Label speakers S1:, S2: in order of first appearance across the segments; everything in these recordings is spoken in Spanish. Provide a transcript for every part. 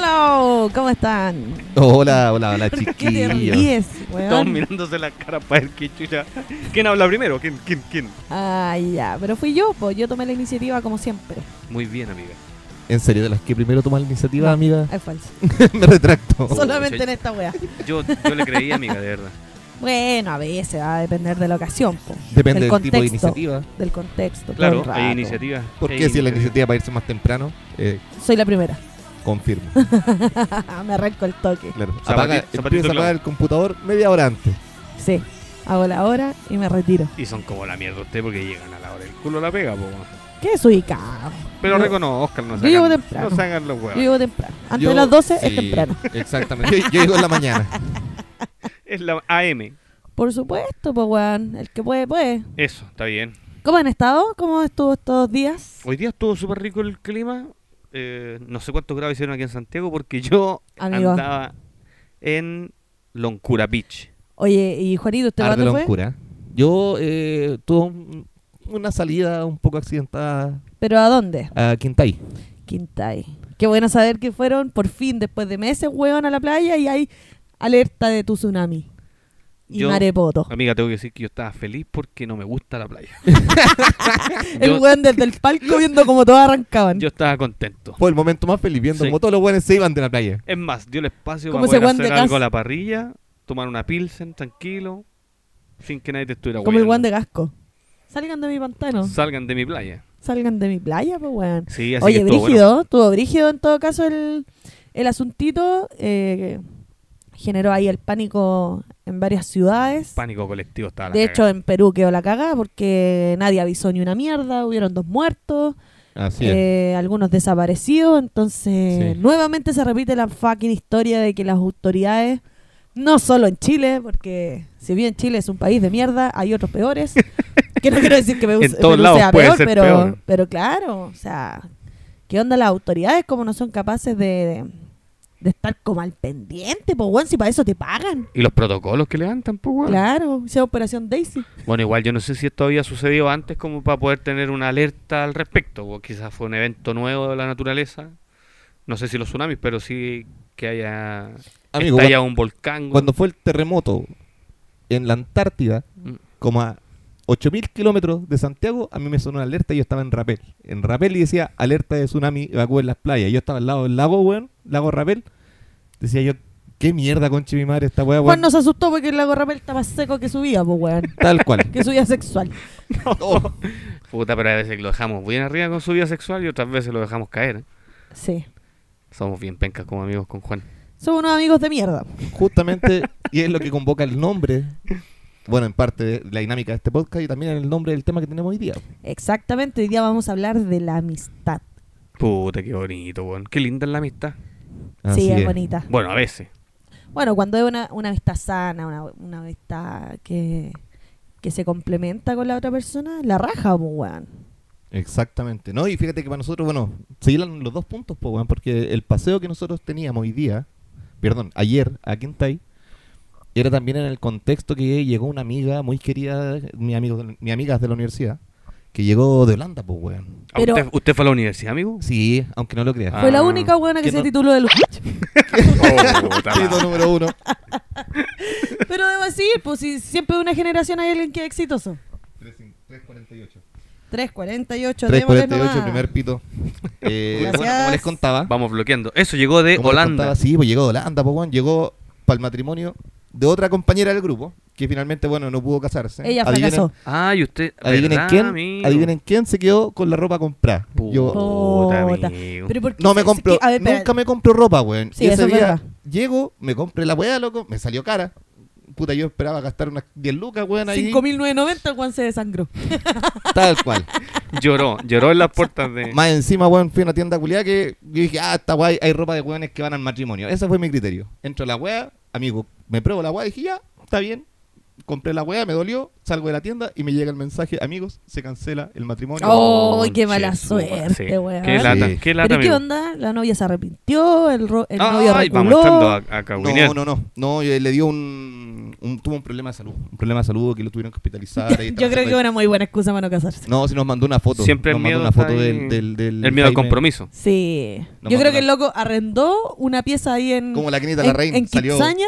S1: Hello, ¿cómo están?
S2: Hola, hola, hola,
S1: ¿Por qué te
S2: chiquillos.
S1: ríes,
S3: Todos
S1: weón?
S3: mirándose la cara para ver qué chucha. ¿Quién habla primero? ¿Quién, quién, quién?
S1: Ay, ya, pero fui yo, pues yo tomé la iniciativa como siempre.
S3: Muy bien, amiga.
S2: En serio, de las que primero toma la iniciativa,
S1: No.
S2: amiga,
S1: Es falso.
S2: me retracto.
S3: Solo-
S1: Solamente
S3: sí.
S1: en esta wea.
S3: Yo, yo le creí, amiga, de verdad.
S1: Bueno, a veces va a depender de la ocasión, po.
S2: Depende
S1: del
S2: del tipo de
S1: contexto.
S2: iniciativa.
S1: del contexto. todo
S3: Claro,
S1: el rato.
S3: hay iniciativas.
S2: ¿Por
S3: hay
S2: qué si la
S3: iniciativas.
S2: iniciativa para irse más temprano? Eh,
S1: Soy la primera.
S2: confirmo.
S1: Me arranco el toque.
S2: Claro.
S3: Zapati-
S2: Apaga, empieza
S3: zapatito
S2: a
S3: clavo.
S2: apagar el computador media hora antes.
S1: Sí, hago la hora y me retiro.
S3: Y son como la mierda usted porque llegan a la hora. El culo la pega, po.
S1: ¿Qué desubicado?
S3: Pero
S1: Yo-
S3: reconozcan, no
S1: yo
S3: se
S1: llego
S3: hagan,
S1: temprano.
S3: no se hagan los
S1: Yo
S3: huevos.
S1: llego temprano. Antes
S2: Yo-
S1: de las 12 es
S2: sí,
S1: temprano.
S2: Exactamente. Yo, yo digo en la mañana.
S3: Es la AM.
S1: Por supuesto, pues, weón. El que puede, puede.
S3: Eso, está bien.
S1: ¿Cómo han estado? ¿Cómo estuvo estos días?
S3: Hoy día estuvo súper rico el clima. Eh, no sé cuántos grados hicieron aquí en Santiago porque yo
S1: Amigo.
S3: andaba en Loncura Beach.
S1: Oye, y Juanito, ¿usted
S2: Arde
S1: cuándo fue?
S2: locura. Yo eh, tuve un- una salida un poco accidentada
S1: ¿Pero a dónde?
S2: a Quintay.
S1: Quintay. Qué bueno saber que fueron por fin, después de meses, weón, a la playa y hay alerta de tu tsunami. Y
S3: Yo-
S1: marepoto.
S3: Amiga, tengo que decir que yo estaba feliz porque no me gusta la playa.
S1: El
S3: yo,
S1: weón desde el palco viendo como todos arrancaban.
S3: yo estaba contento.
S2: Fue el momento más feliz viendo
S3: Sí.
S2: como todos los buenos se iban de la playa.
S3: Es más, dio el espacio
S1: Como
S3: para
S1: ese
S3: poder
S1: Juan de
S3: hacer algo
S1: Cas-
S3: a la parrilla, tomar una pilsen tranquilo, sin que nadie te estuviera
S1: Como el
S3: hueando.
S1: weón de casco. Salgan de mi pantano.
S3: Salgan de mi playa.
S1: Salgan de mi playa, pues weón.
S3: Sí, así que
S1: Oye,
S3: estuvo
S1: brígido, tuvo brígido en todo caso el, el asuntito. eh, que generó ahí el pánico en varias ciudades.
S3: bueno. Pánico colectivo estaba la
S1: De
S3: cagada.
S1: hecho, en Perú quedó la cagada porque nadie avisó ni una mierda. Hubieron dos muertos,
S2: Así
S1: eh, algunos desaparecidos. Entonces,
S2: Sí.
S1: nuevamente se repite la fucking historia de que las autoridades, no solo en Chile, porque si bien Chile es un país de mierda, hay otros peores. que no quiero decir que Perú,
S3: En
S1: Perú
S3: todos lados
S1: sea
S3: puede
S1: peor,
S3: ser
S1: pero,
S3: peor.
S1: pero claro, o sea, ¿qué onda las autoridades? ¿Cómo no son capaces de, de, de estar como al pendiente? Pues, bueno, si para eso te pagan.
S3: Y los protocolos que levantan, pues, weón.
S1: Claro, sea Operación Daisy.
S3: Bueno, igual yo no sé si esto había sucedido antes como para poder tener una alerta al respecto, o quizás fue un evento nuevo de la naturaleza. No sé si los tsunamis, pero sí que haya
S2: Amigo,
S3: estalla un volcán.
S2: Cuando fue el terremoto en la Antártida,
S3: Mm.
S2: como a 8.000 kilómetros de Santiago, a mí me sonó una alerta y yo estaba en Rapel. En Rapel y decía alerta de tsunami, evacúen las playas. Yo estaba al lado del lago, weón, lago Rapel. Decía yo, qué mierda, conche mi madre, esta weá,
S1: Juan
S2: weón.
S1: nos asustó porque el lago Rapel estaba seco que subía, pues weón.
S2: Tal cual.
S1: Que subía sexual.
S2: Oh,
S3: Puta, pero a veces lo dejamos bien arriba con su vida sexual y otras veces lo dejamos caer. ¿eh?
S1: Sí.
S3: Somos bien pencas como amigos con Juan.
S1: Son unos amigos de mierda.
S2: justamente, y es lo que convoca el nombre. Bueno, en parte de la dinámica de este podcast y también el nombre del tema que tenemos hoy día.
S1: Exactamente, hoy día vamos a hablar de la amistad.
S3: Puta, qué bonito, weón. Qué linda es la amistad.
S2: Así
S1: sí, es,
S2: es.
S1: bonita.
S3: Bueno, a veces.
S1: Bueno, cuando es una, una amistad sana, una, una amistad que, que se complementa con la otra persona, la raja, pues weón.
S2: Exactamente, ¿no? Y fíjate que para nosotros, bueno, se hilan los dos puntos, po, weón, porque el paseo que nosotros teníamos hoy día, perdón, ayer a Quintay, era también en el contexto que llegó una amiga muy querida, mi, amigo, mi amiga de la universidad, que llegó de Holanda, pues, weón.
S3: Ah,
S1: Pero-
S3: ¿Usted, usted fue a la universidad, amigo?
S2: Sí, aunque no lo creas.
S3: Ah,
S1: Fue la única buena que,
S2: que
S1: se
S2: no-
S1: tituló del
S3: Oh, Puta la-
S2: Título número uno.
S1: Pero debo decir, pues si siempre de una generación hay alguien que es exitoso.
S2: 348.
S1: 348, démosle
S2: 348,
S1: nomás.
S2: primer pito. Eh,
S1: Gracias.
S2: bueno, como les contaba,
S3: Vamos bloqueando. Eso llegó de
S2: Como les
S3: Holanda.
S2: contaba, sí, pues llegó de Holanda, pues, weón. Llegó para el matrimonio de otra compañera del grupo, que finalmente, bueno, no pudo casarse.
S1: Ella
S2: Adivinen-
S1: fracasó.
S3: Ah, y usted.
S2: Adivinen
S3: ¿verdad,
S2: quién,
S3: amigo?
S2: adivinen quién se quedó con la ropa comprada. Yo
S3: Puta,
S1: Puta.
S3: amigo.
S1: Pero ¿por qué
S2: no
S1: se-
S2: me
S1: se-
S2: compro,
S1: que- a ver, espera.
S2: nunca me compro ropa, weón.
S1: Sí,
S2: y
S1: eso
S2: ese
S1: es
S2: día
S1: verdad.
S2: llego, me compré la weá, loco, me salió cara. Puta, yo esperaba gastar unas 10 lucas, weón, ahí.
S1: 5.990 Juan se desangró.
S2: Tal cual.
S3: Lloró, lloró en las puertas de.
S2: Más encima, weón, fui a una tienda culiada que yo dije, ah, esta weá, hay ropa de weones que van al matrimonio. Ese fue mi criterio. Entro a la weá, amigo, me pruebo la weá, dije, ya, está bien. Compré la weá, me dolió, salgo de la tienda y me llega el mensaje, amigos, se cancela el matrimonio.
S1: Oh, qué
S3: Conche
S1: mala
S3: su madre.
S1: suerte,
S3: Sí.
S1: weón.
S3: Qué lata,
S2: Sí.
S3: qué lata,
S1: ¿Pero qué
S3: amigo.
S1: onda? La novia se arrepintió, el, ro- el
S3: Ah,
S1: novio
S3: ay, vamos
S1: reculó.
S3: entrando a, a
S2: No,
S3: caguinear.
S2: no, no, no, eh, le dio un, un- tuvo un problema de salud. Un problema de salud que lo tuvieron que hospitalizar. y
S1: Yo creo que es
S2: tratando de-
S1: una muy buena excusa para no casarse.
S2: No, si nos mandó una foto.
S3: Siempre el
S2: nos mandó
S3: miedo
S2: una
S3: está
S2: foto
S3: ahí.
S2: del, del, del
S3: El miedo al
S2: Jaime.
S3: compromiso.
S1: Sí.
S2: No
S1: Yo
S2: más
S1: creo que
S2: nada.
S1: el loco arrendó una pieza ahí en.
S2: Como la quinita de la
S1: en-
S2: reina,
S1: En
S2: salió-
S1: Quinzaña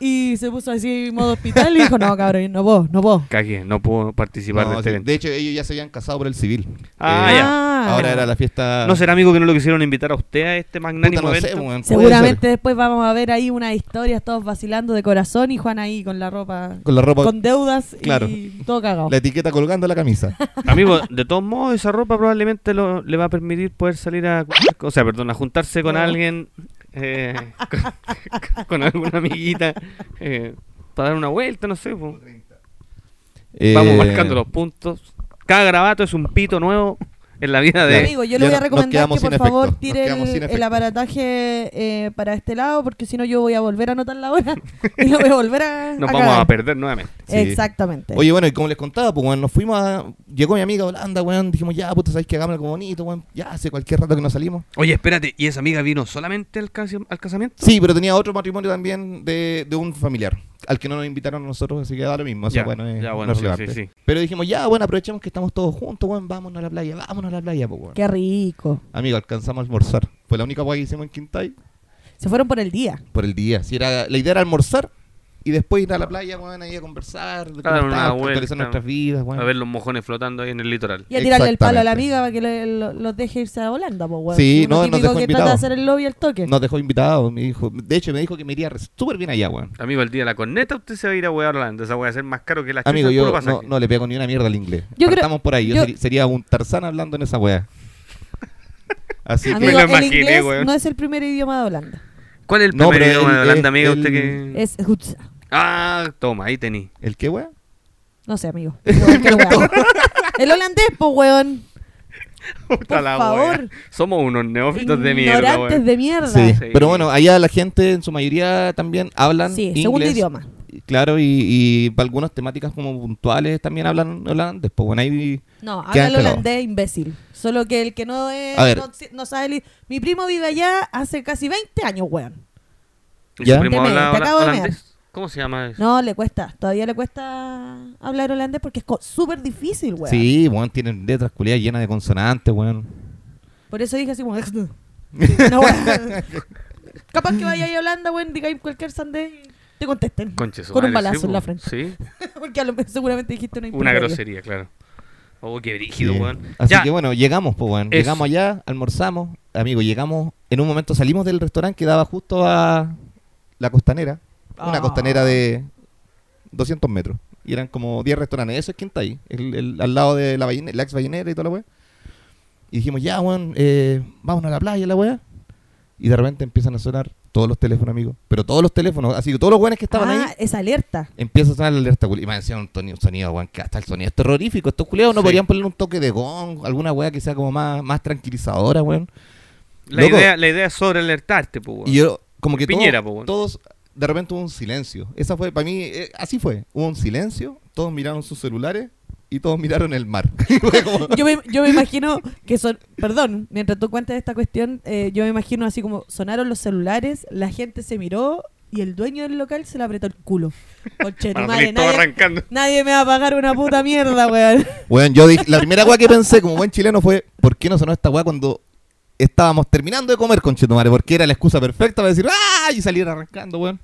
S1: y se puso así modo hospital y dijo: No, cabrón, no puedo, no puedo.
S3: Cagué, no puedo participar de
S2: No, sí,
S3: este evento.
S2: de hecho, ellos ya se habían casado por el civil. Eh,
S3: Ah, ya.
S1: Ah.
S2: Ahora era la fiesta.
S3: ¿No será amigo que no lo quisieron invitar a usted a
S2: Puta,
S3: este magnánimo
S2: no sé,
S3: evento?
S2: weón, puede
S1: Seguramente
S2: ser.
S1: después vamos a ver ahí unas historias, todos vacilando de corazón y Juan ahí con la ropa.
S2: Con la ropa,
S1: Con deudas
S2: Claro.
S1: y todo cagado.
S2: la etiqueta colgando la camisa.
S3: Amigo, de todos modos, esa ropa probablemente lo- le va a permitir poder salir a. O sea, perdón, a juntarse con
S1: No.
S3: alguien. eh, con, con alguna amiguita. eh, para dar una vuelta, no sé. po. Vamos
S2: Eh,
S3: marcando los puntos. Cada grabato es un pito nuevo en la vida de.
S1: Amigo, yo le voy
S2: Ya
S1: a
S2: no- nos
S1: recomendar
S2: quedamos
S1: que por
S2: sin
S1: favor
S2: efecto, nos
S1: tire
S2: quedamos sin
S1: el, el
S2: efecto.
S1: aparataje eh, para este lado, porque si no yo voy a volver a anotar la hora y lo voy a volver a.
S3: Nos
S1: a
S3: vamos
S1: cagar.
S3: a perder nuevamente.
S2: Sí.
S1: Exactamente.
S2: Oye, bueno, y como les contaba, pues, weón, nos fuimos a... Llegó mi amiga a Holanda, weón, dijimos, ya, puta, sabéis que hagamos algo bonito, weón. Ya, hace cualquier rato que nos salimos.
S3: Oye, espérate, ¿y esa amiga vino solamente al, casi- al casamiento?
S2: Sí, pero tenía otro matrimonio también de, de un familiar, al que no nos invitaron a nosotros, así que da lo mismo. O sea,
S3: Ya,
S2: bueno, es-
S3: ya,
S2: no
S3: bueno,
S2: es
S3: sí,
S2: relevante.
S3: sí, sí.
S2: Pero dijimos, ya, bueno, aprovechemos que estamos todos juntos, weón, vámonos a la playa, vámonos a la playa, pues, weón.
S1: Qué rico.
S2: Amigo, alcanzamos a almorzar. Fue la única weá que hicimos en Quintay
S1: Se fueron por el día.
S2: por el día. Si era, la idea era almorzar y después ir a la playa, weón, ahí a conversar, de
S3: Claro,
S2: cómo
S3: una
S2: estamos,
S3: vuelta.
S2: actualizar nuestras vidas, weón.
S3: A ver los mojones flotando ahí en el litoral.
S1: Y a tirarle el palo a la
S2: Exactamente.
S1: amiga para que le- lo- los deje irse a Holanda, pues, weón.
S2: Sí,
S1: Si uno
S2: no, nos
S1: típico
S2: dejó
S1: que trata de
S2: invitados.
S1: hacer el lobby al toque.
S2: Nos dejó invitados, me dijo. De hecho, me dijo que me iría re- súper bien allá, weón.
S3: Amigo, el día de la corneta usted se va a ir a huear a Holanda. Esa hueá va a ser más caro que la chucha
S2: Amigo,
S3: del puro
S2: yo no,
S3: pasaje.
S2: no le pego ni una mierda al inglés.
S1: Yo creo-
S2: Partamos por ahí. Yo,
S1: yo-
S2: seri- sería un Tarzán hablando en esa weá. Así que.
S1: Amigo,
S3: Me lo
S1: el
S3: imaginé,
S1: inglés
S3: weón.
S1: no es el primer idioma de Holanda.
S3: ¿Cuál es el
S2: No,
S3: primer
S2: pero
S3: idioma de
S2: el-
S3: Holanda, amigo?
S2: el-
S3: Usted
S2: Mm.
S3: que...
S1: Es Hutsa.
S3: Ah, toma, ahí tení.
S2: ¿El qué weá?
S1: No sé, amigo. Weón, qué weón. el holandés, pues, weón.
S3: Puta la
S1: favor.
S3: hueá. Somos unos neófitos de mierda,
S1: Ignorantes
S3: weón.
S1: de mierda.
S2: Sí.
S3: Sí.
S2: Pero bueno, allá la gente en su mayoría también hablan
S1: Sí,
S2: inglés.
S1: segundo idioma.
S2: Claro, y, y para algunas temáticas como puntuales también hablan holandés. Pues bueno, ahí.
S1: No,
S2: Quedan
S1: habla el
S2: cagados.
S1: holandés imbécil. Solo que el que no es,
S2: A ver.
S1: no, si- no sabe el i- Mi primo vive allá hace casi 20 años, weón.
S3: ¿Y
S2: Ya.
S3: su primo
S1: Te me-
S3: habla
S1: te
S3: hola-
S1: acabo de
S3: holandés? ¿Cómo se llama eso?
S1: No, le cuesta. Todavía le cuesta hablar holandés porque es co- súper difícil, weón.
S2: Sí, weón, tienen letras culiadas llenas de consonantes, weón.
S1: Por eso dije así como... No, weón. Capaz que vaya a Holanda, weón, digáis cualquier sandés y te contesten.
S3: Conche su
S1: Con un
S3: madre, sí,
S1: balazo en
S3: po.
S1: la frente.
S3: Sí,
S1: porque a lo mejor seguramente dijiste una
S3: una
S1: improperia.
S3: grosería, claro. Oh, qué brígido,
S2: Sí.
S3: weón.
S2: Así
S3: ya,
S2: que bueno, llegamos, pues bueno.
S3: Eso.
S2: Llegamos allá, almorzamos, amigo, llegamos, en un momento salimos del restaurante que daba justo a la costanera, una
S1: Ah.
S2: costanera de 200 metros. Y eran como 10 restaurantes, eso es Quintay, el, el, al lado de la, ballene- la ex ballenera y toda la weá. Y dijimos, ya, weón, eh, vámonos a la playa, la weá. Y de repente empiezan a sonar todos los teléfonos, amigo. Pero todos los teléfonos, así que todos los weones que estaban
S1: ah,
S2: ahí,
S1: es alerta.
S2: Empieza a sonar la alerta, culiao. Y me decían un, toni- un sonido, weón, que hasta el sonido es terrorífico. Estos culeos no
S3: Sí.
S2: podrían poner un toque de gong, alguna weá que sea como más, más tranquilizadora, weón.
S3: la
S2: loco.
S3: idea, la idea es sobre alertarte, po, weón.
S2: Y yo, como que todo-
S3: Piñera, po, weón.
S2: todos, de repente hubo un silencio. Esa fue, para mí, eh, así fue. Hubo un silencio, todos miraron sus celulares y todos miraron el mar. Y fue como-
S1: yo, me, yo me imagino que son. Perdón, mientras tú cuentas esta cuestión, eh, yo me imagino así como sonaron los celulares, la gente se miró y el dueño del local se le apretó el culo. Conche, tu
S3: Para
S1: madre,
S3: todo
S1: nadie,
S3: arrancando.
S1: nadie me va a pagar una puta mierda, weón.
S2: Weón, yo dije, la primera weá que pensé como buen chileno fue, ¿por qué no sonó esta weá cuando estábamos terminando de comer con Chetumare? Porque era la excusa perfecta para decir, ¡ah! Y salir arrancando, weón.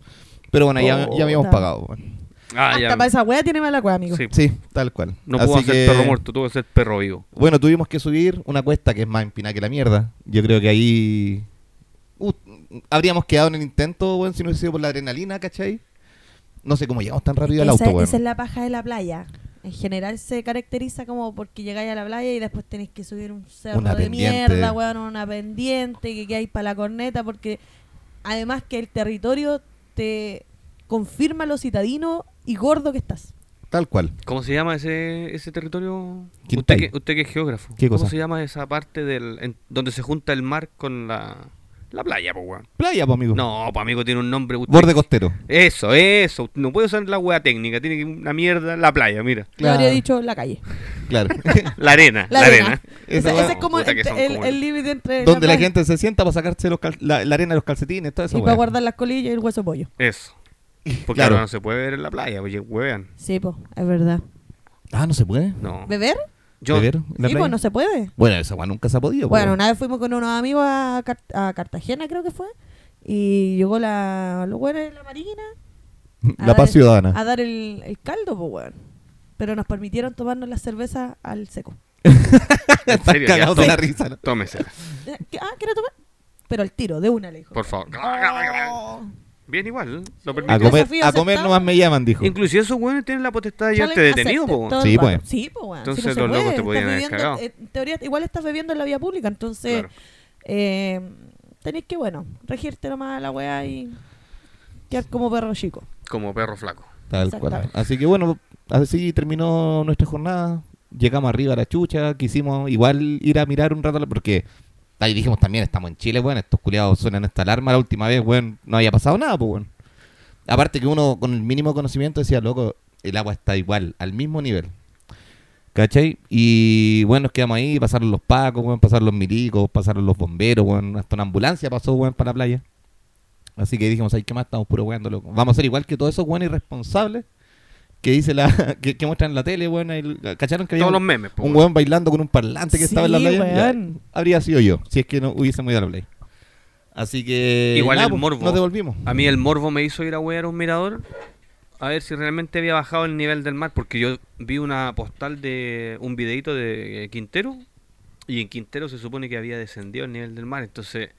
S2: Pero bueno, ya, ya habíamos
S3: Oh.
S1: Puta.
S2: pagado, weón.
S3: Ah,
S1: Hasta
S3: ya.
S1: para esa wea tiene mala wea, amigo.
S3: Sí,
S2: Sí, tal cual.
S3: No
S2: Así
S3: pudo hacer
S2: que,
S3: perro muerto, tuvo que ser perro vivo.
S2: Bueno, tuvimos que subir una cuesta que es más empinada que la mierda. Yo creo que ahí uh, habríamos quedado en el intento, weón, si no hubiese sido por la adrenalina, ¿cachai? No sé cómo llegamos tan rápido al
S1: esa,
S2: auto, weón.
S1: esa es la paja de la playa. En general se caracteriza como porque llegáis a la playa y después tenéis que subir un cerro
S2: Una
S1: de
S2: pendiente.
S1: mierda, weón, una pendiente que hay para la corneta, porque además que el territorio te confirma lo citadino y gordo que estás.
S2: Tal cual.
S3: ¿Cómo se llama ese, ese territorio? Usted
S2: Quintay.
S3: que, usted que es geógrafo.
S2: ¿Qué
S3: ¿Cómo
S2: cosa?
S3: se llama esa parte del en- donde se junta el mar con la, la playa, po, weón?
S2: Playa, pues, amigo.
S3: No, pues amigo, tiene un nombre. usted-
S2: Borde costero.
S3: Eso, eso. No puede usar la weá técnica. Tiene que una mierda la playa, mira.
S1: Yo
S2: Claro.
S1: habría dicho la calle.
S2: Claro.
S3: La arena, la,
S1: La
S3: arena.
S1: arena.
S2: Esa
S1: Esa-
S2: weá,
S1: ese es como
S3: Puta que
S1: el-
S3: son
S1: el
S3: como-
S1: el límite entre...
S2: donde la
S1: playa
S2: gente se sienta para sacarse los cal- la, la arena de los calcetines, toda esa
S1: Y
S2: weá.
S1: para guardar las colillas y el hueso pollo.
S3: Eso. Porque
S2: Claro.
S3: ahora no se puede ver en la playa, oye, huevean.
S1: Sí, po, es verdad.
S2: Ah, no se puede.
S3: No.
S1: ¿Beber?
S3: Yo,
S2: ¿Beber en la
S1: sí,
S2: playa?
S1: pues no se puede.
S2: Bueno, esa weá nunca se ha podido. po,
S1: Bueno,
S2: weón.
S1: una vez fuimos con unos amigos a, Car- a Cartagena, creo que fue, y llegó la, los güeyes de la marina a
S2: La
S1: dar
S2: paz
S1: el-
S2: ciudadana.
S1: a dar el, el caldo, pues, weón. Pero nos permitieron tomarnos la cerveza al seco.
S3: en
S2: Estás
S3: serio, ya,
S2: cagado de la
S3: tó-
S2: risa. ¿no?
S3: Tómesela,
S1: Eh, ¿qué- Ah, ¿quiere tomar? Pero al tiro, de una, le dijo. Oh,
S3: por favor. Bien igual, lo
S2: A
S1: Yo
S2: comer,
S1: desafío
S2: a comer
S1: aceptado.
S2: nomás me llaman, dijo.
S3: Inclusive esos hueones tienen la potestad de
S1: Challenge
S3: llevarte detenido,
S1: accepted,
S3: po,
S1: todo
S3: weón.
S2: Sí,
S1: el
S2: pues.
S1: rato. Sí, pues, weón.
S3: Entonces
S1: Sí, no se
S3: los locos
S1: puede,
S3: te podían
S1: estás
S3: haber
S1: viviendo-
S3: cagado.
S1: eh, En teoría, igual estás bebiendo en la vía pública, entonces
S3: Claro.
S1: eh, tenés que, bueno, regirte nomás a la weá y quedar como perro chico.
S3: Como perro flaco.
S2: Tal cual.
S1: Exactamente.
S2: Así que bueno, así terminó nuestra jornada. Llegamos arriba a la chucha, quisimos igual ir a mirar un rato, la- porque ahí dijimos también, estamos en Chile, weón, estos culiados suenan esta alarma la última vez, weón, no había pasado nada, pues, weón. Aparte que uno con el mínimo conocimiento decía, loco, el agua está igual, al mismo nivel. ¿Cachai? Y bueno, nos quedamos ahí, pasaron los pacos, weón, pasaron los milicos, pasaron los bomberos, weón, hasta una ambulancia pasó, weón, para la playa. Así que dijimos, ay, ¿qué más? Estamos puro weando, loco. Vamos a ser igual que todos esos weones irresponsables que dice la, que, que muestran en la tele, weón. el- ¿Cacharon que había
S3: Todos los
S2: un,
S3: memes, po,
S2: un
S3: weón.
S2: weón bailando con un parlante que
S1: Sí,
S2: estaba en la playa? Ya,
S1: weón.
S2: habría sido yo, si es que no hubiésemos ido a la playa. Así que.
S3: Igual el
S2: pues,
S3: morbo. Ah,
S2: Nos devolvimos.
S3: A mí el morbo me hizo ir a huear a un mirador a ver si realmente había bajado el nivel del mar, porque yo vi una postal de un videito de eh, Quintero y en Quintero se supone que había descendido el nivel del mar, entonces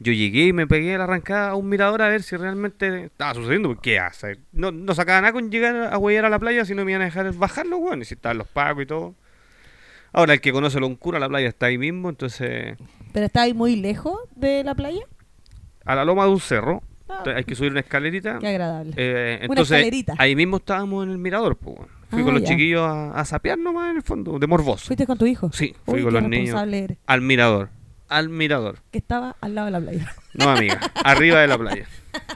S3: yo llegué y me pegué a la arrancada a un mirador a ver si realmente estaba sucediendo, porque ¿qué hace? No, no sacaba nada con llegar a huear a la playa si no me iban a dejar bajar los hueones, si estaban los pacos y todo. Ahora, el que conoce lo cura la playa está ahí mismo, entonces
S1: Pero está ahí muy lejos de la playa.
S3: a la loma de un cerro,
S1: Ah,
S3: hay que subir una escalerita.
S1: Qué agradable.
S3: Eh,
S1: Una
S3: entonces,
S1: escalerita.
S3: ahí mismo estábamos en el mirador, pues. weón. Fui
S1: Ah,
S3: con los
S1: ya.
S3: chiquillos a, a sapear nomás en el fondo, de morboso.
S1: ¿Fuiste con tu hijo?
S3: Sí, fui
S1: Uy,
S3: con
S1: qué
S3: los niños.
S1: responsable eres.
S3: Al mirador, al mirador.
S1: Que estaba al lado de la playa.
S3: No, amiga, arriba de la playa.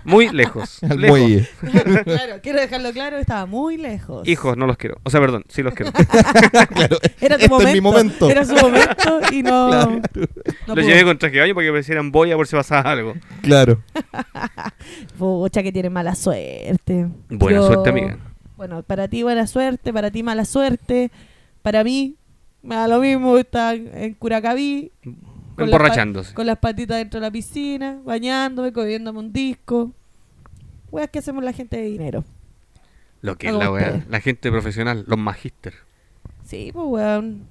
S3: Muy lejos.
S2: Al
S3: lejos.
S2: muelle.
S1: claro, claro, quiero dejarlo claro, estaba muy lejos.
S3: Hijos, no los quiero. O sea, perdón, sí los quiero.
S2: claro,
S1: Era tu
S2: este
S1: momento.
S2: es mi momento.
S1: Era su momento y no.
S2: Claro.
S1: no
S3: los
S1: pudo.
S3: llevé con traje de baño para que parecieran boya por si pasaba algo.
S2: Claro.
S1: Pucha, que tiene mala suerte.
S3: Buena
S1: Yo-
S3: suerte, amiga.
S1: Bueno, para ti buena suerte, para ti mala suerte. Para mí, me da lo mismo estar en Curacaví. con las pa-
S3: Emborrachándose.
S1: con las patitas dentro de la piscina, bañándome, comiéndome un disco. Weas que hacemos la gente de dinero.
S3: Lo que es
S1: Algo
S3: la weá.
S1: ustedes.
S3: La gente profesional, los magíster.
S1: Sí, pues weón.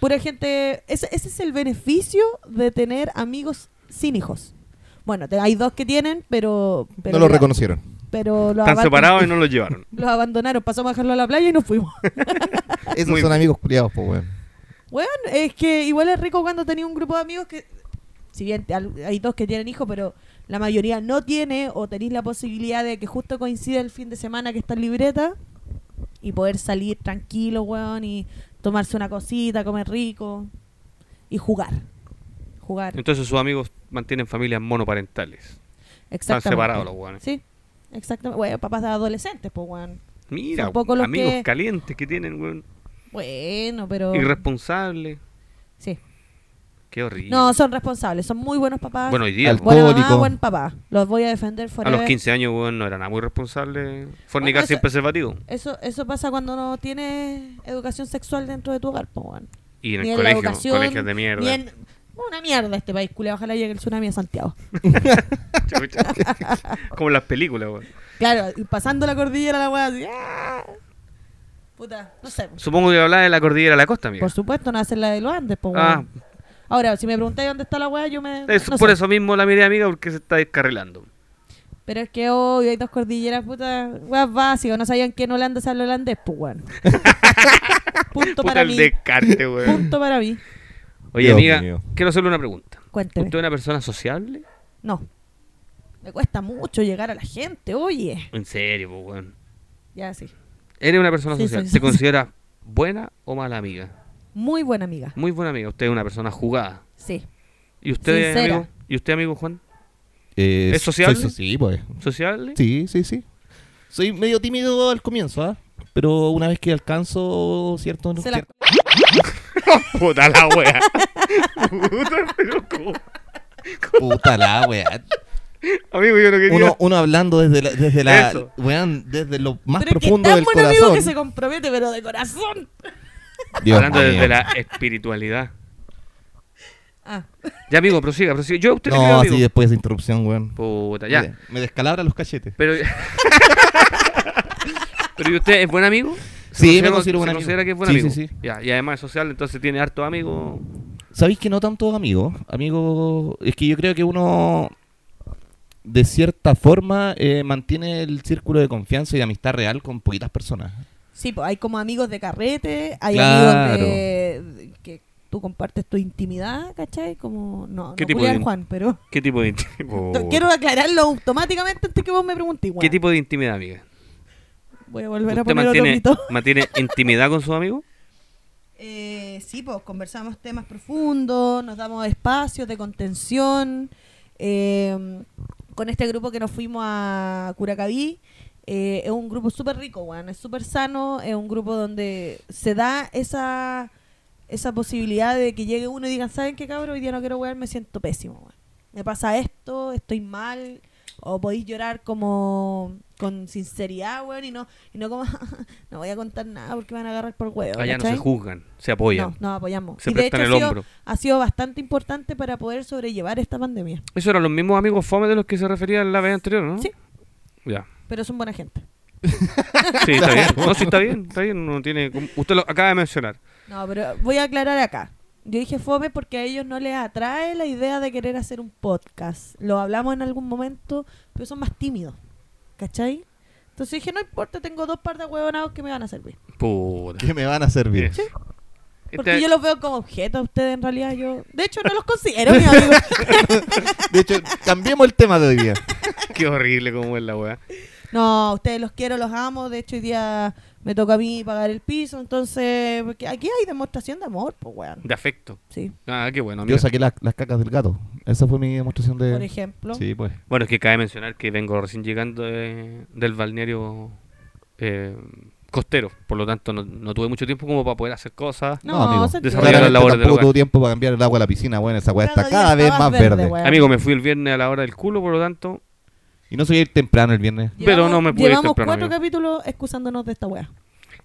S1: Pura gente. Ese, ese es el beneficio de tener amigos sin hijos. Bueno, te- hay dos que tienen, pero. pero
S2: no lo
S1: ya-
S2: reconocieron.
S1: Pero los
S3: Están
S1: aban-
S3: separados y no los llevaron.
S1: Los abandonaron, pasamos a dejarlo a la playa y nos fuimos.
S2: Esos
S3: Muy
S2: son amigos culiados, pues, weón.
S1: Bueno, es que igual es rico cuando tenés un grupo de amigos que, si bien te- al- hay dos que tienen hijos, pero la mayoría no tiene o tenéis la posibilidad de que justo coincida el fin de semana que está en libreta y poder salir tranquilo, weón, y tomarse una cosita, comer rico y jugar. Jugar.
S3: Entonces sus amigos mantienen familias monoparentales. Están
S1: Exactamente.
S3: separados los weones.
S1: Sí, exactamente. Bueno, papás de adolescentes, pues, weón.
S3: Mira,
S1: Son pocos los
S3: amigos
S1: que-
S3: calientes que tienen, weón.
S1: Bueno, pero...
S3: Irresponsables.
S1: Sí.
S3: Qué horrible.
S1: No, son responsables, son muy buenos papás.
S3: bueno, hoy día,
S2: Al-
S3: weón,
S1: Buena mamá,
S2: Alcohólico.
S1: buen papá. Los voy a defender
S3: a
S1: forever.
S3: los 15 años, weón, no era nada muy responsable. Fornicar
S1: Bueno,
S3: sin
S1: eso-
S3: preservativo.
S1: Eso, eso pasa cuando no tienes educación sexual dentro de tu hogar, po, weón.
S3: Y en
S1: Ni en
S3: el
S1: la
S3: colegio,
S1: educación,
S3: colegios de
S1: ni
S3: mierda.
S1: en- Una mierda este país, culiao. Ojalá llegue el tsunami a Santiago.
S3: Chucha. Como en las películas, weón.
S1: Claro, y pasando la cordillera la weá así. ¡ah! Puta, no sé.
S3: Supongo que hablaba de la cordillera de la costa, amigo.
S1: Por supuesto, no hacer la de los Andes, po,
S3: Ah,
S1: weón. Ahora, si me preguntáis dónde está la weá, yo me.
S3: es-
S1: no
S3: por
S1: sé.
S3: eso mismo la miré, amiga, porque se está descarrilando.
S1: Pero es que hoy hay dos cordilleras, puta, weas básicas. No sabían que en Holanda se habla holandés, pues, weón. Punto
S3: Puta
S1: para
S3: el
S1: mí.
S3: descarte, weón.
S1: Punto para mí.
S3: Oye,
S2: Dios
S3: amiga,
S2: mío.
S3: quiero hacerle una pregunta.
S1: Cuénteme.
S3: ¿Usted es una persona sociable?
S1: No. Me cuesta mucho llegar a la gente, oye.
S3: En serio, po, weón.
S1: Ya sí.
S3: ¿Eres una persona
S1: Sí,
S3: social?
S1: soy
S3: ¿Se
S1: social.
S3: considera buena o mala amiga?
S1: Muy buena amiga.
S3: Muy buena amiga. Usted es una persona jugada.
S1: Sí.
S3: ¿Y usted,
S1: Sincera.
S3: amigo? ¿Y usted, amigo Juan?
S2: Eh,
S3: ¿Es sociable?
S2: soy- sí, pues.
S3: ¿Sociable?
S2: Sí, sí, sí. Soy medio tímido al comienzo, ¿ah? Pero una vez que alcanzo ciertos...
S1: Se la-
S2: cier-
S3: Puta la wea. Puta, pero ¿cómo?
S2: Puta la weá.
S3: Amigo, yo no quería.
S2: Uno, uno hablando desde la, desde la
S3: Eso.
S2: weón, desde lo más
S1: pero es que
S2: profundo
S1: tan
S2: del
S1: buen amigo
S2: corazón.
S1: que se compromete, pero de corazón.
S2: Dios
S3: Hablando
S2: mío.
S3: desde la espiritualidad.
S1: Ah,
S3: Ya, amigo, prosiga, prosiga. Yo a usted le creo,
S2: No, así
S3: amigo.
S2: después de esa interrupción, weón.
S3: Puta, ya.
S2: Mire, Me descalabra los cachetes.
S3: Pero. Pero ¿y usted es buen amigo? ¿Se
S2: Sí, me considero
S3: considera-
S2: buen
S3: se
S2: amigo.
S3: considera que es buen
S2: Sí,
S3: amigo?
S2: sí, sí.
S3: Ya, y además es social, entonces tiene harto amigo.
S2: ¿Sabéis que no tantos amigos? Amigos, es que yo creo que uno de cierta forma eh, mantiene el círculo de confianza y de amistad real con poquitas personas.
S1: sí, pues hay como amigos de carrete, hay amigos
S2: Claro.
S1: de, de- que tú compartes tu intimidad, ¿cachai? Como, no,
S3: ¿Qué
S1: no
S3: tipo
S1: culiar,
S3: de-
S1: Juan, pero...
S3: ¿Qué tipo de intimidad?
S2: Oh.
S1: To- Quiero aclararlo automáticamente antes que vos me preguntes.
S3: ¿Qué
S1: weón.
S3: tipo de intimidad, amiga?
S1: Voy a volver a
S3: ¿Usted
S1: poner
S3: mantiene,
S1: otro mito.
S3: mantiene intimidad con sus amigos?
S1: Eh, sí, pues conversamos temas profundos, nos damos espacios de contención. eh, con este grupo que nos fuimos a Curacaví, eh, es un grupo súper rico, weón, es súper sano, es un grupo donde se da esa esa posibilidad de que llegue uno y digan, ¿saben qué cabrón? Hoy día no quiero weón, me siento pésimo, weón. Me pasa esto, estoy mal. O podéis llorar como con sinceridad, weón, y no, y no como, no voy a contar nada porque me van a agarrar por huevo.
S3: Allá Ah, no
S1: Eh, ¿cachai?
S3: se juzgan, se apoyan.
S1: No, nos apoyamos.
S3: Se
S1: y de hecho
S3: prestan
S1: ha
S3: el
S1: sido,
S3: hombro.
S1: ha sido bastante importante para poder sobrellevar esta pandemia.
S3: Esos eran los mismos amigos fome de los que se refería la vez anterior, ¿no?
S1: Sí.
S3: Ya.
S1: Pero son buena gente.
S3: Sí, está bien. No, sí, está bien. Está bien. uno tiene, como- usted lo acaba de mencionar.
S1: No, pero voy a aclarar acá. Yo dije fome porque a ellos no les atrae la idea de querer hacer un podcast. Lo hablamos en algún momento, pero son más tímidos. ¿Cachai? Entonces dije, no importa, tengo dos par de huevonados que me van a servir.
S3: Puta.
S2: ¿Qué me van a servir?
S3: Sí.
S1: Porque
S3: Este-
S1: yo los veo como objetos a ustedes en realidad. yo De hecho, no los considero mis amigos.
S2: De hecho, cambiemos el tema de hoy día.
S3: Qué horrible como es la weá.
S1: No, ustedes los quiero, los amo. De hecho, hoy día me toca a mí pagar el piso. Entonces, porque aquí hay demostración de amor, pues, weón.
S3: De afecto.
S1: Sí,
S3: Ah, qué
S2: Yo
S3: bueno. amigo.
S2: saqué las- las cacas del gato. Esa fue mi demostración de...
S1: por ejemplo.
S2: Sí, pues.
S3: Bueno, es que cabe mencionar que vengo recién llegando de- del balneario eh, costero. Por lo tanto, no, no tuve mucho tiempo como para poder hacer cosas.
S1: No,
S2: amigo.
S1: se entiende.
S3: Desarrollar las
S2: Claramente
S3: labores del
S2: tampoco
S3: hogar.
S2: tuvo tiempo para cambiar el agua a la piscina. Bueno, esa weá
S1: Cada
S2: está
S1: día
S2: cada vez
S1: está
S2: más
S1: más
S2: verde.
S1: verde, weón.
S3: Amigo, me fui el viernes a la hora del culo, por lo tanto.
S2: Y no soy ir temprano el viernes.
S3: Pero no me pude ir
S1: Llevamos
S3: temprano,
S1: cuatro
S3: amigo.
S1: capítulos excusándonos de esta wea.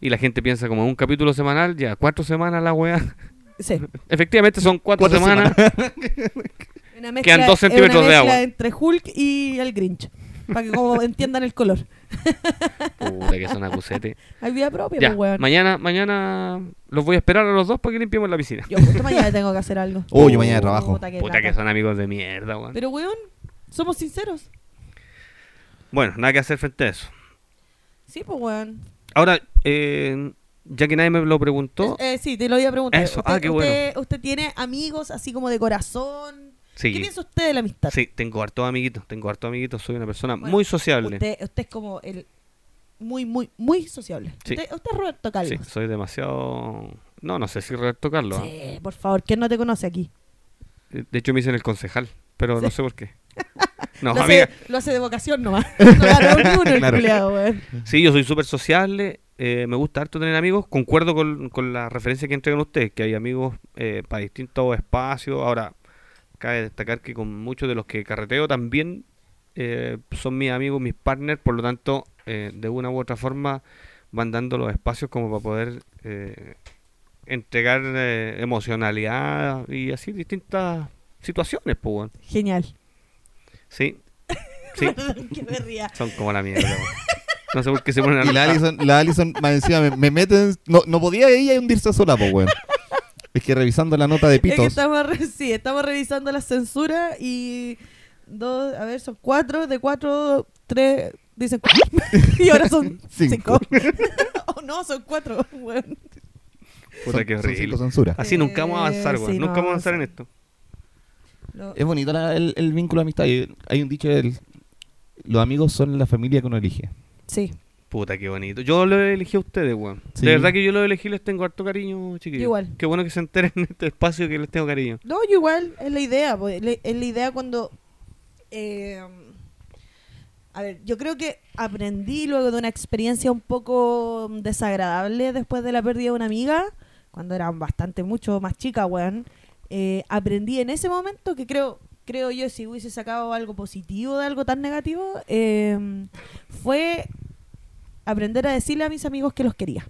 S3: Y la gente piensa como un capítulo semanal, ya cuatro semanas la weá.
S1: Sí.
S3: Efectivamente son cuatro,
S2: Cuatro
S3: semanas.
S1: Una mezcla,
S3: Quedan dos
S1: es una
S3: centímetros de
S1: mezcla
S3: agua.
S1: entre Hulk y el Grinch. Para que como entiendan el color.
S3: Puta, que son acusetes.
S1: Hay vida propia,
S3: ya,
S1: pues, weón.
S3: mañana, mañana los voy a esperar a los dos para que limpiemos la piscina.
S1: Yo justo mañana tengo que hacer algo.
S2: Oh, yo mañana trabajo.
S1: Puta, qué
S3: Puta,
S1: lata.
S3: que son amigos de mierda, weón.
S1: Pero, weón, somos sinceros.
S3: Bueno, nada que hacer frente a eso.
S1: Sí, pues, weón.
S3: Ahora, eh, ya que nadie me lo preguntó,
S1: Eh, eh, sí, te lo iba a preguntar.
S3: Eso,
S1: Usted-
S3: ah, qué bueno.
S1: usted, usted tiene amigos así como de corazón.
S3: sí.
S1: ¿Qué piensa usted de la amistad?
S3: Sí, tengo hartos amiguitos, tengo hartos amiguitos, soy una persona
S1: Bueno,
S3: muy sociable.
S1: Usted, usted es como el muy, muy, muy sociable.
S3: Sí.
S1: Usted, usted es Roberto
S3: Sí,
S1: Calvo.
S3: soy demasiado... No, no sé si Roberto Carlos. ¿ah?
S1: Sí, por favor, ¿quién no te conoce aquí?
S3: Eh, De hecho me dicen el concejal, pero no sé por qué. No,
S1: lo,
S3: amiga,
S1: hace, lo hace de vocación nomás. No ganó ni uno el
S2: Claro.
S1: culiao, weón.
S3: sí, yo soy súper sociable, eh, me gusta harto tener amigos, concuerdo con, con la referencia que entregan ustedes, que hay amigos eh, para distintos espacios. Ahora, cabe destacar que con muchos de los que carreteo también eh, son mis amigos, mis partners, por lo tanto, eh, de una u otra forma van dando los espacios como para poder eh, entregar eh, emocionalidad y así distintas situaciones, pues, weón.
S1: Genial.
S3: Sí. Sí.
S1: Perdón que me ría.
S3: Son como la mierda. weón. No sé por qué se ponen a
S2: Y la Alison, la Alison más encima me, me mete en- No, no podía ella hundirse sola, pues, weón. Es que revisando la nota de
S1: Es que
S2: pitos.
S1: estamos, re- sí, estamos revisando la censura y dos, a ver, son cuatro, de cuatro, tres, dicen cuatro. y ahora son cinco.
S2: Cinco.
S1: oh, no, son cuatro, weón.
S3: Puta,
S2: son-
S3: qué
S2: son cinco
S3: horrible.
S2: censuras.
S3: Así nunca vamos a avanzar,
S1: Eh,
S3: weón.
S1: sí, no,
S3: nunca vamos a avanzar en
S1: sí.
S3: esto.
S1: Lo-
S2: Es bonito la- el, el vínculo de amistad. Y Hay un dicho del... Los amigos son la familia que uno elige.
S1: sí,
S3: Puta, qué bonito. Yo lo elegí a ustedes, weón.
S2: Sí.
S3: De verdad que yo lo elegí, les tengo harto cariño, chiquillos.
S1: Igual.
S3: Qué bueno que se enteren en este espacio que les tengo cariño.
S1: No, yo igual, es la idea, po, es la es la idea cuando... eh, a ver, yo creo que aprendí luego de una experiencia un poco desagradable después de la pérdida de una amiga, cuando era bastante mucho más chica, weón, eh, aprendí en ese momento que creo creo yo, si hubiese sacado algo positivo de algo tan negativo, eh, fue aprender a decirle a mis amigos que los quería.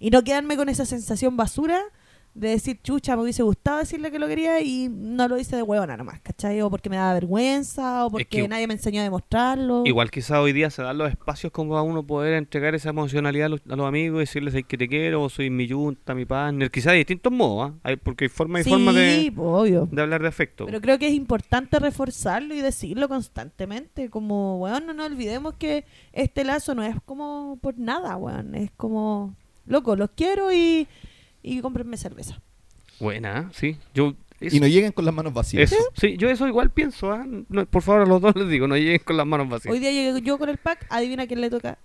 S1: Y no quedarme con esa sensación basura de decir, chucha, me hubiese gustado decirle que lo quería y no lo hice de huevona nomás, ¿cachai? O porque me daba vergüenza, o porque
S3: que-
S1: nadie me enseñó a demostrarlo.
S3: Igual quizá hoy día se dan los espacios como a uno poder entregar esa emocionalidad a los, a los amigos, decirles "Ay, que te quiero, soy mi yunta, mi partner, quizá de distintos modos, ¿ah? Hay- porque hay forma y
S1: sí,
S3: forma de,
S1: po, obvio.
S3: de hablar de afecto.
S1: Pero creo que es importante reforzarlo y decirlo constantemente, como, weón, no nos olvidemos que este lazo no es como por nada, weón, es como, loco, los quiero y, y cómprenme cerveza.
S3: Buena, ¿eh? sí. Yo, eso,
S2: Y no lleguen con las manos vacías.
S3: eso. Sí, yo eso igual pienso, ¿ah? No, por favor, a los dos les digo, no lleguen con las manos vacías.
S1: Hoy día llegué yo con el pack, adivina quién le toca.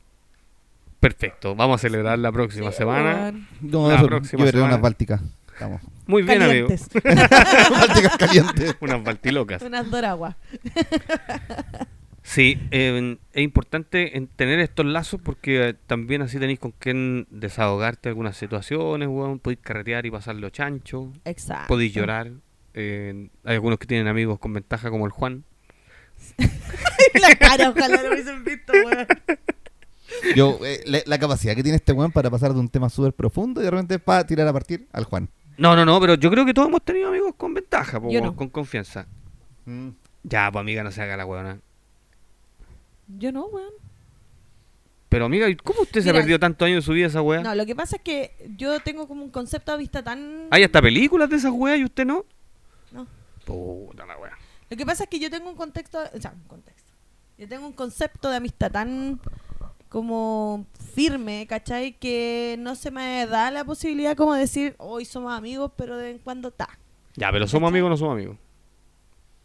S3: Perfecto, vamos a celebrar la próxima
S1: Sí,
S3: semana.
S1: weón.
S2: No,
S3: La
S2: eso,
S3: próxima
S2: yo veré
S3: semana.
S2: unas bálticas. Estamos.
S3: Muy bien, amigos.
S1: Calientes,
S2: bálticas calientes.
S3: Unas baltilocas.
S1: unas doraguas.
S3: Sí, eh, es importante en tener estos lazos porque eh, también así tenéis con quién desahogarte algunas situaciones, weón. Podéis carretear y pasarlo chancho.
S1: Exacto.
S3: Podéis llorar. eh, hay algunos que tienen amigos con ventaja como el Juan.
S1: La cara, ojalá lo hubiesen visto, weón.
S2: Yo, eh, la, la capacidad que tiene este weón para pasar de un tema súper profundo y de repente para tirar a partir al Juan.
S3: No, no, no, pero yo creo que todos hemos tenido amigos con ventaja, po,
S1: Yo
S3: weón,
S1: no.
S3: con confianza. Ya, pues amiga, no se haga la weona.
S1: Yo no, weón.
S3: Pero amiga, ¿y ¿cómo usted se
S1: Mira.
S3: perdió tanto año de su vida esa wea?
S1: No, lo que pasa es que yo tengo como un concepto de vista tan...
S3: Hay hasta películas de esas weas y usted no.
S1: No.
S3: Puta la wea.
S1: Lo que pasa es que yo tengo un contexto, o sea, un contexto. Yo tengo un concepto de amistad tan como firme, ¿cachai? Que no se me da la posibilidad como decir, hoy somos amigos, pero de vez en cuando está.
S3: Ya, pero somos amigos o no somos amigos.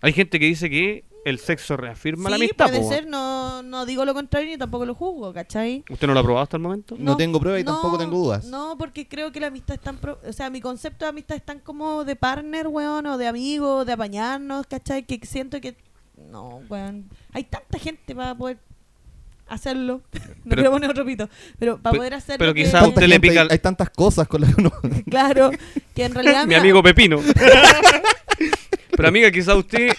S3: Hay gente que dice que el sexo reafirma la
S1: sí,
S3: amistad.
S1: puede
S3: po,
S1: ser, no, no digo lo contrario ni tampoco lo juzgo, ¿cachai?
S3: ¿Usted no lo ha probado hasta el momento?
S2: No tengo prueba y tampoco tengo dudas.
S1: No, porque creo que la amistad es tan... pro- o sea, mi concepto de amistad es tan como de partner, weón, o de amigo, de apañarnos, ¿cachai? Que siento que... No, weón. Hay tanta gente para poder hacerlo. no
S3: Pero-
S1: quiero poner otro pito. Pero para
S3: Pe-
S1: poder hacerlo...
S3: pero
S1: que-
S3: quizá a usted le
S2: gente,
S3: pica
S2: hay,
S3: el-
S2: hay tantas cosas con las que uno.
S1: Claro, que en realidad...
S3: Mi
S1: mira,
S3: amigo Pepino. pero amiga, quizá usted,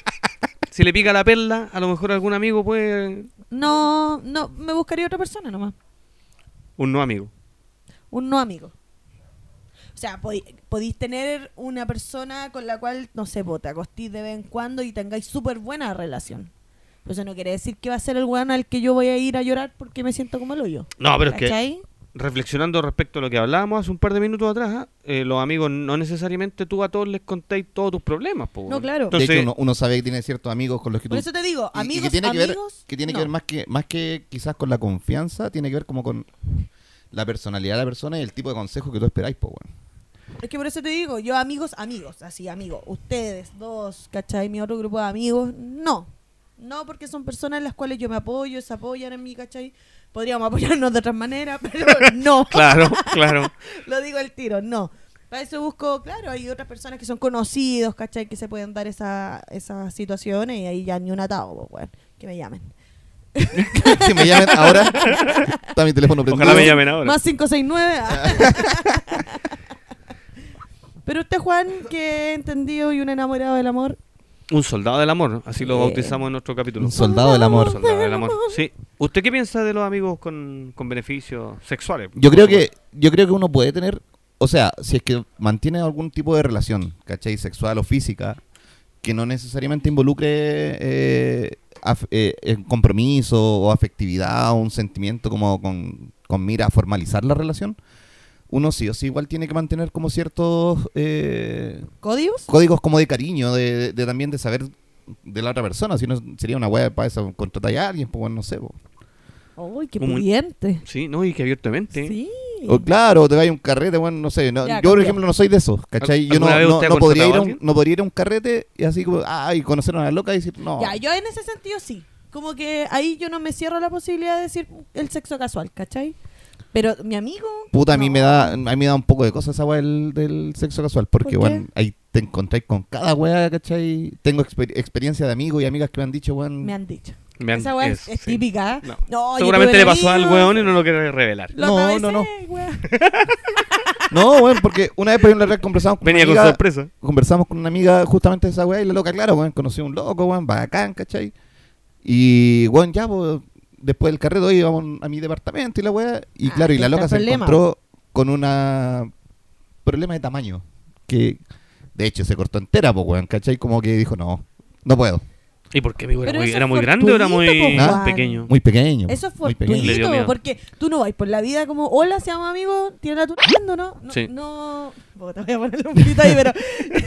S3: si le pica la perla, a lo mejor algún amigo puede...
S1: No, no, me buscaría otra persona nomás.
S3: Un no amigo.
S1: un no amigo. O sea, podí- podéis tener una persona con la cual, no sé, po, te acostís de vez en cuando y tengáis súper buena relación. Pero eso no quiere decir que va a ser el weón al que yo voy a ir a llorar porque me siento como el hoyo.
S3: No, pero es que...
S1: ¿Cachai?
S3: reflexionando respecto a lo que hablábamos hace un par de minutos atrás, ¿ah? Eh, los amigos no necesariamente tú a todos les contáis todos tus problemas. po,
S1: No,
S3: weón.
S1: claro.
S3: Entonces,
S2: de hecho, uno, uno sabe que tiene ciertos amigos con los que tú.
S1: Por eso te digo,
S2: y- y
S1: amigos,
S2: que tiene que ver,
S1: amigos,
S2: que, tiene que
S1: no.
S2: ver más, que, más que quizás con la confianza, tiene que ver como con la personalidad de la persona y el tipo de consejo que tú esperáis, pues, weón.
S1: Es que por eso te digo, yo amigos, amigos, así, amigos. Ustedes dos, ¿cachai? Mi otro grupo de amigos, no. No, porque son personas en las cuales yo me apoyo, se apoyan en mí, ¿cachai? Podríamos apoyarnos de otras maneras, pero no.
S3: Claro, claro.
S1: Lo digo al tiro, no. Para eso busco, claro, hay otras personas que son conocidos, ¿cachai? Que se pueden dar esa, esas situaciones y ahí ya ni un atado, pues, weón. Que me llamen.
S2: que me llamen ahora. Está mi teléfono prendido.
S3: Ojalá me llamen ahora.
S1: Más 569. ah. Pero usted, Juan, que entendido y un enamorado del amor.
S3: Un soldado del amor, ¿no? así lo
S1: Eh.
S3: bautizamos en nuestro capítulo.
S2: Un soldado del amor.
S3: Soldado del amor. Sí. ¿Usted qué piensa de los amigos con, con beneficios sexuales?
S2: Yo
S3: Por
S2: creo
S3: supuesto.
S2: que yo creo que uno puede tener, o sea, si es que mantiene algún tipo de relación, ¿cachai? Sexual o física, que no necesariamente involucre eh, af- eh, eh, compromiso o afectividad o un sentimiento como con, con mira a formalizar la relación, uno sí o sí igual tiene que mantener como ciertos eh,
S1: ¿Códigos?
S2: códigos como de cariño, de, de- de también de saber de la otra persona, si no sería una wea para eso, contratar a alguien, pues bueno, no sé. po.
S1: Uy, qué
S3: Como un-
S1: pudiente.
S3: Sí, no, y que abiertamente.
S1: Sí.
S2: O claro, te vaya a un carrete, bueno, no sé. no,
S1: Ya,
S2: yo, por
S1: cambió.
S2: ejemplo, no soy de esos, ¿cachai? Yo no,
S3: ¿Alguna vez
S2: no,
S3: usted ha
S2: no podría ir a
S3: contratado a
S2: un,
S3: alguien?
S2: no podría ir a un carrete y así como, ay, conocer a una loca y decir, no.
S1: Ya, yo en ese sentido sí. Como que ahí yo no me cierro la posibilidad de decir mm, el sexo casual, ¿cachai? Pero mi amigo.
S2: Puta, a mí
S1: no.
S2: me da a mí me da un poco de cosas esa weá del, del sexo casual, porque,
S1: qué?
S2: bueno, ahí te encontráis con cada weá, ¿cachai? Tengo exper- experiencia de amigos y amigas que me han dicho, weón,
S1: Me han dicho.
S3: Me han-
S1: Esa weá es,
S3: es-
S1: es
S3: sí.
S1: típica. ¿eh?
S3: No.
S1: No, yo
S3: Seguramente
S1: tuve
S3: le pasó al
S1: amigos,
S3: weón y no lo quiere revelar.
S1: Lo
S2: No,
S1: atravesé,
S2: no, no.
S1: weón.
S2: No, bueno, porque una vez por ejemplo, la red conversamos con
S4: Venía
S2: una
S4: con
S2: amiga,
S4: sorpresa.
S2: conversamos con una amiga justamente de esa weá y la loca, claro, weón, conoció a un loco, weón, bacán, ¿cachai? Y, weón, ya, pues, después del carrete hoy íbamos a mi departamento y la weá, y
S1: Ah,
S2: claro, y
S1: ahí
S2: la
S1: está
S2: loca
S1: el
S2: se
S1: problema.
S2: encontró con una problema de tamaño, que de hecho se cortó entera, pues, weón, ¿cachai? Como que dijo, no, no puedo,
S4: ¿Y por qué
S1: Pero
S4: era muy,
S1: eso
S4: era
S1: es
S4: muy grande o era muy
S1: fortuito, po,
S2: Juan.
S4: pequeño?
S2: ¿Ah? muy pequeño.
S1: Eso es
S2: muy pequeño.
S4: Le dio
S1: fortuito,
S4: miedo.
S1: porque tú no vais por la vida como, hola, seamos amigos, tiene la turando, ¿no? No,
S4: Sí.
S1: no, puta, voy a ponerle un poquito ahí, pero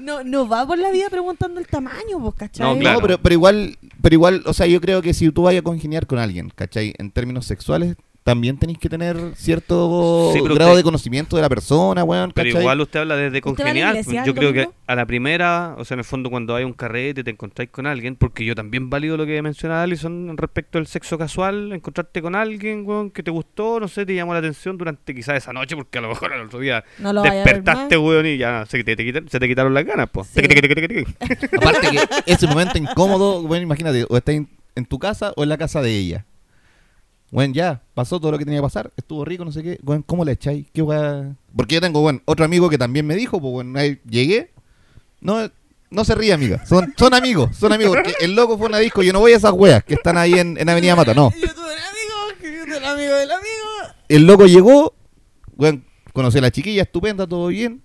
S1: no, no va por la vida preguntando el tamaño, vos, ¿cachai?
S4: No, claro.
S2: No, pero, pero igual, pero igual, o sea, yo creo que si tú vayas a congeniar con alguien, ¿cachai? En términos sexuales, también tenéis que tener cierto
S3: Sí, pero
S2: grado
S3: usted-
S2: de conocimiento de la persona, weón,
S3: Pero
S2: ¿cachai?
S3: igual usted habla desde
S1: ¿Usted va a la
S3: congeniar.
S1: iglesia
S3: Yo
S1: el
S3: creo que
S1: domingo?
S3: a la primera, o sea, en el fondo cuando hay un carrete te encontráis con alguien, porque yo también valido lo que mencionaba Alison respecto al sexo casual, encontrarte con alguien, weón, que te gustó, no sé, te llamó la atención durante quizás esa noche, porque a lo mejor al otro día
S1: No lo vaya a ver
S3: despertaste, weón, y ya se te, te quitaron, se te quitaron las ganas, pues.
S1: Sí.
S2: Aparte que ese momento incómodo, bueno, imagínate, o estás en, en tu casa o en la casa de ella. Bueno, ya, pasó todo lo que tenía que pasar, estuvo rico, no sé qué, bueno, ¿cómo le echáis? ¿Qué weá? Porque yo tengo, bueno, otro amigo que también me dijo, pues bueno, ahí llegué, no, no se ríe, amiga, son, son amigos, son amigos, porque el loco fue a una disco, yo no voy a esas weas que están ahí en, en Avenida Mata, no.
S1: Yo tuve un amigo, que yo tuve un amigo del amigo.
S2: El loco llegó, bueno, conocí a la chiquilla, estupenda, todo bien,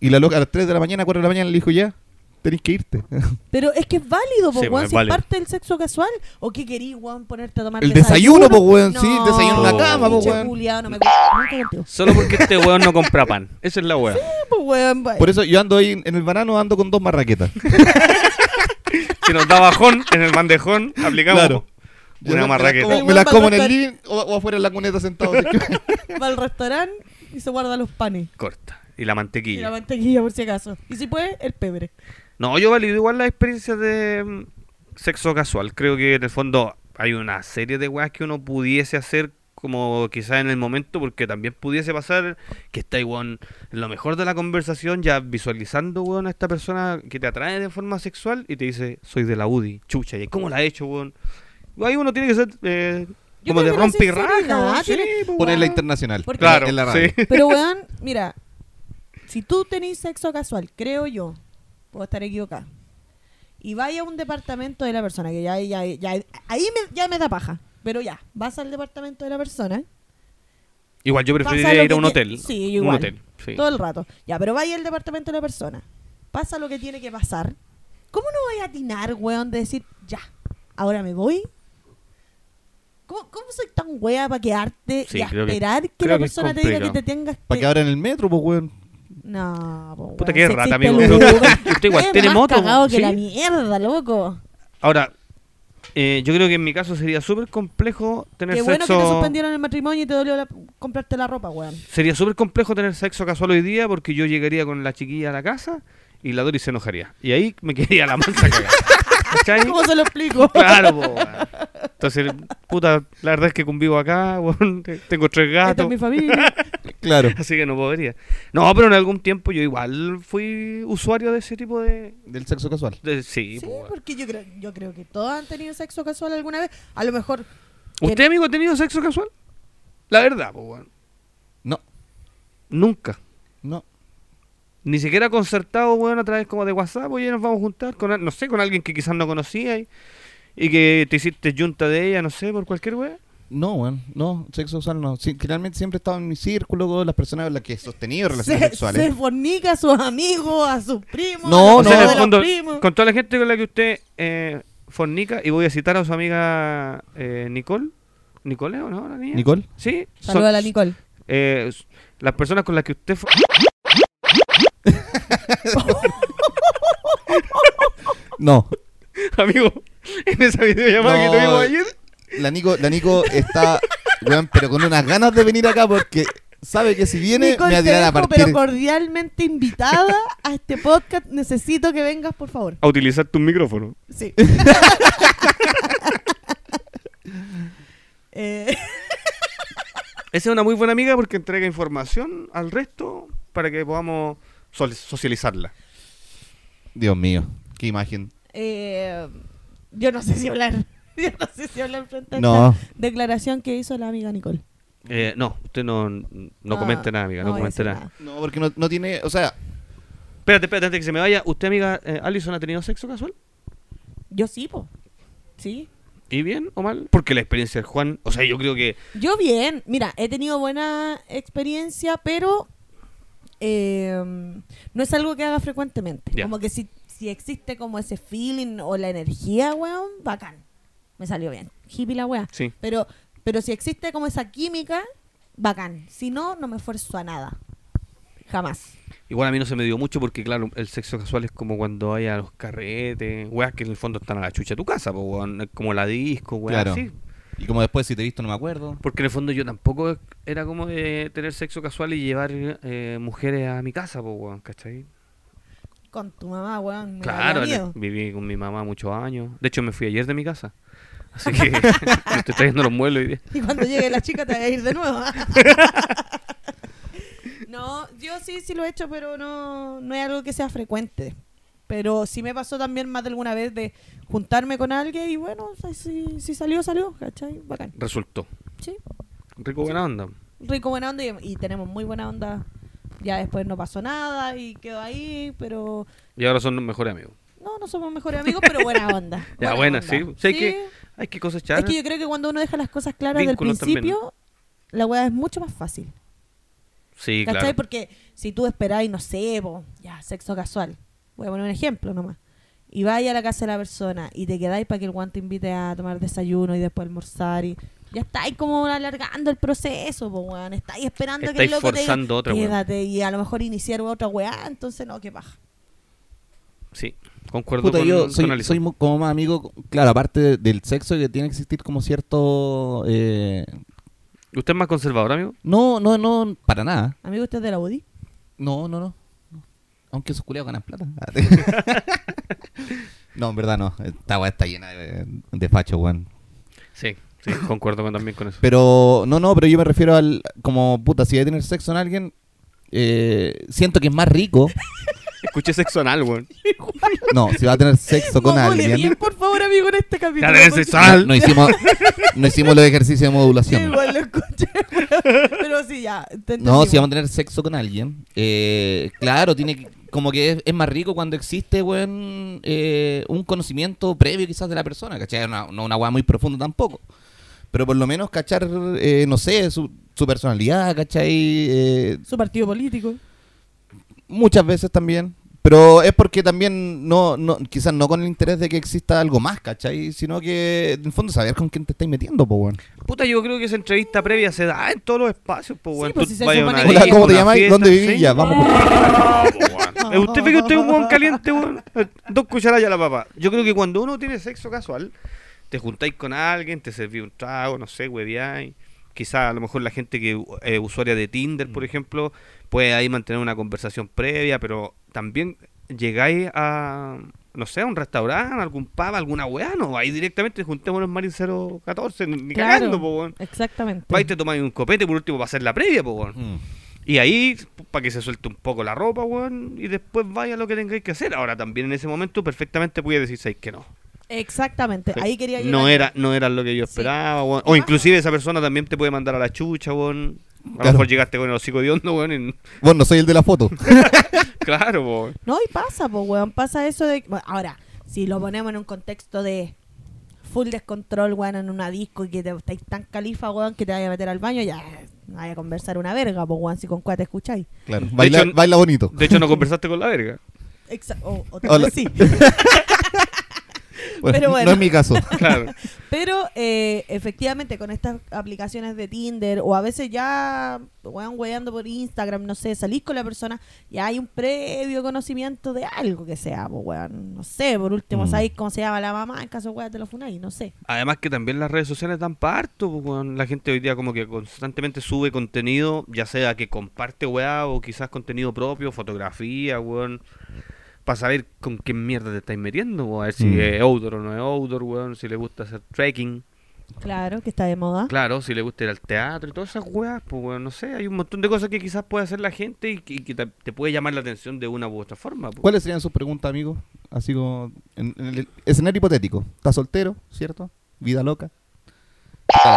S2: y la loca a las 3 de la mañana, 4 de la mañana le dijo, ya, tenéis que irte.
S1: Pero es que es válido, po,
S4: Sí,
S1: weón,
S4: es
S1: si
S4: válido.
S1: es parte del sexo casual. ¿O qué querís, weón, ponerte a tomar
S2: El desayuno, po, weón, sí, desayuno
S4: en la cama, po,
S1: pinche
S2: weón.
S1: culiao, no me acuerdo, nunca contigo.
S3: Solo porque este weón no compra pan. Esa es la weá.
S1: No, po, weón,
S2: Por eso yo ando ahí en en el banano, ando con dos marraquetas.
S4: Que nos da bajón en el bandejón, aplicamos.
S2: Claro.
S4: Una marraqueta.
S2: Me las como, me las como en el living o, o afuera en la cuneta sentado. así que-
S1: va al restaurante y se guarda los panes.
S3: Corta. Y la
S1: Y
S3: mantequilla.
S1: la mantequilla, por si acaso. Y si puede, el pebre.
S3: No, yo valido igual las experiencias de mm, sexo casual. Creo que en el fondo hay una serie de weas que uno pudiese hacer como quizás en el momento, porque también pudiese pasar que está weón en lo mejor de la conversación, ya visualizando weón a esta persona que te atrae de forma sexual y te dice, soy de la UDI, chucha, ¿y cómo la he hecho weón? Ahí uno tiene que ser eh,
S1: Yo
S3: como de
S1: creo que la
S3: rompe y raja,
S1: sinceridad
S3: weón, sí,
S1: tiene-
S3: po,
S2: Ponerla
S1: Wow.
S2: internacional.
S1: Porque-
S4: Claro,
S2: en la radio.
S4: sí.
S1: Pero, weón, mira, si tú tenés sexo casual, creo yo, puedo estar equivocada, y vaya a un departamento de la persona, que ya, ya, ya ahí me, ya me da paja, pero ya, vas al departamento de la persona
S3: Igual yo
S1: Pasa
S3: preferiría
S1: lo
S3: ir a
S1: que
S3: un
S1: tie-
S3: hotel.
S1: Sí,
S3: un
S1: igual.
S3: hotel, sí.
S1: todo el rato. Ya, pero vaya al departamento de la persona, pasa lo que tiene que pasar. ¿Cómo no voy a atinar, weón, de decir, ya, ahora me voy? ¿Cómo, cómo soy tan wea para quedarte
S3: Sí,
S1: y a
S3: creo que-
S1: esperar que,
S3: creo
S1: la
S3: que es
S1: persona te diga que
S3: complicado.
S1: te tengas que...
S2: Para que ahora en el metro, pues, weón.
S1: No, po,
S3: Puta,
S1: weón,
S3: qué
S1: si
S3: rata,
S1: existe
S3: amigo.
S1: el Uber.
S3: Usted igual
S1: Es
S3: tiene
S1: más
S3: moto,
S1: cagado
S3: ¿sí?
S1: que la mierda, loco.
S3: Ahora, eh, yo creo que en mi caso sería súper complejo tener
S1: Qué bueno que
S3: sexo.
S1: te suspendieron el matrimonio y te dolió la- comprarte la ropa, weón.
S3: Sería súper complejo tener sexo casual hoy día porque yo llegaría con la chiquilla a la casa y la Dori se enojaría. Y ahí me quedaría la mansa cagada. ¿Cachai?
S1: ¿Cómo se lo explico?
S3: Claro, po, weón. Entonces, puta, la verdad es que convivo acá, weón, te- tengo tres
S1: Esta es
S3: gatos,
S1: mi familia.
S2: Claro.
S3: así que no podría. No, pero en algún tiempo yo igual fui usuario de ese tipo de...
S2: Del sexo casual.
S3: de- sí, pues.
S1: Sí,
S3: po, weón.
S1: porque yo creo, yo creo que todos han tenido sexo casual alguna vez. A lo mejor.
S3: ¿Usted, amigo, ha tenido sexo casual? La verdad, po, weón.
S2: No,
S3: Nunca.
S2: no.
S3: Ni siquiera concertado, weón, a través como de WhatsApp, oye, nos vamos a juntar con, al- no sé, con alguien que quizás no conocía y, y que te hiciste junta de ella, no sé, por cualquier weón.
S2: No, weón. No, sexo casual no. Sí, generalmente siempre he estado en mi círculo con las personas con las que he sostenido relaciones
S1: Se,
S2: sexuales.
S1: se fornica a sus amigos, a sus primos.
S2: No,
S1: a
S3: O
S1: los
S2: no.
S3: sea,
S1: hijos Oh,
S3: en el
S1: de los
S3: fondo,
S1: primos.
S3: con toda la gente con la que usted eh, fornica, y voy a citar a su amiga eh, Nicole, Nicole, ¿o no? La niña?
S2: ¿Nicole?
S3: Sí. son-
S1: Saluda a la Nicole.
S3: eh, s- las personas con las que usted... for-
S2: No.
S3: Amigo, en esa videollamada
S2: No.
S3: que tuvimos ayer...
S2: La Nico, la Nico está, weón, pero con unas ganas de venir acá porque sabe que si viene
S1: Nicole,
S2: me va a
S1: te
S2: tirar a
S1: dejo,
S2: partir.
S1: pero cordialmente invitada a este podcast. Necesito que vengas, por favor.
S3: A utilizar tu micrófono.
S1: Sí. Eh,
S3: Esa es una muy buena amiga porque entrega información al resto para que podamos sol- socializarla.
S2: Dios mío, qué imagen.
S1: eh, yo no sé si hablar. Yo no sé si hablar frente a
S2: No.
S1: esta declaración que hizo la amiga Nicole.
S3: Eh, no, usted no, no, comente nada, amiga, Ah, no,
S1: voy a
S3: comente
S1: decir
S3: nada.
S2: No, porque no, no tiene. O sea,
S3: Espérate, espérate, antes que se me vaya. ¿Usted, amiga eh, Alison, ha tenido sexo casual?
S1: Yo sí, po. Sí.
S3: ¿Y bien o mal? Porque la experiencia del Juan, o sea, yo creo que
S1: Yo bien. Mira, he tenido buena experiencia, pero eh, no es algo que haga frecuentemente.
S3: Ya.
S1: Como que si, si existe como ese feeling o la energía, weón, bacán. Me salió bien. Hippie la weá.
S3: Sí.
S1: Pero, pero si existe como esa química, bacán. Si no, no me esfuerzo a nada. Jamás.
S3: igual a mí no se me dio mucho porque, claro, el sexo casual es como cuando hay a los carretes, weas que en el fondo están a la chucha de tu casa, po, weón, es como la disco, weas
S2: claro.
S3: así.
S2: Y como después, si te he visto, no me acuerdo.
S3: Porque en el fondo yo tampoco era como de tener sexo casual y llevar eh, mujeres a mi casa, po, weón, ¿cachai?
S1: Con tu mamá, weón. Me
S3: Claro,
S1: daría miedo.
S3: le- viví con mi mamá muchos años. De hecho, me fui ayer de mi casa. Así que me estoy trayendo los muebles hoy día.
S1: Y cuando llegue la chica te va a ir de nuevo. no, yo sí, sí lo he hecho, pero no, no es algo que sea frecuente. Pero sí me pasó también más de alguna vez de juntarme con alguien y bueno, o sea, si, si salió, salió, ¿cachai? Bacán.
S3: Resultó.
S1: Sí,
S3: Rico buena onda.
S1: rico, buena onda y, y tenemos muy buena onda. Ya después no pasó nada y quedó ahí, pero
S3: Y ahora son los mejores amigos.
S1: no, no somos mejores amigos, pero buena onda.
S3: Ya,
S1: buena
S3: buena,
S1: onda.
S3: sí. Sé que hay que cosechar.
S1: Es que yo creo que cuando uno deja las cosas claras del
S3: Vínculos también.
S1: principio, la weá es mucho más fácil.
S3: Sí,
S1: ¿Cachai?
S3: claro.
S1: Porque si tú esperáis, no sé, po, ya, sexo casual. Voy a poner un ejemplo nomás. Y vais a la casa de la persona y te quedáis para que el guan te invite a tomar desayuno y después almorzar y ya estáis como alargando el proceso, po, weón. Estáis esperando que
S3: Estáis
S1: el loco te diga,
S3: forzando otra, weón.
S1: quédate y a lo mejor iniciar otra weá, entonces no, qué paja.
S3: Sí, concuerdo
S2: Puta,
S3: con,
S2: yo soy,
S3: con Alison.
S2: soy mu- como más amigo, claro, aparte de- del sexo, que tiene que existir como cierto... eh,
S3: ¿Usted es más conservador, amigo?
S2: no, no, no, para nada.
S1: Amigo, usted es de la UDI.
S2: No, no, no. Aunque esos culiados ganan plata. no, en verdad no. Esta weá está llena de, de facho, weón.
S3: Sí, sí, concuerdo con- también con eso.
S2: Pero, no, no, pero yo me refiero al... Como, puta, si voy a tener sexo con alguien, eh, siento que es más rico.
S4: Escuché sexo anal, weón.
S2: No, si va a tener sexo con
S1: Module
S2: alguien...
S1: bien, por favor, amigo, en este capítulo.
S3: Dale,
S1: porque-
S3: sexo.
S2: No, no hicimos, no hicimos los ejercicios de
S1: Sí,
S2: modulación.
S1: igual lo escuché, weón. Pero sí, ya. te
S2: No,
S1: entendimos.
S2: si vamos a tener sexo con alguien, eh, claro, tiene que- como que es, es más rico cuando existe buen, eh, un conocimiento previo quizás de la persona, ¿cachai? Una- no una weá muy profunda tampoco. Pero por lo menos cachar, eh, no sé, su, su personalidad, ¿cachai? Eh,
S1: Su partido político.
S2: muchas veces también. Pero es porque también, no, no quizás no con el interés de que exista algo más, ¿cachai? Sino que, en el fondo, saber con quién te estáis metiendo, po, weón.
S3: Puta, yo creo que esa entrevista previa se da en todos los espacios, po,
S1: Sí,
S3: weón.
S1: pues,
S3: Tú
S1: si se
S3: vayas a
S1: supone
S3: una
S1: que-
S2: Hola,
S3: disco,
S2: ¿cómo te
S3: una
S2: llamas?
S3: fiesta,
S2: ¿Dónde vivís?
S3: sí.
S2: Ya, vamos. por-
S3: Eh, Usted ve que usted es un hueón caliente, weón. Eh, Dos cucharadas ya la papa. Yo creo que cuando uno tiene sexo casual, te juntáis con alguien, te serví un trago, no sé, hueveáis. Quizá a lo mejor la gente que es usuaria de Tinder, por ejemplo, puede ahí mantener una conversación previa, pero también llegáis a, no sé, a un restaurante, a algún pub, a alguna weá, no, ahí directamente juntémonos en Marin 014, ni cagando, po, weón.
S1: Exactamente.
S3: Vais, te tomáis un copete por último para hacer la previa, po, weón.
S2: Mm.
S3: Y ahí, para que se suelte un poco la ropa, weón, y después vaya lo que tengáis que hacer. Ahora también en ese momento perfectamente podía decirse que no.
S1: Exactamente, ahí quería llegar.
S3: No era, no era lo que yo
S1: Sí.
S3: esperaba, weón. O inclusive esa persona también te puede mandar a la chucha, weón. A lo
S2: Claro.
S3: mejor llegaste con el hocico de hondo, weón. y-
S2: Vos no soy el de la foto.
S3: Claro, weón.
S1: No, y pasa, pues, weón, pasa eso de... bueno, ahora, si lo ponemos en un contexto de full descontrol, weón, en una disco y que te estáis tan califa, weón, que te vaya a meter al baño, ya eh, no vaya a conversar una verga, pues, weón, si con cuál te escucháis.
S2: Claro, baila,
S3: hecho,
S2: baila bonito.
S3: De hecho, no conversaste con la verga.
S1: Exa- o, o
S2: Hola.
S1: tal vez sí.
S2: Bueno,
S1: Pero bueno.
S2: No es mi caso.
S3: Claro.
S1: Pero eh, efectivamente con estas aplicaciones de Tinder o a veces ya weón weando por Instagram, no sé, salís con la persona y hay un previo conocimiento de algo que sea, pues weón, no sé, por último
S2: Mm.
S1: sabéis cómo se llama la mamá, en caso weón te lo funáis, no sé.
S3: Además que también las redes sociales dan parto, pues, weón. La gente hoy día como que constantemente sube contenido, ya sea que comparte weá o quizás contenido propio, fotografía, weón. Para saber con qué mierda te estáis metiendo, weón. A ver si
S2: Mm.
S3: es outdoor o no es outdoor, weón. Si le gusta hacer trekking.
S1: Claro, que está de
S2: ¿Ah?
S1: moda.
S3: Claro, si le gusta ir al teatro y todas esas weas, pues, weón. No sé, hay un montón de cosas que quizás puede hacer la gente y que, y que te, te puede llamar la atención de una u otra forma. pues.
S2: ¿Cuáles serían sus preguntas, amigo? Así como, en, en el escenario hipotético. Estás soltero, ¿cierto? Vida loca.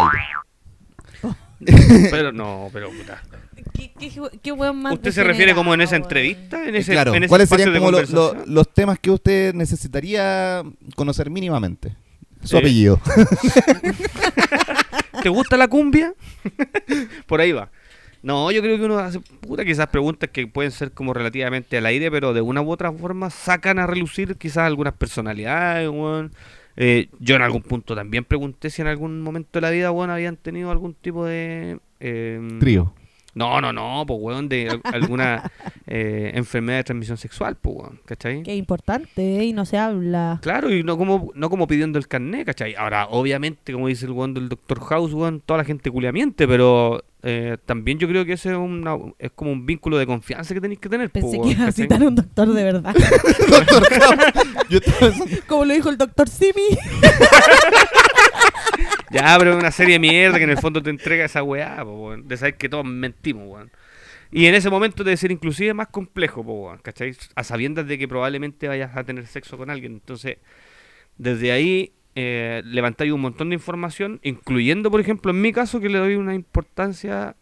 S3: Pero no, pero puta.
S1: ¿Qué, qué, qué weón más
S3: ¿Usted se refiere como en esa
S1: degenerado, weón?
S3: entrevista? En ese,
S2: Eh, claro,
S3: en ese
S2: ¿cuáles
S3: espacio
S2: serían
S3: de
S2: como lo- lo-
S3: conversación?
S2: los temas que usted necesitaría conocer mínimamente? Su
S3: Eh,
S2: apellido.
S3: ¿Te gusta la cumbia? Por ahí va. No, yo creo que uno hace puta quizás preguntas que pueden ser como relativamente al aire, pero de una u otra forma sacan a relucir quizás algunas personalidades, weón. Eh, yo en algún punto también pregunté si en algún momento de la vida, weón, habían tenido algún tipo de... em,
S2: Trío.
S3: No, no, no, pues, weón, de al- alguna eh, enfermedad de transmisión sexual, pues, weón, ¿cachai?
S1: Qué importante, ¿eh? Y no se habla.
S3: Claro, y no como, no como pidiendo el carnet, ¿cachai? Ahora, obviamente, como dice el weón del Doctor House, weón, toda la gente culia miente, pero eh, también yo creo que ese es, una, es como un vínculo de confianza que tenéis que tener. po,
S1: Pensé
S3: weón,
S1: que iba a
S3: ¿cachai?
S1: citar a un doctor de verdad.
S2: Doctor House. Yo estaba pensando-
S1: como lo dijo el doctor Simi.
S3: Ya, pero es una serie de mierda que en el fondo te entrega esa weá, po, weón, de saber que todos mentimos, weón. Y en ese momento debe ser inclusive más complejo, po, weón, ¿cachai? A sabiendas de que probablemente vayas a tener sexo con alguien. Entonces, desde ahí eh, levantáis un montón de información, incluyendo, por ejemplo, en mi caso, que le doy una importancia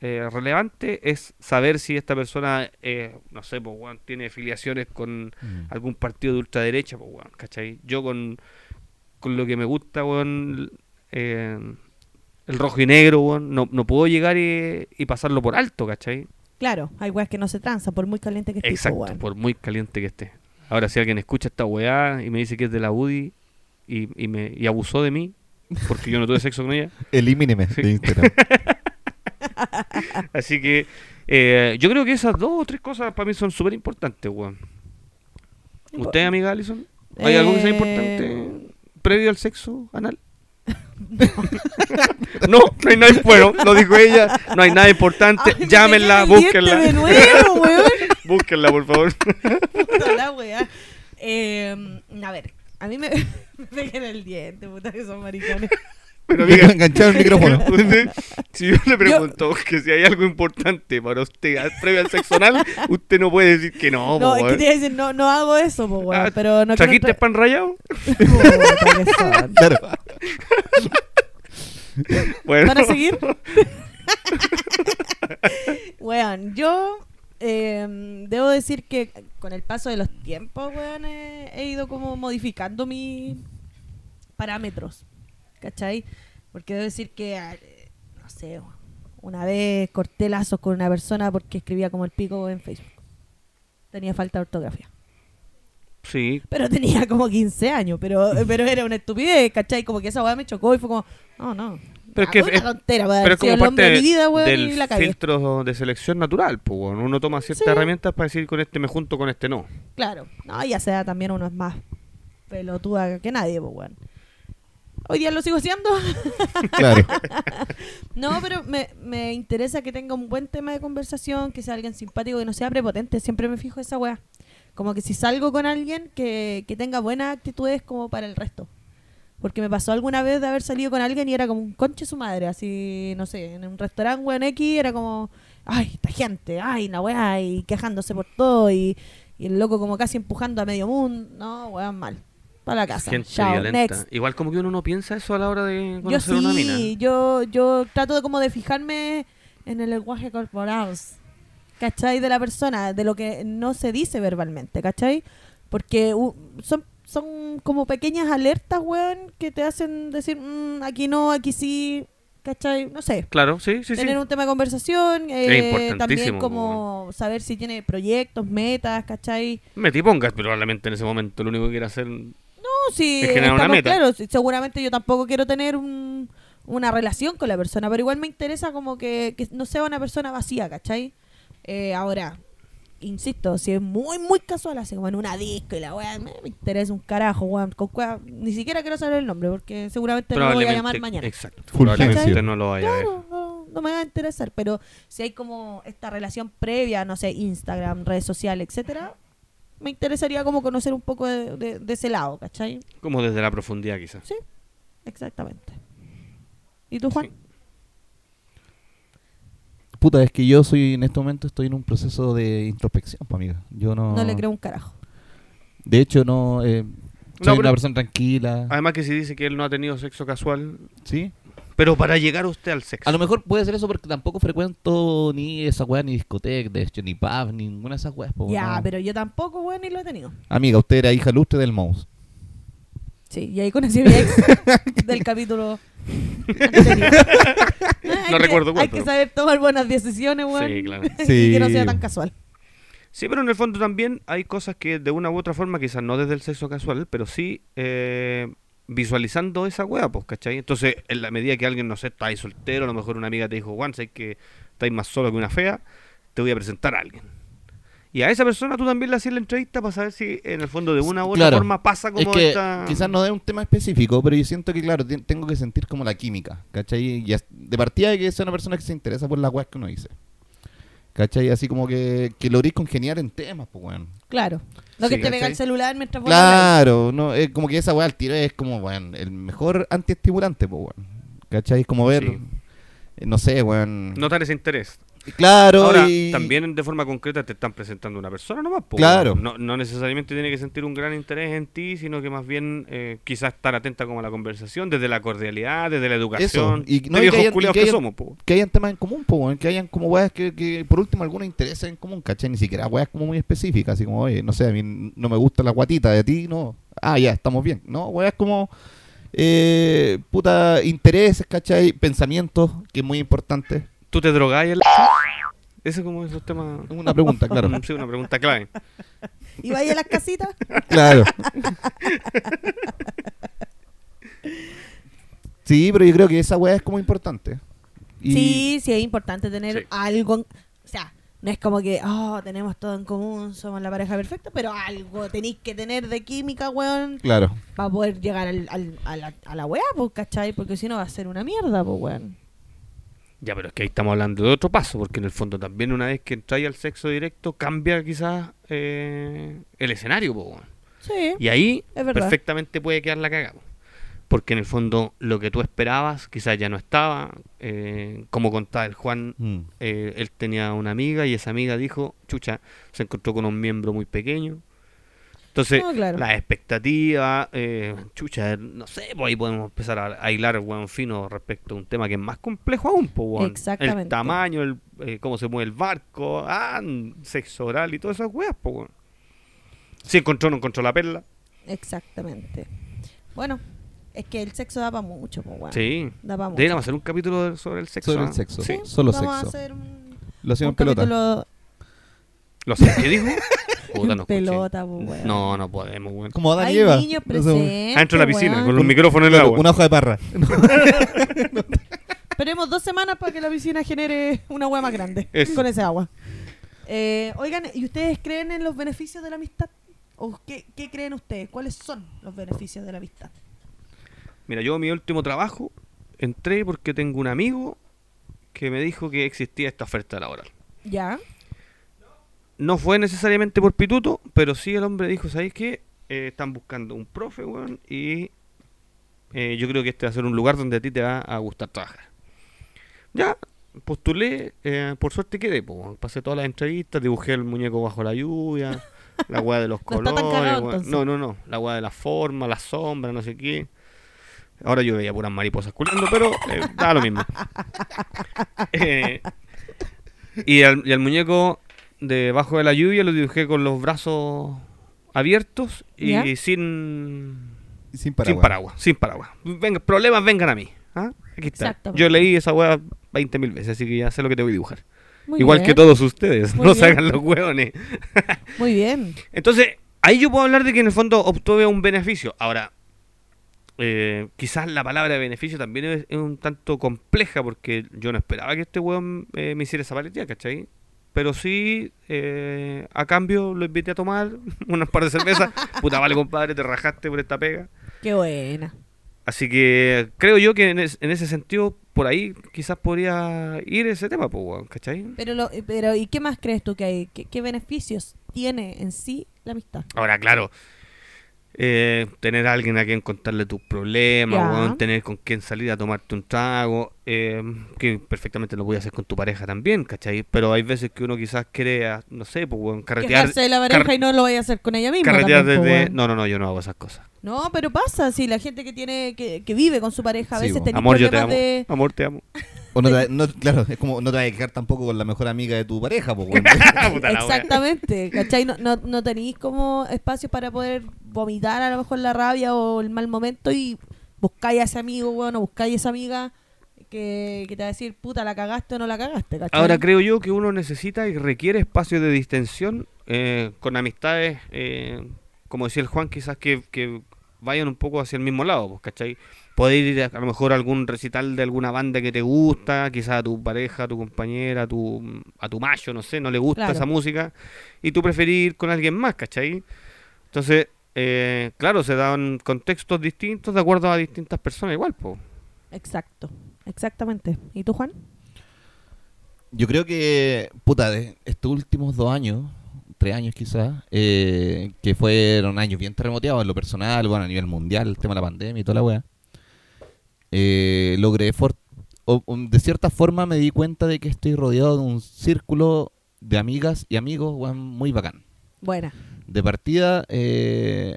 S3: eh, relevante, es saber si esta persona, eh, no sé, po, weón, tiene filiaciones con algún partido de ultraderecha, pues, weón, ¿cachai? Yo con, con lo que me gusta, weón, eh, el rojo y negro, weón, no, no puedo llegar y, y pasarlo por alto, ¿cachai?
S1: Claro, hay weas que no se transan, por muy caliente que esté.
S3: Exacto, por muy caliente que esté. Ahora, si alguien escucha esta weá y me dice que es de la UDI y, y me, y abusó de mí, porque yo no tuve sexo con ella,
S2: Elimíneme de Instagram.
S3: así que eh, yo creo que esas dos o tres cosas para mí son súper importantes, weón. ¿Usted, amiga Alison? ¿Hay algo que sea
S1: Eh,
S3: importante previo al sexo anal? no, no hay nada bueno, lo dijo ella, no hay nada importante, llámenla,
S1: De
S3: búsquenla,
S1: nuevo, weón.
S3: búsquenla por favor.
S1: Puta la wea. Eh, a ver, a mí me, me pegan el diente, puta que son maricones.
S3: Pero
S2: Me quedo
S3: amiga,
S2: enganchado el micrófono.
S3: usted- si yo le pregunto que si hay algo importante para usted al- previo al sexo anal, usted no puede decir que no,
S1: no,
S3: po,
S1: es que
S3: weón.
S1: te iba a decir, no, no hago eso, po, weón,
S3: Oh, Ah,
S1: pero no quiero
S3: ¿Trajiste
S1: entrar-
S3: pan rayado?
S1: Puta que son.
S2: Claro.
S3: Bueno,
S1: ¿Van a seguir? weón, yo eh, debo decir que con el paso de los tiempos, weón, eh, he ido como modificando mis parámetros. ¿Cachai? Porque debo decir que, ah, eh, no sé, weón, una vez corté lazos con una persona porque escribía como el pico en Facebook. Tenía falta de ortografía.
S3: sí,
S1: Pero tenía como 15 años, pero, pero era una estupidez, ¿cachai? Como que esa weá me chocó y fue como, no, no.
S3: Pero es
S1: Ah,
S3: que
S1: fue
S3: es-
S1: una tontera, weá,
S3: Pero
S1: ha
S3: es
S1: sido
S3: como
S1: el hombre
S3: parte
S1: de mi vida, weón, y
S3: del
S1: la cagué.
S3: filtro de selección natural, pues, weón. uno toma ciertas
S1: Sí.
S3: herramientas para decir con este me junto, con este no.
S1: Claro, no, ya sea también uno es más pelotuda que nadie, pues, weón. Hoy día lo sigo siendo.
S2: Claro.
S1: No, pero me, me interesa que tenga un buen tema de conversación, que sea alguien simpático, que no sea prepotente. Siempre me fijo esa weá. Como que si salgo con alguien, que, que tenga buenas actitudes como para el resto. Porque me pasó alguna vez de haber salido con alguien y era como un conche su madre, así, no sé, en un restaurante, weón X, era como, ay, esta gente, ay, la weá, y quejándose por todo, y, y el loco como casi empujando a medio mundo. No, weón, mal. Para la casa.
S3: Gente
S1: Chao,
S3: violenta.
S1: next.
S3: Igual como que uno no piensa eso a la hora de
S1: Yo
S3: conocer
S1: sí,
S3: una mina.
S1: yo, yo trato de como de fijarme en el lenguaje corporal, ¿cachai? De la persona, de lo que no se dice verbalmente, ¿cachai? Porque u- son, son como pequeñas alertas, weón, que te hacen decir, "Mm, aquí no, aquí sí, ¿cachai? No sé.
S3: Claro, sí, sí, sí.
S1: Tener un tema de conversación, eh, también
S3: importantísimo,
S1: como saber si tiene proyectos, metas, ¿cachai?
S3: Me te pongas, pero probablemente en ese momento lo único que quiere hacer.
S1: No, sí,
S3: Es generar
S1: estamos
S3: una meta.
S1: claros. Sí, Seguramente yo tampoco quiero tener un- una relación con la persona, pero igual me interesa como que, que no sea una persona vacía, ¿cachai? Eh, ahora, insisto, si es muy, muy casual, así como en una disco y la weá, me, me interesa un carajo, weón. con cueva- ni siquiera quiero saber el nombre porque seguramente lo voy a llamar mañana.
S3: Exacto.
S2: Fulgencio.
S3: Probablemente no lo vaya a ver.
S1: Claro, no, no me va a interesar, pero si hay como esta relación previa, no sé, Instagram, redes sociales, etcétera, me interesaría como conocer un poco de- de- de ese lado, ¿cachai?
S3: Como desde la profundidad, quizás.
S1: Sí, exactamente. ¿Y tú, Juan?
S2: Puta, es que yo soy en este momento estoy en un proceso de introspección, pues, amiga. Yo no.
S1: No le creo un carajo.
S2: De hecho, no. eh, soy
S3: pero- Ah,
S2: una persona tranquila.
S3: Además, que si dice que él no ha tenido sexo casual,
S2: ¿Sí?
S3: Pero para llegar usted al sexo.
S2: A lo mejor puede ser eso porque tampoco frecuento ni esa weá, ni discoteca, de hecho, ni pub, ni ninguna de esas weas. po,
S1: Ya,
S2: pues no.
S1: pero yo tampoco, weón, ni lo he tenido.
S2: Amiga, usted era hija lustre del mouse.
S1: Sí, y ahí conocí a mi ex del capítulo. anterior. Hay que-
S3: recuerdo cuál,
S1: Hay que
S3: pero-
S1: saber tomar buenas decisiones, weón.
S3: Sí, claro.
S1: Y que no
S2: Sí.
S1: sea tan casual.
S3: Sí, pero en el fondo también hay cosas que de una u otra forma, quizás no desde el sexo casual, pero sí eh, visualizando esa wea, pues, ¿cachai? Entonces, en la medida que alguien, no sé, está ahí soltero, a lo mejor una amiga te dijo, Juan, sé que estáis más solo que una fea, te voy a presentar a alguien. Y a esa persona tú también le hacías la entrevista para saber si en el fondo de una u otra
S2: Claro.
S3: forma pasa como
S2: es que
S3: esta...
S2: quizás no dé un tema específico, pero yo siento que, claro, ti- tengo que sentir como la química, ¿cachai? Y as- de partida de que sea una persona que se interesa por las weas que uno dice. ¿Cachai? Así como que, que logrís congeniar en temas, pues, weón.
S1: Claro. No que
S3: Sí,
S1: te pega
S3: ¿cachai?
S1: el celular mientras vos hablas.
S2: Claro, no, es como que esa weá al tiro es como, weón, el mejor antiestimulante, pues, weón. ¿Cachai? Es como ver,
S3: Sí.
S2: eh, no sé, weón.
S3: Notar ese interés.
S2: Claro,
S3: Ahora,
S2: y-
S3: también de forma concreta te están presentando una persona nomás. po,
S2: Claro.
S3: weón. No, no necesariamente tiene que sentir un gran interés en ti, sino que más bien eh, quizás estar atenta como a la conversación, desde la cordialidad, desde la educación.
S2: y- no, y que
S3: de viejos
S2: hayan- y
S3: culiados
S2: que
S3: que,
S2: hayan-
S3: somos, po.
S2: que hayan temas en común, po, weón, que hayan como weas que, que por último algunos intereses en común, ¿cachai? Ni siquiera weas como muy específicas, así como, oye, no sé, a mí no me gusta la guatita de ti, no. Ah, ya, estamos bien. No, weas como, eh, puta, intereses, ¿cachai? Pensamientos, que es muy importante.
S3: ¿Tú te drogáis? en la- Ese es como esos temas...
S2: Es Una pregunta, claro.
S3: Mm, Sí, una pregunta clave.
S1: Y vaya a las casitas.
S2: claro. sí, pero yo creo que esa wea es como importante. Y-
S1: Sí, sí, es importante tener
S3: Sí.
S1: algo. en- o sea, no es como que, oh, tenemos todo en común, somos la pareja perfecta, pero algo tenéis que tener de química, weón,
S2: Claro.
S1: para poder llegar al, al- a, la, a la weá, pues, ¿cachai? Porque si no va a ser una mierda, pues, weón.
S3: Ya, pero es que ahí estamos hablando de otro paso, porque en el fondo también una vez que entráis al sexo directo cambia quizás eh, el escenario, po, weón.
S1: Sí.
S3: Y ahí
S1: Es verdad.
S3: perfectamente puede quedar la cagada. Porque en el fondo lo que tú esperabas quizás ya no estaba. eh, como contaba el Juan,
S2: Mm.
S3: eh, él tenía una amiga y esa amiga dijo, chucha, se encontró con un miembro muy pequeño. Entonces,
S1: No, Ah, claro.
S3: la expectativa, eh, chucha, eh, no sé, pues ahí podemos empezar a, a hilar weón fino respecto a un tema que es más complejo aún, pues, weón.
S1: Exactamente.
S3: El tamaño, el, eh, cómo se mueve el barco, ah, mm, sexo oral y todas esas weas, pues, weón. Si encontró o no encontró la perla.
S1: Exactamente. Bueno, es que el sexo da para mucho, pues, weón.
S3: Sí.
S1: Da para mucho.
S3: Deberíamos hacer un capítulo de- sobre el sexo.
S2: Sobre el
S3: ¿ah?
S2: sexo.
S3: Sí.
S2: Solo
S1: Vamos
S2: sexo.
S1: a hacer un,
S2: Lo hacemos
S1: un
S2: en pelota.
S1: capítulo
S3: ¿Lo sé? ¿Qué dijo? Puta,
S1: en
S3: no escuché.
S1: pelota, pues, weón.
S3: No, no podemos, weón.
S2: Como Adán y
S1: Hay
S2: Eva.
S1: niños
S2: No sé, weón.
S1: presentes,
S3: Adentro de la piscina,
S1: weón.
S3: con los micrófonos en el
S2: Claro,
S3: agua.
S2: Una hoja de parra.
S1: Esperemos dos semanas para que la piscina genere una hueá más grande
S3: Eso.
S1: con ese agua. Eh, oigan, ¿y ustedes creen en los beneficios de la amistad? ¿O qué, qué creen ustedes? ¿Cuáles son los beneficios de la amistad?
S3: Mira, yo a mi último trabajo entré porque tengo un amigo que me dijo que existía esta oferta laboral.
S1: Ya,
S3: No fue necesariamente por pituto, pero sí el hombre dijo, ¿sabéis qué? Eh, están buscando un profe, weón, y eh, yo creo que este va a ser un lugar donde a ti te va a gustar trabajar. Ya, postulé, eh, por suerte quedé, po, weón. pasé todas las entrevistas, dibujé el muñeco bajo la lluvia, la weá de los
S1: No está tan
S3: colores,
S1: cagado,
S3: weón.
S1: entonces.
S3: no, no, no, la weá de la forma, la sombra, no sé qué. Ahora yo veía puras mariposas culando, pero eh, da lo mismo. Eh, y, al, y al muñeco debajo de la lluvia lo dibujé con los brazos abiertos y
S1: ¿Ya?
S3: sin
S2: Sin
S3: sin paraguas, sin paraguas. Venga, problemas vengan a mí. ¿ah? Aquí está.
S1: Exactamente.
S3: Yo leí esa hueá 20 mil veces, así que ya sé lo que te voy a dibujar.
S1: muy
S3: Igual
S1: bien.
S3: que todos ustedes,
S1: Muy
S3: no
S1: bien.
S3: se hagan los hueones.
S1: Muy bien.
S3: Entonces, ahí yo puedo hablar de que en el fondo obtuve un beneficio. Ahora, eh, quizás la palabra beneficio también es, es un tanto compleja porque yo no esperaba que este weón eh, me hiciera esa paletía, ¿cachai? Pero sí, eh, a cambio lo invité a tomar unas par de cervezas. Puta, vale, compadre, te rajaste por esta pega.
S1: Qué buena.
S3: Así que creo yo que en, es- en ese sentido, por ahí quizás podría ir ese tema, pues, weón, ¿cachai?
S1: Pero, lo- pero ¿y qué más crees tú que hay? ¿Qué, qué beneficios tiene en sí la amistad?
S3: Ahora, claro, eh, tener a alguien a quien contarle tus problemas,
S1: Ya.
S3: weón, tener con quien salir a tomarte un trago, eh, que perfectamente lo voy a hacer con tu pareja también, ¿cachai? Pero hay veces que uno quizás quiere, ah, no sé, pues, weón, carretear,
S1: Quejarse de la pareja
S3: car-
S1: y no lo vaya a hacer con ella misma.
S3: carretear
S1: también, po,
S3: desde...
S1: weón.
S3: No, no, no, yo no hago esas cosas.
S1: No, pero pasa, sí, la gente que tiene que, que vive con su pareja a
S2: Sí,
S1: veces
S2: po.
S1: tenés
S3: Amor, yo te amo.
S1: problemas de...
S3: Amor, te amo.
S2: O no te va- no- claro, es como no te vas a quejar tampoco con la mejor amiga de tu pareja, pues, weón.
S1: Ah,
S4: Puta la wea.
S1: Exactamente, ¿cachai? No, no, no tenéis como espacios para poder vomitar a lo mejor la rabia o el mal momento y buscáis a ese amigo, weón, o buscáis a esa amiga que, que te va a decir, puta, la cagaste o no la cagaste, ¿cachai?
S3: Ahora creo yo que uno necesita y requiere espacios de distensión eh, con amistades, eh, como decía el Juan, quizás que, que vayan un poco hacia el mismo lado, pues, ¿cachai? Poder ir a, a lo mejor a algún recital de alguna banda que te gusta, quizás a tu pareja, a tu compañera, a tu, a tu macho, no sé, no le gusta
S1: Claro.
S3: esa música, y tú preferís ir con alguien más, ¿cachai? Entonces, eh, claro, se dan contextos distintos de acuerdo a distintas personas, igual, pues.
S1: Exacto, exactamente. ¿Y tú, Juan?
S2: Yo creo que, puta, de estos últimos dos años, tres años quizás, eh, que fueron años bien terremoteados en lo personal, bueno, a nivel mundial, el tema de la pandemia y toda la weá, eh, logré, for- o- o de cierta forma me di cuenta de que estoy rodeado de un círculo de amigas y amigos, weón, muy bacán.
S1: Buena.
S2: De partida, eh,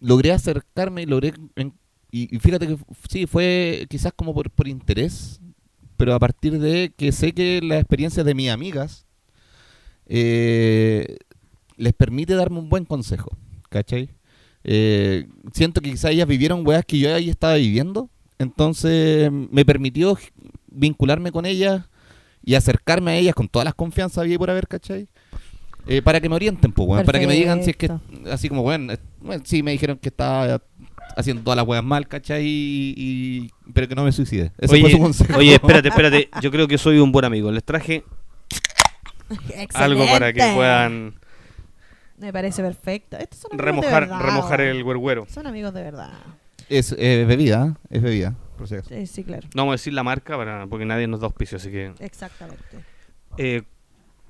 S2: logré acercarme y logré. en- y, y fíjate que f- sí, fue quizás como por, por interés, pero a partir de que sé que las experiencias de mis amigas eh, les permite darme un buen consejo, ¿cachai? Eh, siento que quizás ellas vivieron weas que yo ahí estaba viviendo, entonces me permitió g- vincularme con ellas y acercarme a ellas con todas las confianzas había y por haber, ¿cachai? Eh, para que me orienten, pues, weón, para que me digan si es que, así como, bueno, sí me dijeron que estaba haciendo todas las weas mal, ¿cachai? Y, y- pero que no me suicide. Ese fue su consejo.
S3: oye, espérate, espérate, yo creo que soy un buen amigo. Les traje algo para que
S1: Excelente.
S3: puedan
S1: Me parece perfecto. Estos son amigos
S4: Remojar,
S1: de verdad,
S4: remojar
S1: weón.
S4: el güergüero.
S1: Son amigos de verdad.
S2: Es eh, bebida, ¿eh? es bebida, por si acaso.
S1: Sí, sí, claro.
S3: No vamos a decir la marca para, porque nadie nos da auspicio, así que...
S1: Exactamente.
S3: eh,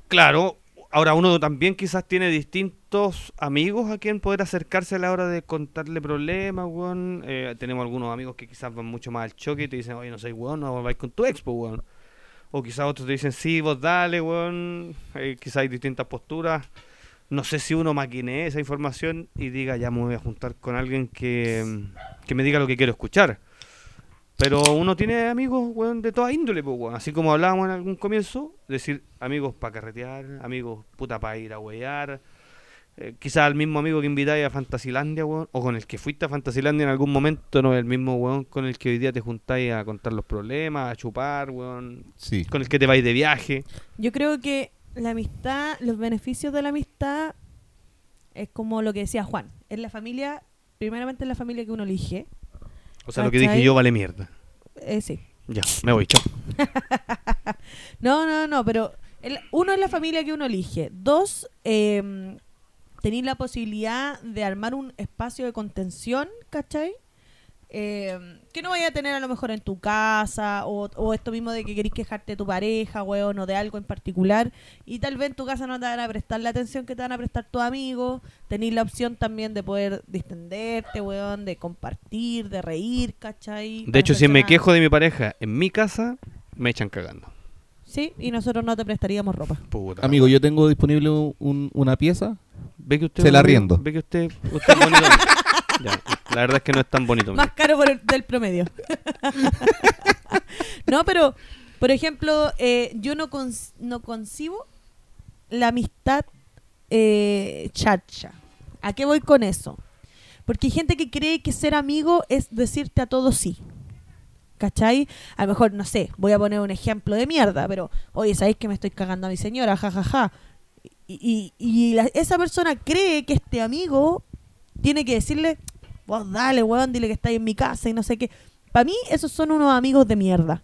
S3: claro, ahora uno también quizás tiene distintos amigos a quien poder acercarse a la hora de contarle problemas, weón. Eh, tenemos algunos amigos que quizás van mucho más al choque y te dicen, oye, no soy weón, no vais con tu expo, weón. O quizás otros te dicen, sí, vos dale, weón. Eh, quizás hay distintas posturas. No sé si uno maquinee esa información y diga, ya me voy a juntar con alguien que, mm, que me diga lo que quiero escuchar. Pero uno tiene amigos, weón, de toda índole, pues, weón. Así como hablábamos en algún comienzo, decir amigos para carretear, amigos puta para ir a huear. Eh, quizás al mismo amigo que invitáis a Fantasilandia, weón, o con el que fuiste a Fantasilandia en algún momento, no es el mismo, weón, con el que hoy día te juntáis a contar los problemas, a chupar, weón,
S2: Sí.
S3: con el que te vais de viaje.
S1: Yo creo que la amistad, los beneficios de la amistad es como lo que decía Juan. Es la familia, primeramente es la familia que uno elige.
S3: O sea, lo que
S1: ¿Cachai?
S3: dije yo vale mierda.
S1: Eh, sí.
S3: Ya, me voy, chao.
S1: No, no, no, pero el- uno es la familia que uno elige. Dos, eh, tenéis la posibilidad de armar un espacio de contención, ¿cachai? Eh, que no vaya a tener a lo mejor en tu casa o, o esto mismo de que querís quejarte de tu pareja, weón, o de algo en particular. Y tal vez en tu casa no te van a prestar la atención que te van a prestar tus amigos. Tenéis la opción también de poder distenderte, weón, de compartir, de reír, ¿cachai?
S3: De hecho, si me
S1: quejo
S3: quejo de mi pareja en mi casa, me echan cagando.
S1: Sí, y nosotros no te prestaríamos ropa.
S3: Puta.
S2: Amigo, yo tengo disponible un- una pieza.
S3: Ve que usted
S2: Se
S3: es
S2: la
S3: un amigo,
S2: riendo.
S3: Ve que usted, usted es bonito. Ya, la verdad es que no es tan bonito.
S1: Más caro por el- del promedio. no, pero, por ejemplo, eh, yo no, cons- no concibo la amistad eh, chacha. ¿A qué voy con eso? Porque hay gente que cree que ser amigo es decirte a todo sí. ¿Cachai? A lo mejor, no sé, voy a poner un ejemplo de mierda, pero, oye, ¿sabéis que me estoy cagando a mi señora? jajaja Y, y- y la- esa persona cree que este amigo tiene que decirle, vos dale, weón, dile que estáis en mi casa y no sé qué. Para mí, esos son unos amigos de mierda.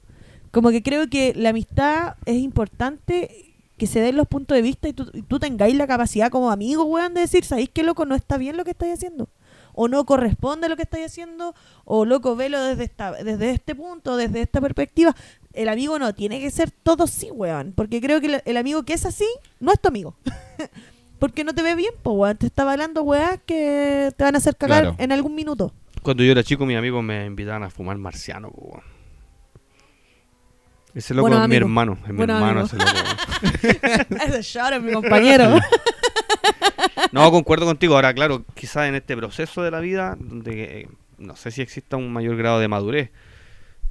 S1: Como que creo que la amistad es importante que se den los puntos de vista y tú, y tú tengáis la capacidad como amigo, weón, de decir, ¿sabéis que loco no está bien lo que estáis haciendo? O no corresponde lo que estáis haciendo, o loco, velo desde, esta, desde este punto, desde esta perspectiva. El amigo no tiene que ser todo sí, weón, porque creo que el- el amigo que es así no es tu amigo. Porque no te ve bien, po, weón. Te está hablando weá que te van a hacer cagar
S2: Claro.
S1: en algún minuto.
S3: Cuando yo era chico, mis amigos me invitaban a fumar marciano, po, weón. Ese loco
S1: Buenos
S3: es mi
S1: amigos.
S3: hermano, es mi
S1: Buenos
S3: hermano
S1: amigos.
S3: ese loco. weón.
S1: Ese shout es mi compañero.
S3: No, concuerdo contigo. Ahora, claro, quizás en este proceso de la vida, donde eh, no sé si exista un mayor grado de madurez,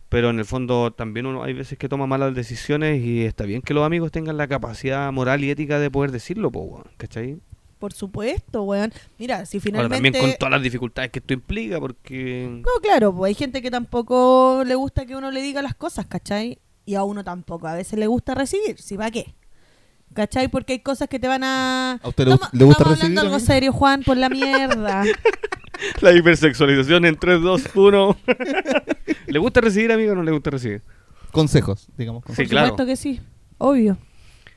S3: pero en el fondo también uno hay veces que toma malas decisiones y está bien que los amigos tengan la capacidad moral y ética de poder decirlo, po, weón, ¿cachai?
S1: Por supuesto, weón. Mira, si
S3: Ahora también
S1: finalmente.
S3: con todas las dificultades que esto implica, porque...
S1: No, claro, pues hay gente que tampoco le gusta que uno le diga las cosas, ¿cachai? Y a uno tampoco. A veces le gusta recibir, si va qué. ¿Cachai? Porque hay cosas que te van a.
S2: ¿A usted le
S1: Toma-
S2: gust- le gusta
S1: estamos hablando
S2: recibir,
S1: algo
S2: amigo?
S1: serio, Juan, por la mierda.
S3: La hipersexualización en 3, 2, 1. ¿Le gusta recibir, amigo, o no le gusta recibir?
S2: Consejos, digamos.
S1: Por
S3: Sí, claro.
S1: supuesto que sí, obvio.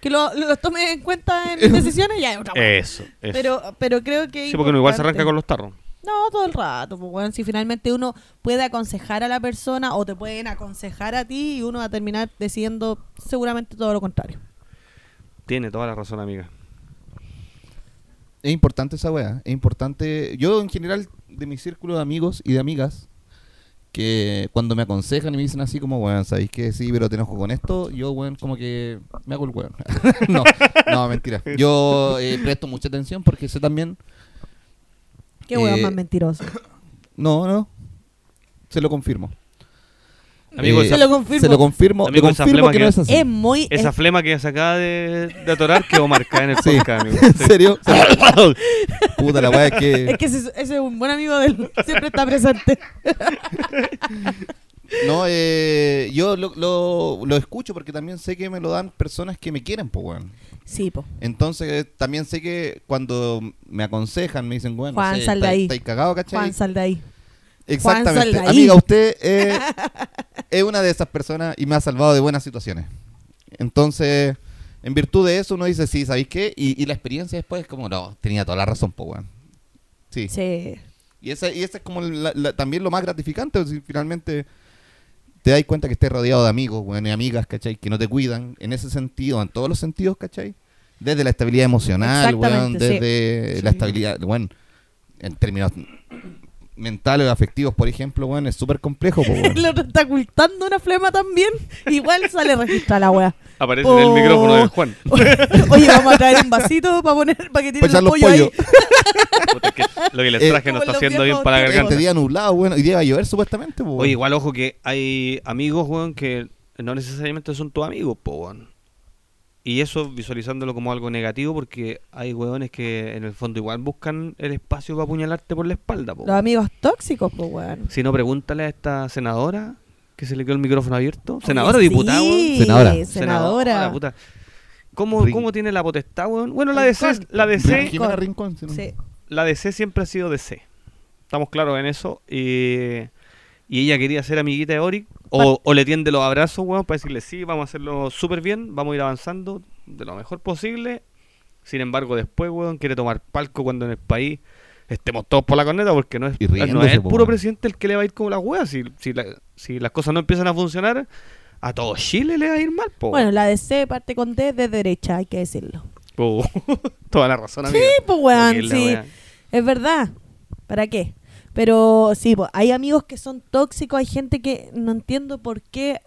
S1: Que lo, lo tome en cuenta en mis decisiones, ya es otra weá.
S3: Eso, eso.
S1: Pero, pero creo que. es
S3: Eh, sí, porque uno igual se
S1: importante.
S3: arranca con los tarros.
S1: No, todo el rato, pues, weón. Si finalmente uno puede aconsejar a la persona o te pueden aconsejar a ti y uno va a terminar decidiendo seguramente todo lo contrario.
S3: Tiene toda la razón, amiga.
S2: Es importante esa weá. Es importante. Yo, en general, de mi círculo de amigos y de amigas, que cuando me aconsejan y me dicen así como, weón, ¿sabéis que sí, pero te enojo con esto? Yo, weón, como que me hago el weón. no, no, mentira. Yo eh, presto mucha atención porque sé también.
S1: Qué weón
S2: Eh,
S1: más mentiroso.
S2: No, no. Se lo confirmo. Eh,
S3: Amigo,
S1: Se
S3: esa,
S1: lo confirmo.
S2: Se lo confirmo.
S3: Amigo,
S2: le
S3: esa
S2: confirmo
S3: flema
S2: que no
S3: que-
S2: es así.
S1: Es muy.
S3: esa
S1: es-
S3: flema que se acaba de, de atorar quedó marcada en el
S2: Sí.
S3: podcast, amigo.
S2: ¿En serio? Puta, la weá es que.
S1: es que ese, ese es un buen amigo del. Siempre está presente.
S2: No, eh, yo lo, lo, lo escucho porque también sé que me lo dan personas que me quieren, pues, weón.
S1: Sí, po.
S2: Entonces, eh, también sé que cuando me aconsejan, me dicen, bueno,
S1: Juan, sal de ahí.
S2: estáis cagado, ¿cachai?
S1: Juan, sal de ahí. Juan,
S2: Exactamente.
S1: sal de ahí.
S2: Amiga, usted eh, es una de esas personas y me ha salvado de buenas situaciones. Entonces, en virtud de eso, uno dice, sí, ¿sabéis qué? Y, y la experiencia después es como, no, tenía toda la razón, pues, weón. Sí.
S1: Sí.
S2: Y esa, y esa es como la- la- también lo más gratificante, si finalmente te das cuenta que estés rodeado de amigos, weón, y amigas, ¿cachai? Que no te cuidan en ese sentido, en todos los sentidos, ¿cachai? Desde la estabilidad emocional, weón,
S1: Exactamente, sí.
S2: desde la
S1: Sí.
S2: estabilidad, bueno, en términos mentales, afectivos, por ejemplo, weón, es súper complejo, po, weón.
S1: El otro está ocultando una flema también. Igual sale registrada la weá.
S3: Aparece en el micrófono de Juan.
S1: Oye, vamos a traer un vasito para poner, para que tire
S2: Pa' echar
S1: el
S2: los
S1: pollo
S2: pollos.
S1: ahí.
S3: Puta, es que lo que
S2: Eh,
S3: les traje no
S1: Como
S3: está
S1: los
S3: haciendo bien
S1: viejos
S3: para la
S1: tiempos.
S3: garganta.
S2: Este día nublado, bueno, hoy día va a llover supuestamente, po, weón.
S3: Oye, igual ojo que hay amigos, weón, que no necesariamente son tus amigos, po, weón. Y eso visualizándolo como algo negativo porque hay weones que en el fondo igual buscan el espacio para apuñalarte por la espalda, po.
S1: Los
S3: weón.
S1: amigos tóxicos, pues, weón.
S3: Si no, pregúntale a esta senadora que se le quedó el micrófono abierto.
S1: Oye,
S3: Senadora, o diputada,
S1: sí,
S3: weón.
S2: Senadora.
S1: Senadora.
S3: puta. ¿Cómo,
S2: Rin-
S3: ¿Cómo tiene la potestad, weón? Bueno, la DC,
S1: Rincón.
S3: la DC
S2: Jimena Rincón, si no-
S1: Sí.
S3: la DC siempre ha sido DC. Estamos claros en eso. eh, y ella quería ser amiguita de Oric. O, o le tiende los abrazos, weón, para decirle, sí, vamos a hacerlo súper bien, vamos a ir avanzando de lo mejor posible. Sin embargo, después, weón, quiere tomar palco cuando en el país estemos todos por la corneta, porque no es,
S2: Y
S3: no es
S2: riéndose,
S3: el
S2: po,
S3: puro
S2: weón.
S3: presidente el que le va a ir como la wea. Si, si, la- si las cosas no empiezan a funcionar, a todo Chile le va a ir mal, po.
S1: Bueno, la DC parte con D de derecha, hay que decirlo.
S3: Po. Toda la razón, amigo.
S1: Sí, pues, weón, sí. Es verdad. ¿Para qué? Pero sí, po, hay amigos que son tóxicos, hay gente que no entiendo por qué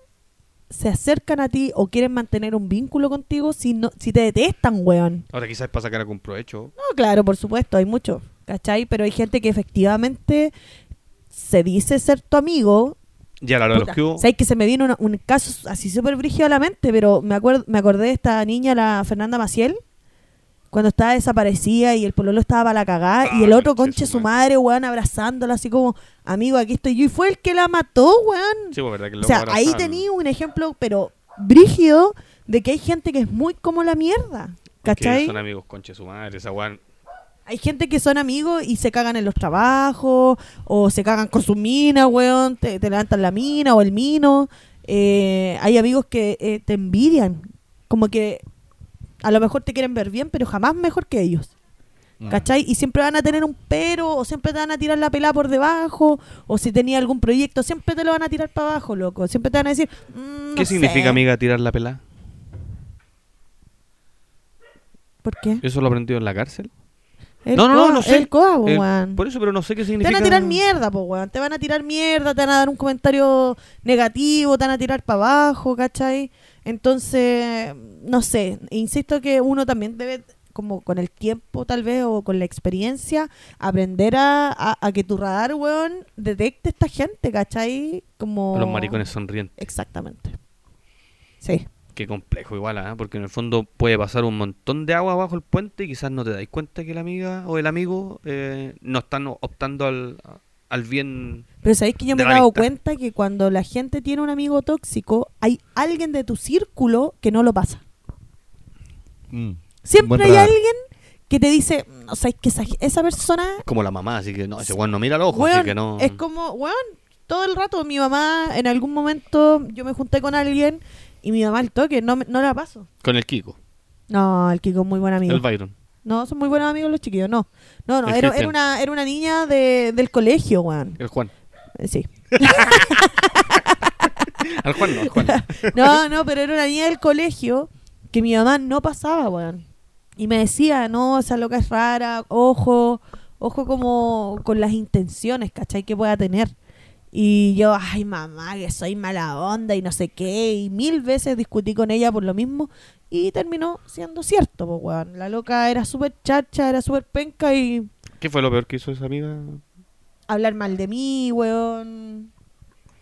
S1: se acercan a ti o quieren mantener un vínculo contigo si no si te detestan, weón.
S3: Ahora quizás es para sacar algún provecho.
S1: No, claro, por supuesto, hay mucho, ¿cachai? Pero hay gente que efectivamente se dice ser tu amigo,
S3: Ya la hora de los
S1: Puta,
S3: que hubo.
S1: ¿Sabes que se me vino una- un caso así súper brígido a la mente? Pero me, acuerdo, me acordé de esta niña, la Fernanda Maciel, cuando estaba desaparecida y el pololo estaba para la cagada y
S3: Ah,
S1: el otro
S3: conche
S1: conche
S3: su
S1: su madre, weón, abrazándola así como, amigo, aquí estoy yo. Y fue el que la mató, weón.
S3: Sí, pues, verdad que el
S1: o sea,
S3: loco
S1: ahí
S3: abrazaba,
S1: tenía un ejemplo, pero brígido, de que hay gente que es muy como la mierda.
S3: ¿no? Que
S1: ¿Cachai?
S3: Son amigos conche su madre, esa weá.
S1: Hay gente que son amigos y se cagan en los trabajos, o se cagan con su mina, weón, te, te levantan la mina o el mino. Eh, hay amigos que eh, te envidian, como que a lo mejor te quieren ver bien, pero jamás mejor que ellos.
S3: Ah.
S2: Mm.
S1: ¿Cachai? Y siempre van a tener un pero, o siempre te van a tirar la pelada por debajo, o si tenía algún proyecto, siempre te lo van a tirar para abajo, loco. Siempre te van a decir, mm, no
S3: ¿Qué significa,
S1: sé.
S3: amiga, tirar la pelada?
S1: ¿Por qué?
S3: Eso lo aprendió en la cárcel.
S1: El
S3: Eh, No, no, no,
S1: coa-
S3: no sé.
S1: El coa, po,
S3: El-
S1: weón.
S3: por eso, pero no sé qué
S1: Te
S3: significa.
S1: van a tirar mierda, po, weón. Te van a tirar mierda, te van a dar un comentario negativo, te van a tirar para abajo, ¿cachai? Entonces, no sé, insisto que uno también debe, como con el tiempo tal vez, o con la experiencia, aprender a, a- a que tu radar, weón, detecte esta gente, ¿cachai? Como...
S3: Los maricones sonríen.
S1: Exactamente. Sí.
S3: Qué complejo igual, ¿ah? porque en el fondo puede pasar un montón de agua bajo el puente y quizás no te dais cuenta que la amiga o el amigo eh, no están optando al, al bien.
S1: Pero sabéis que yo me
S3: de
S1: he
S3: la
S1: dado
S3: amistad.
S1: cuenta que cuando la gente tiene un amigo tóxico, hay alguien de tu círculo que no lo pasa.
S2: Mm. Buen
S1: Siempre hay
S2: radar.
S1: alguien que te dice, "Mm, no sabes que esa, esa persona,
S3: Como la mamá, así que no, ese weón no mira al ojo,
S1: weón,
S3: así que no.
S1: es como, weón, todo el rato mi mamá, en algún momento yo me junté con alguien y mi mamá al toque, no, me- no la paso.
S3: Con el Kiko,
S1: No, el Kiko es muy buen amigo.
S3: el Byron.
S1: No, son muy buenos amigos los chiquillos, no. No, no,
S3: El
S1: era, era
S3: Cristian.
S1: una, era una niña de- del colegio, weón.
S3: El Juan.
S1: Eh, Sí.
S3: Al Juan no, al Juan. no.
S1: No, no, pero era una niña del colegio que mi mamá no pasaba, weón. Y me decía, no, esa loca es rara, ojo, ojo como con las intenciones, ¿cachai? Que pueda tener. Y yo, ay mamá, que soy mala onda y no sé qué. Y mil veces discutí con ella por lo mismo. Y terminó siendo cierto, pues, weón. La loca era súper chacha, era súper penca y
S3: ¿Qué fue lo peor que hizo esa amiga?
S1: hablar mal de mí, weón.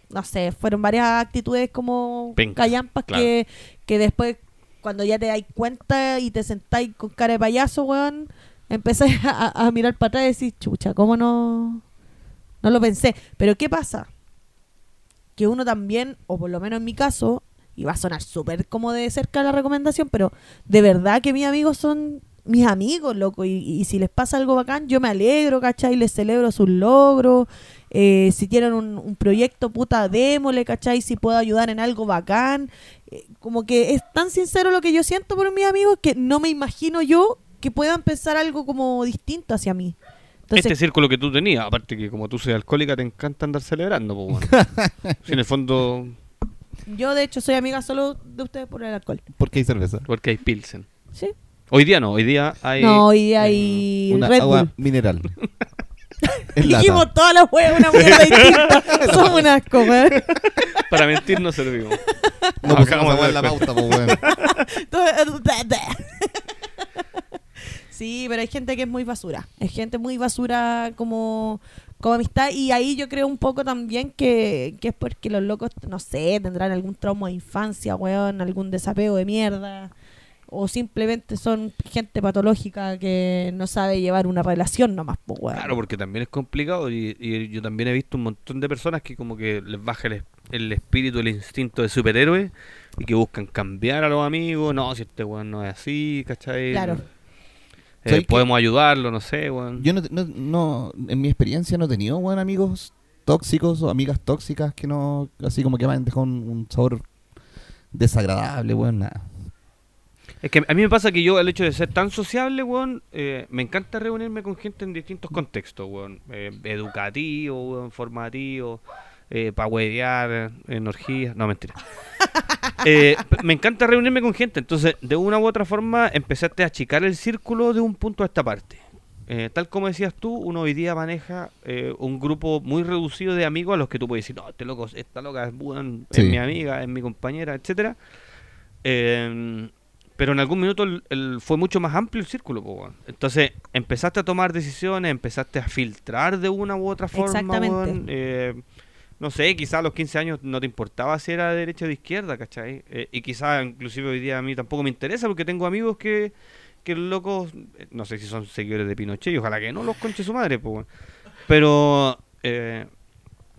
S1: No sé, fueron varias actitudes como
S3: Pencas,
S1: callampas
S3: claro.
S1: que, que después, cuando ya te dais cuenta y te sentáis con cara de payaso, weón, empecé a, a mirar para atrás y decir, chucha, ¿cómo no? No lo pensé. Pero ¿qué pasa? Que uno también, o por lo menos en mi caso, y va a sonar súper como de cerca la recomendación, pero de verdad que mis amigos son mis amigos, loco, y, y si les pasa algo bacán, yo me alegro, ¿cachai? Les celebro sus logros, eh, si tienen un, un proyecto, puta, démosle, ¿cachai? Si puedo ayudar en algo bacán. Eh, como que es tan sincero lo que yo siento por mis amigos que no me imagino yo que puedan pensar algo como distinto hacia mí.
S3: este
S1: Entonces,
S3: círculo que tú tenías, aparte que como tú seas alcohólica, te encanta andar celebrando, po, weón. Si en el fondo,
S1: yo de hecho soy amiga solo de ustedes por el alcohol.
S2: Porque hay cerveza.
S3: porque hay Pilsen.
S1: ¿Sí?
S3: Hoy día no, hoy día hay.
S1: no, y hay
S2: eh, Una
S1: Red
S2: agua
S1: Bull.
S2: mineral. En lata.
S1: Dijimos todas las huevas, una mierda distinta. Somos un asco, weón.
S3: Para mentir no servimos.
S2: No
S3: Acabamos
S2: pusimos
S3: de
S2: agua en la
S3: dar cuenta.
S2: pauta, po, weón.
S1: Todo- Sí, pero hay gente que es muy basura. Es gente muy basura como, como amistad. Y ahí yo creo un poco también que, que es porque los locos, no sé, tendrán algún trauma de infancia, weón, algún desapego de mierda. O simplemente son gente patológica que no sabe llevar una relación nomás, pues, weón.
S3: Claro, porque también es complicado y, y yo también he visto un montón de personas que como que les baja el, es- el espíritu, el instinto de superhéroe y que buscan cambiar a los amigos. No, si este weón no es así, ¿cachai?
S1: Claro.
S3: Eh,
S2: ¿Sabes qué?
S3: podemos ayudarlo, no sé, weón.
S2: Yo no, no, no- en mi experiencia no he tenido buen amigos tóxicos o amigas tóxicas que no, así como que me han dejado un, un sabor desagradable, weón, nada.
S3: Es que a mí me pasa que yo, el hecho de ser tan sociable, weón, eh, me encanta reunirme con gente en distintos contextos, weón. Eh, educativo, weón, formativo, eh, para huevear, en orgías. No, mentira. Eh, p- me encanta reunirme con gente, entonces de una u otra forma empezaste a achicar el círculo de un punto a esta parte. Eh, tal como decías tú, uno hoy día maneja eh, un grupo muy reducido de amigos a los que tú puedes decir, no, este loco, esta loca weón, es
S2: Sí.
S3: mi amiga, es mi compañera, etcétera. Eh, pero en algún minuto el- el- fue mucho más amplio el círculo, po, weón. Entonces empezaste a tomar decisiones, empezaste a filtrar de una u otra forma,
S1: Exactamente.
S3: weón. Eh, no sé, quizás a los 15 años no te importaba si era de derecha o de izquierda, ¿cachai? Eh, y quizás inclusive hoy día a mí tampoco me interesa porque tengo amigos que, que locos, eh, no sé si son seguidores de Pinochet, y ojalá que no los conche su madre, pues, weón. pero... eh,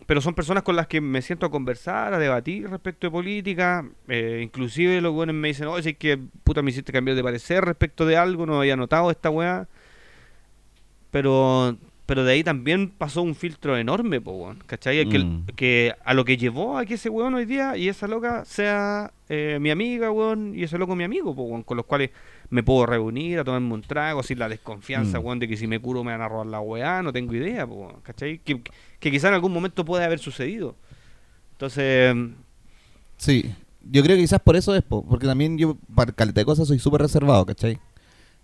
S3: pero son personas con las que me siento a conversar, a debatir respecto de política. eh, inclusive los buenos me dicen, oye, si es que puta me hiciste cambiar de parecer respecto de algo, no había notado esta weá. Pero, pero de ahí también pasó un filtro enorme, po, weón, ¿cachai? Que,
S2: Mm.
S3: que a lo que llevó a que ese weón hoy día y esa loca sea eh, mi amiga, weón, y ese loco mi amigo, po, weón, con los cuales me puedo reunir a tomarme un trago, sin la desconfianza,
S2: Mm.
S3: weón, de que si me curo me van a robar la weá, no tengo idea, po, weón, ¿cachai? Que, que quizá en algún momento puede haber sucedido. Entonces,
S2: Sí, yo creo que quizás por eso es, po, porque también yo para caleta de cosas soy súper reservado, ¿cachai?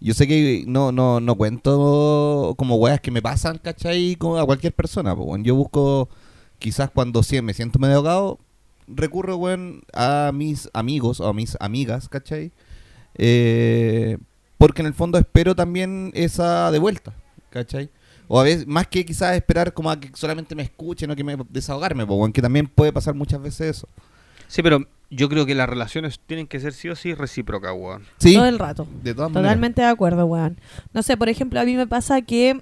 S2: Yo sé que no, no, no cuento como weas que me pasan, ¿cachai? Como a cualquier persona, pues, Yo busco, quizás cuando sí me siento medio ahogado, recurro, weón, a mis amigos o a mis amigas, ¿cachai? Eh, porque en el fondo espero también esa de vuelta, ¿cachai? O a veces, más que quizás esperar como a que solamente me escuchen o que me desahogarme, pues, que también puede pasar muchas veces eso.
S3: Sí, pero yo creo que las relaciones tienen que ser sí o sí recíprocas, weón.
S2: Sí,
S1: Todo el rato.
S2: de todas maneras.
S1: Totalmente de acuerdo, weón. No sé, por ejemplo, a mí me pasa que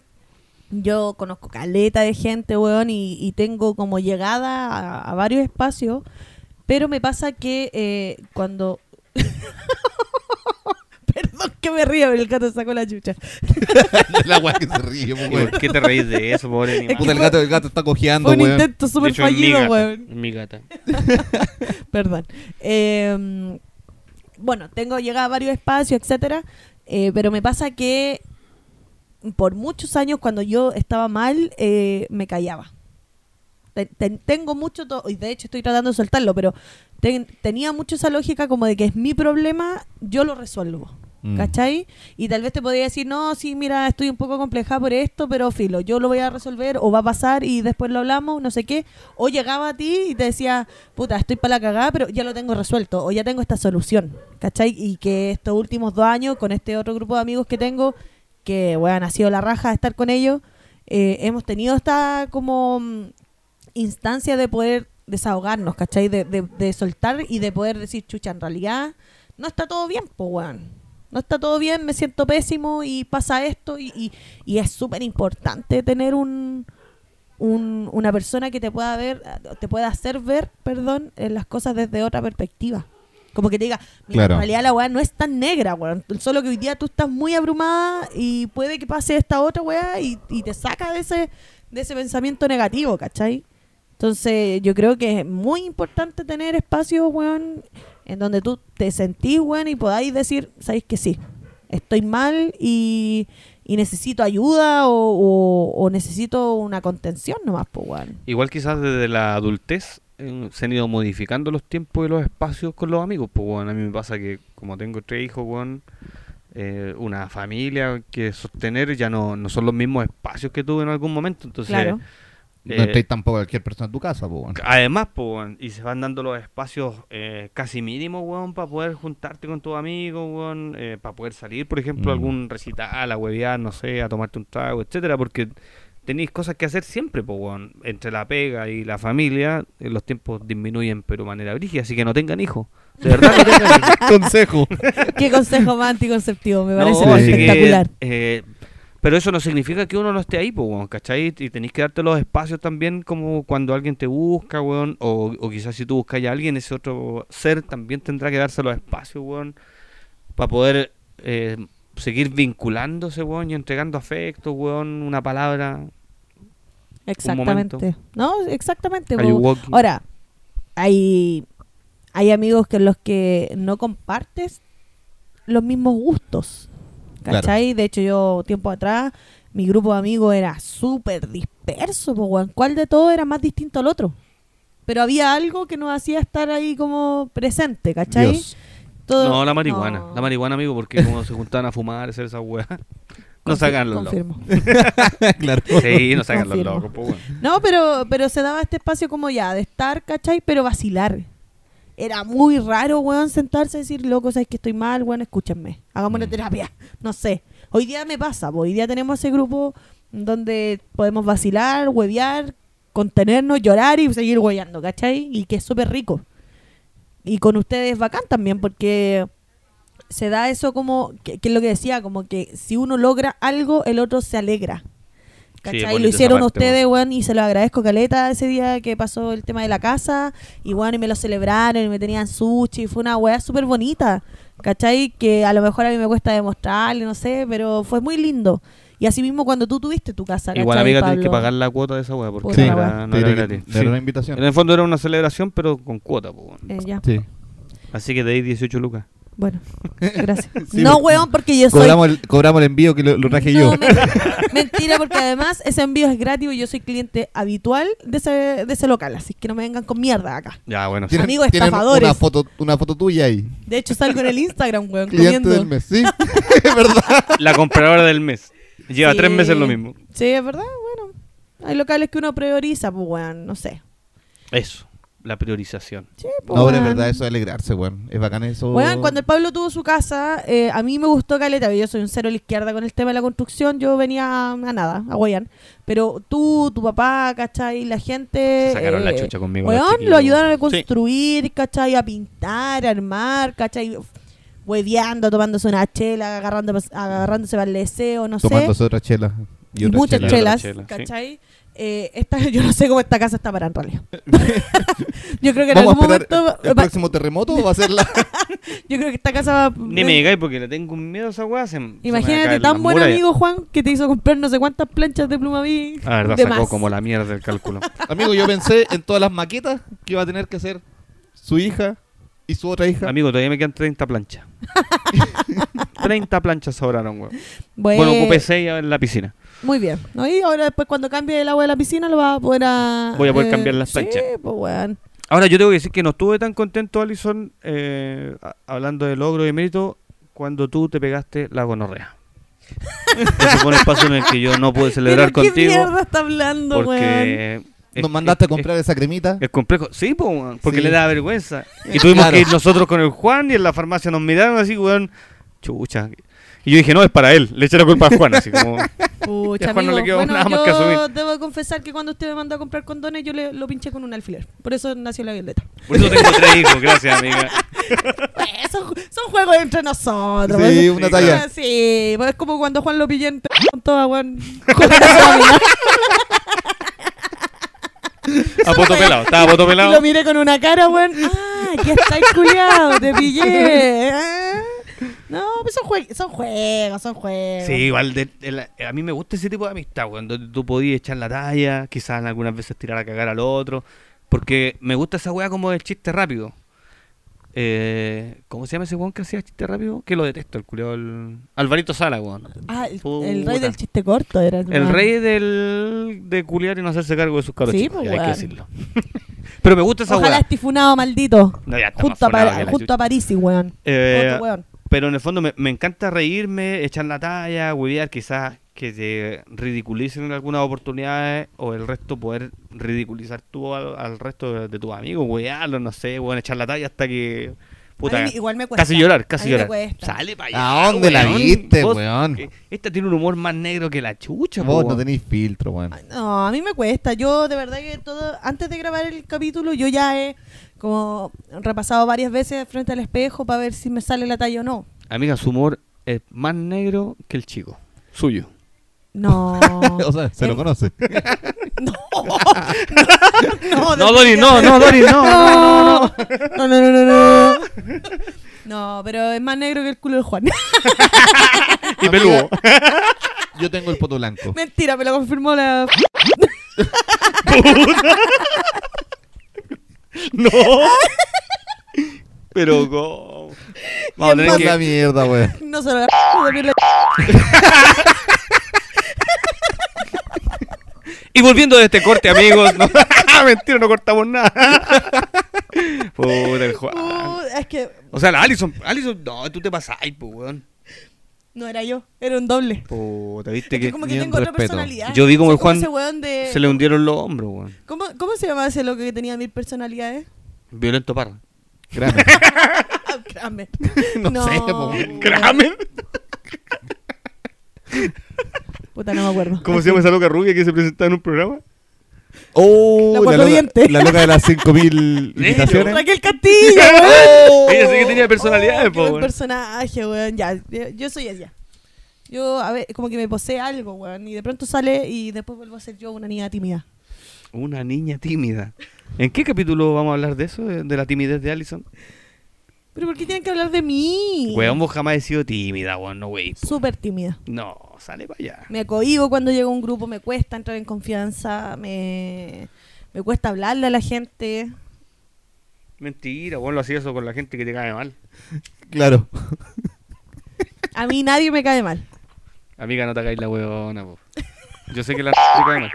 S1: yo conozco caleta de gente, weón, y, y tengo como llegada a, a varios espacios, pero me pasa que eh, cuando... Perdón que me río, pero el gato sacó la chucha.
S2: la wea que se ríe, pues,
S3: ¿Y
S2: weón.
S3: ¿Por qué te reís de eso, pobre animal?
S2: Puta, el gato, el gato está cojeando,
S1: Fue un
S2: weón.
S1: intento
S3: De
S1: súper
S3: hecho, es mi
S1: fallido,
S3: gata,
S1: weón.
S3: es Mi gata.
S1: Perdón. Eh, bueno, tengo llegado a varios espacios, etcétera, eh, pero me pasa que por muchos años cuando yo estaba mal eh, me callaba. Te- te- tengo mucho, to- y de hecho estoy tratando de soltarlo, pero ten- tenía mucho esa lógica como de que es mi problema, yo lo resuelvo.
S2: Mm.
S1: ¿Cachai? Y tal vez te podría decir, no, sí, mira, estoy un poco compleja por esto, pero filo, yo lo voy a resolver o va a pasar y después lo hablamos, no sé qué. O llegaba a ti y te decía, puta, estoy para la cagada, pero ya lo tengo resuelto o ya tengo esta solución, ¿cachai? Y que estos últimos dos años con este otro grupo de amigos que tengo, que, bueno, ha sido la raja de estar con ellos, eh, hemos tenido esta como mm, instancia de poder desahogarnos, ¿cachai? De, de- de soltar y de poder decir, chucha, en realidad no está todo bien, po, weón. No está todo bien, me siento pésimo y pasa esto y, y- y es súper importante tener un, un- una persona que te pueda ver, te pueda hacer ver, perdón, eh, las cosas desde otra perspectiva. Como que te diga, mira,
S2: Claro.
S1: en realidad la weá no es tan negra, weón. Solo que hoy día tú estás muy abrumada y puede que pase esta otra weá y, y te saca de ese, de ese pensamiento negativo, ¿cachai? Entonces, yo creo que es muy importante tener espacios, weón, en donde tú te sentís, weón, y podáis decir, sabéis que sí, estoy mal y, y necesito ayuda o, o- o necesito una contención nomás, pues, weón.
S3: Igual quizás desde la adultez eh, se han ido modificando los tiempos y los espacios con los amigos. Pues, weón. a mí me pasa que como tengo tres hijos, weón, eh, una familia que sostener ya no, no son los mismos espacios que tuve en algún momento. Entonces,
S1: Claro.
S2: No
S3: eh,
S2: entréis tampoco a cualquier persona en tu casa, pues, weón.
S3: Además, po, weón, y se van dando los espacios eh, casi mínimos, weón, para poder juntarte con tus amigos, weón, para poder salir, por ejemplo, a
S2: Mm.
S3: algún recital, a huevear, no sé, a tomarte un trago, etcétera, porque tenéis cosas que hacer siempre, po, weón. Entre la pega y la familia, eh, los tiempos disminuyen, pero de manera brígida, así que no tengan hijos. De verdad, no tengan hijos.
S2: Consejo.
S1: Qué consejo más anticonceptivo, me
S3: No,
S1: parece
S2: así que-
S1: espectacular.
S3: eh, pero eso no significa que uno no esté ahí, pues, weón, ¿cachai? Y tenéis que darte los espacios también, como cuando alguien te busca, weón, o, o quizás si tú buscas a alguien, ese otro ser también tendrá que darse los espacios, weón, para poder eh, seguir vinculándose, weón, y entregando afecto, weón, una palabra.
S1: Exactamente.
S3: momento.
S1: no, exactamente.
S3: Are you
S1: po.
S3: walking?
S1: Ahora, hay, hay amigos con los que no compartes los mismos gustos.
S2: Claro.
S1: ¿Cachai? De hecho, yo tiempo atrás, mi grupo de amigos era súper disperso. po, weón. ¿Cuál de todos era más distinto al otro? Pero había algo que nos hacía estar ahí como presente, ¿cachai?
S2: Dios.
S1: Todo-
S3: no, la marihuana,
S1: No.
S3: la marihuana, amigo, porque como se juntaban a fumar, hacer esa weá, no
S1: Confir-
S3: sacan los locos.
S1: confirmo.
S2: claro.
S3: Sí, no sacan los
S1: Confirmo.
S3: locos, pues, weón.
S1: No, pero, pero se daba este espacio como ya, de estar, ¿cachai? Pero vacilar. Era muy raro, weón, sentarse y decir, loco, sabes que estoy mal, weón, escúchenme. Hagamos una
S2: Mm.
S1: terapia. No sé. Hoy día me pasa, po. hoy día tenemos ese grupo donde podemos vacilar, huevear, contenernos, llorar y seguir hueveando, ¿cachai? Y que es súper rico. Y con ustedes bacán también, porque se da eso como, que, que es lo que decía, como que si uno logra algo, el otro se alegra.
S3: Sí, es
S1: ¿Cachai?
S3: bonito
S1: lo
S3: esa
S1: hicieron
S3: parte,
S1: ustedes, weón, y se lo agradezco, Caleta, ese día que pasó el tema de la casa, y bueno, y me lo celebraron, y me tenían sushi, fue una weá súper bonita, ¿cachai? Que a lo mejor a mí me cuesta demostrarle, no sé, pero fue muy lindo. Y así mismo cuando tú tuviste tu casa,
S3: Igual,
S1: ¿cachai,
S3: amiga, tienes que
S1: Pablo?
S3: pagar la cuota de esa weá, porque
S1: Puta la
S2: Sí,
S3: no
S1: weá.
S3: era- no
S2: te
S3: era
S2: diré que-
S3: gratis.
S2: te
S3: Sí.
S2: era una
S3: En
S2: invitación.
S3: el fondo era una celebración, pero con cuota, po, weón.
S1: Eh, ya.
S2: Sí.
S3: Así que de ahí 18 lucas.
S1: Bueno, gracias.
S2: Sí,
S1: no,
S2: porque-
S1: weón, porque yo soy.
S2: Cobramos, el, cobramos el envío que lo, lo traje
S1: No,
S2: yo.
S1: men- mentira, porque además ese envío es gratis y yo soy cliente habitual de ese, de ese local. Así que no me vengan con mierda acá.
S3: Ya, bueno.
S2: Tienen-
S1: amigos
S2: tienen
S1: estafadores.
S2: Una foto, una foto tuya ahí.
S1: De hecho, salgo en el Instagram, weón,
S2: Cliente
S1: comiendo.
S2: del mes, ¿sí? es verdad.
S3: La compradora del mes. Lleva
S1: Sí.
S3: tres meses lo mismo.
S1: Sí, es verdad, bueno. Hay locales que uno prioriza, pues, weón, no sé.
S3: Eso, la priorización.
S1: Sí, pues,
S2: No, pero es
S1: weón.
S2: verdad, eso es alegrarse, weón. Es bacán eso.
S1: Weón, cuando
S3: Oh.
S1: el Pablo tuvo su casa, eh, a mí me gustó Caleta, pero yo soy un cero a la izquierda con el tema de la construcción, yo venía a, a nada, a Guayán. Pero tú, tu papá, ¿cachai? La gente...
S3: Se sacaron la
S1: eh,
S3: chucha conmigo los
S1: Weón, lo
S3: chiquillos.
S1: ayudaron a
S3: Sí.
S1: construir, ¿cachai? A pintar, a armar, ¿cachai? Hueveando, tomándose una chela, agarrando, agarrándose para el deseo, no sé.
S2: Tomándose otra chela.
S1: y
S2: otra
S1: muchas
S2: chela.
S1: chelas,
S3: Y otra chela, sí.
S1: ¿cachai? Eh, esta, yo no sé cómo esta casa está para en realidad. yo creo que en
S2: ¿Vamos a
S1: algún
S2: esperar
S1: momento
S3: eh,
S2: el
S3: pues,
S1: va-
S2: próximo terremoto o va a ser la...?
S1: yo creo que esta casa va
S3: Ni me digáis porque le tengo un miedo a esa weá. se- se me va a
S1: Imagínate
S3: caer la
S1: tan buen
S3: muralla.
S1: amigo Juan que te hizo comprar no sé cuántas planchas de plumaví
S3: Ah, La verdad,
S1: de
S3: sacó
S1: más.
S3: como la mierda del cálculo.
S2: Amigo, yo pensé en todas las maquetas que iba a tener que hacer su hija y su otra hija.
S3: Amigo, todavía me quedan 30 planchas. 30 planchas sobraron, weón.
S1: Bueno,
S3: Bueno, ocupé 6 en la piscina.
S1: Muy bien. ¿no? Y ahora después cuando cambie el agua de la piscina lo vas a poder a, eh,
S3: Voy a poder cambiar las planchas.
S1: Sí, pues weón.
S3: Ahora, yo tengo que decir que no estuve tan contento, Alison, eh, a- hablando de logro y mérito, cuando tú te pegaste la gonorrea. Ese fue un espacio en el que yo no pude celebrar
S1: Pero ¿Qué
S3: contigo.
S1: mierda está hablando, weón?
S3: Porque es-
S2: Nos mandaste a
S3: es- es-
S2: comprar esa cremita.
S3: Es complejo. Sí, po, weón, porque
S2: Sí.
S3: le da vergüenza. Y tuvimos
S2: Claro.
S3: que ir nosotros con el Juan y en la farmacia nos miraron así, weón. Chucha. Y yo dije, no, es para él. Le eché la culpa a Juan, así como.
S1: Pucha,
S3: Y a Juan no
S1: amigo.
S3: le quedó
S1: bueno,
S3: nada más
S1: yo
S3: que asumir.
S1: debo confesar que cuando usted me mandó a comprar condones yo le, lo pinché con un alfiler. Por eso nació la violeta.
S3: Por eso tengo tres hijos, gracias, amiga.
S1: Pues, son, son juegos entre nosotros.
S2: Sí,
S1: pues.
S2: una
S3: Sí,
S2: talla.
S3: claro.
S1: Ah, Sí, pues es como cuando Juan lo pillé en p- con toda, weón. con la sábila.
S3: A poto pelado, estaba a poto
S1: Y lo
S3: pelado.
S1: miré con una cara, weón. Ah, aquí está el culiado, te pillé. Ah. No, pues son, jue- son juegos, son juegos.
S3: Sí, igual. de- de la- a mí me gusta ese tipo de amistad, weón. Donde tú podías echar la talla, quizás algunas veces tirar a cagar al otro. Porque me gusta esa weá como del chiste rápido. Eh, ¿Cómo se llama ese weón que hacía chiste rápido? Que lo detesto, el culiao. el- Alvarito Sala, weón.
S1: Ah, el,
S3: Puta.
S1: el rey del chiste corto era.
S3: El rey del, de culiar y no hacerse cargo de sus caros
S1: Sí,
S3: chicos,
S1: pues,
S3: ya hay que
S1: weón.
S3: decirlo. Pero me gusta esa
S1: Ojalá
S3: weá.
S1: estifunado, maldito.
S3: No, ya está más
S1: Junto a,
S3: funado
S1: Par-
S3: que la
S1: junto a París, weón.
S3: Eh,
S1: Otro weón.
S3: Pero en el fondo me, me encanta reírme, echar la talla, huevear, quizás que te ridiculicen en algunas oportunidades o el resto poder ridiculizar tú al, al resto de, de tus amigos, huevearlo, no sé, weón, echar la talla hasta que...
S1: A
S3: Puta,
S1: mí igual me cuesta.
S3: casi llorar,
S1: A
S3: casi
S1: mí me
S3: llorar.
S1: cuesta.
S3: Sale para allá.
S2: ¿A dónde la
S3: weón.
S2: viste,
S3: Vos-
S2: weón?
S3: eh, Esta tiene un humor más negro que la chucha, po,
S2: Vos no
S3: weón.
S2: tenéis filtro, weón.
S1: Ay, No, a mí me cuesta. Yo, de verdad que todo, antes de grabar el capítulo, yo ya he como repasado varias veces frente al espejo para ver si me sale la talla o no.
S3: Amiga, su humor es más negro que el chico. Suyo.
S1: No.
S2: o sea, se lo
S1: Eh,
S2: conoce.
S1: No. No,
S3: No, Doris, no, no, Doris, no.
S1: no, no, no, no, no, no, no, no. No, pero es más negro que el culo del Juan.
S3: Y peludo.
S2: Yo tengo el poto blanco.
S1: Mentira, me lo confirmó la.
S3: No. Pero ¿cómo? Vamos a
S1: el
S3: tener
S2: Por la
S3: que...
S2: mierda, weón.
S1: No solo la. también la-
S3: Y volviendo de este corte, amigos. no- Mentira, no cortamos nada. Puta el Juan.
S1: Uh, es que
S3: O sea, la Alison, Alison, no, tú te pasás, po, weón.
S1: no era yo, era un doble.
S3: Puta, viste
S1: Es que
S3: que
S1: como que
S2: ni un
S1: tengo otra
S2: respeto.
S1: personalidad.
S3: Yo vi como
S1: Soy
S3: el Juan
S1: ese weón de-
S3: se le hundieron los hombros, weón.
S1: ¿Cómo, ¿Cómo se llamaba ese loco que tenía mil personalidades?
S3: Violento Parra.
S2: Grande.
S1: Ah, Kramer.
S2: No sé, po.
S1: weón.
S3: Kramer.
S1: Puta, no me acuerdo.
S3: ¿Cómo se llama esa loca rubia que se presentaba en un programa?
S2: Oh,
S1: La
S2: la,
S1: cuatro
S2: loca,
S1: dientes.
S2: la loca de las 5000
S3: Negro.
S2: invitaciones.
S1: Raquel Castillo,
S3: Ella sí que tenía personalidades, po,
S1: Un
S3: weón.
S1: personaje, weón. Ya, yo, yo soy ella. Yo, a ver, como que me posee algo, weón. Y de pronto sale y después vuelvo a ser yo una niña tímida.
S3: Una niña tímida. ¿En qué capítulo vamos a hablar de eso? ¿De, de la timidez de Allison?
S1: Pero ¿por qué tienen que hablar de mí?
S3: Weón, vos jamás he sido tímida, weón, no, wey.
S1: Súper tímida.
S3: No, sale para allá.
S1: Me cohibo cuando llego a un grupo, me cuesta entrar en confianza, me, me cuesta hablarle a la gente.
S3: Mentira, weón, lo hacía eso con la gente que te cae mal.
S2: Claro.
S1: A mí nadie me cae mal.
S3: Amiga, no te hagáis la huevona, po. Yo sé que la te cae mal.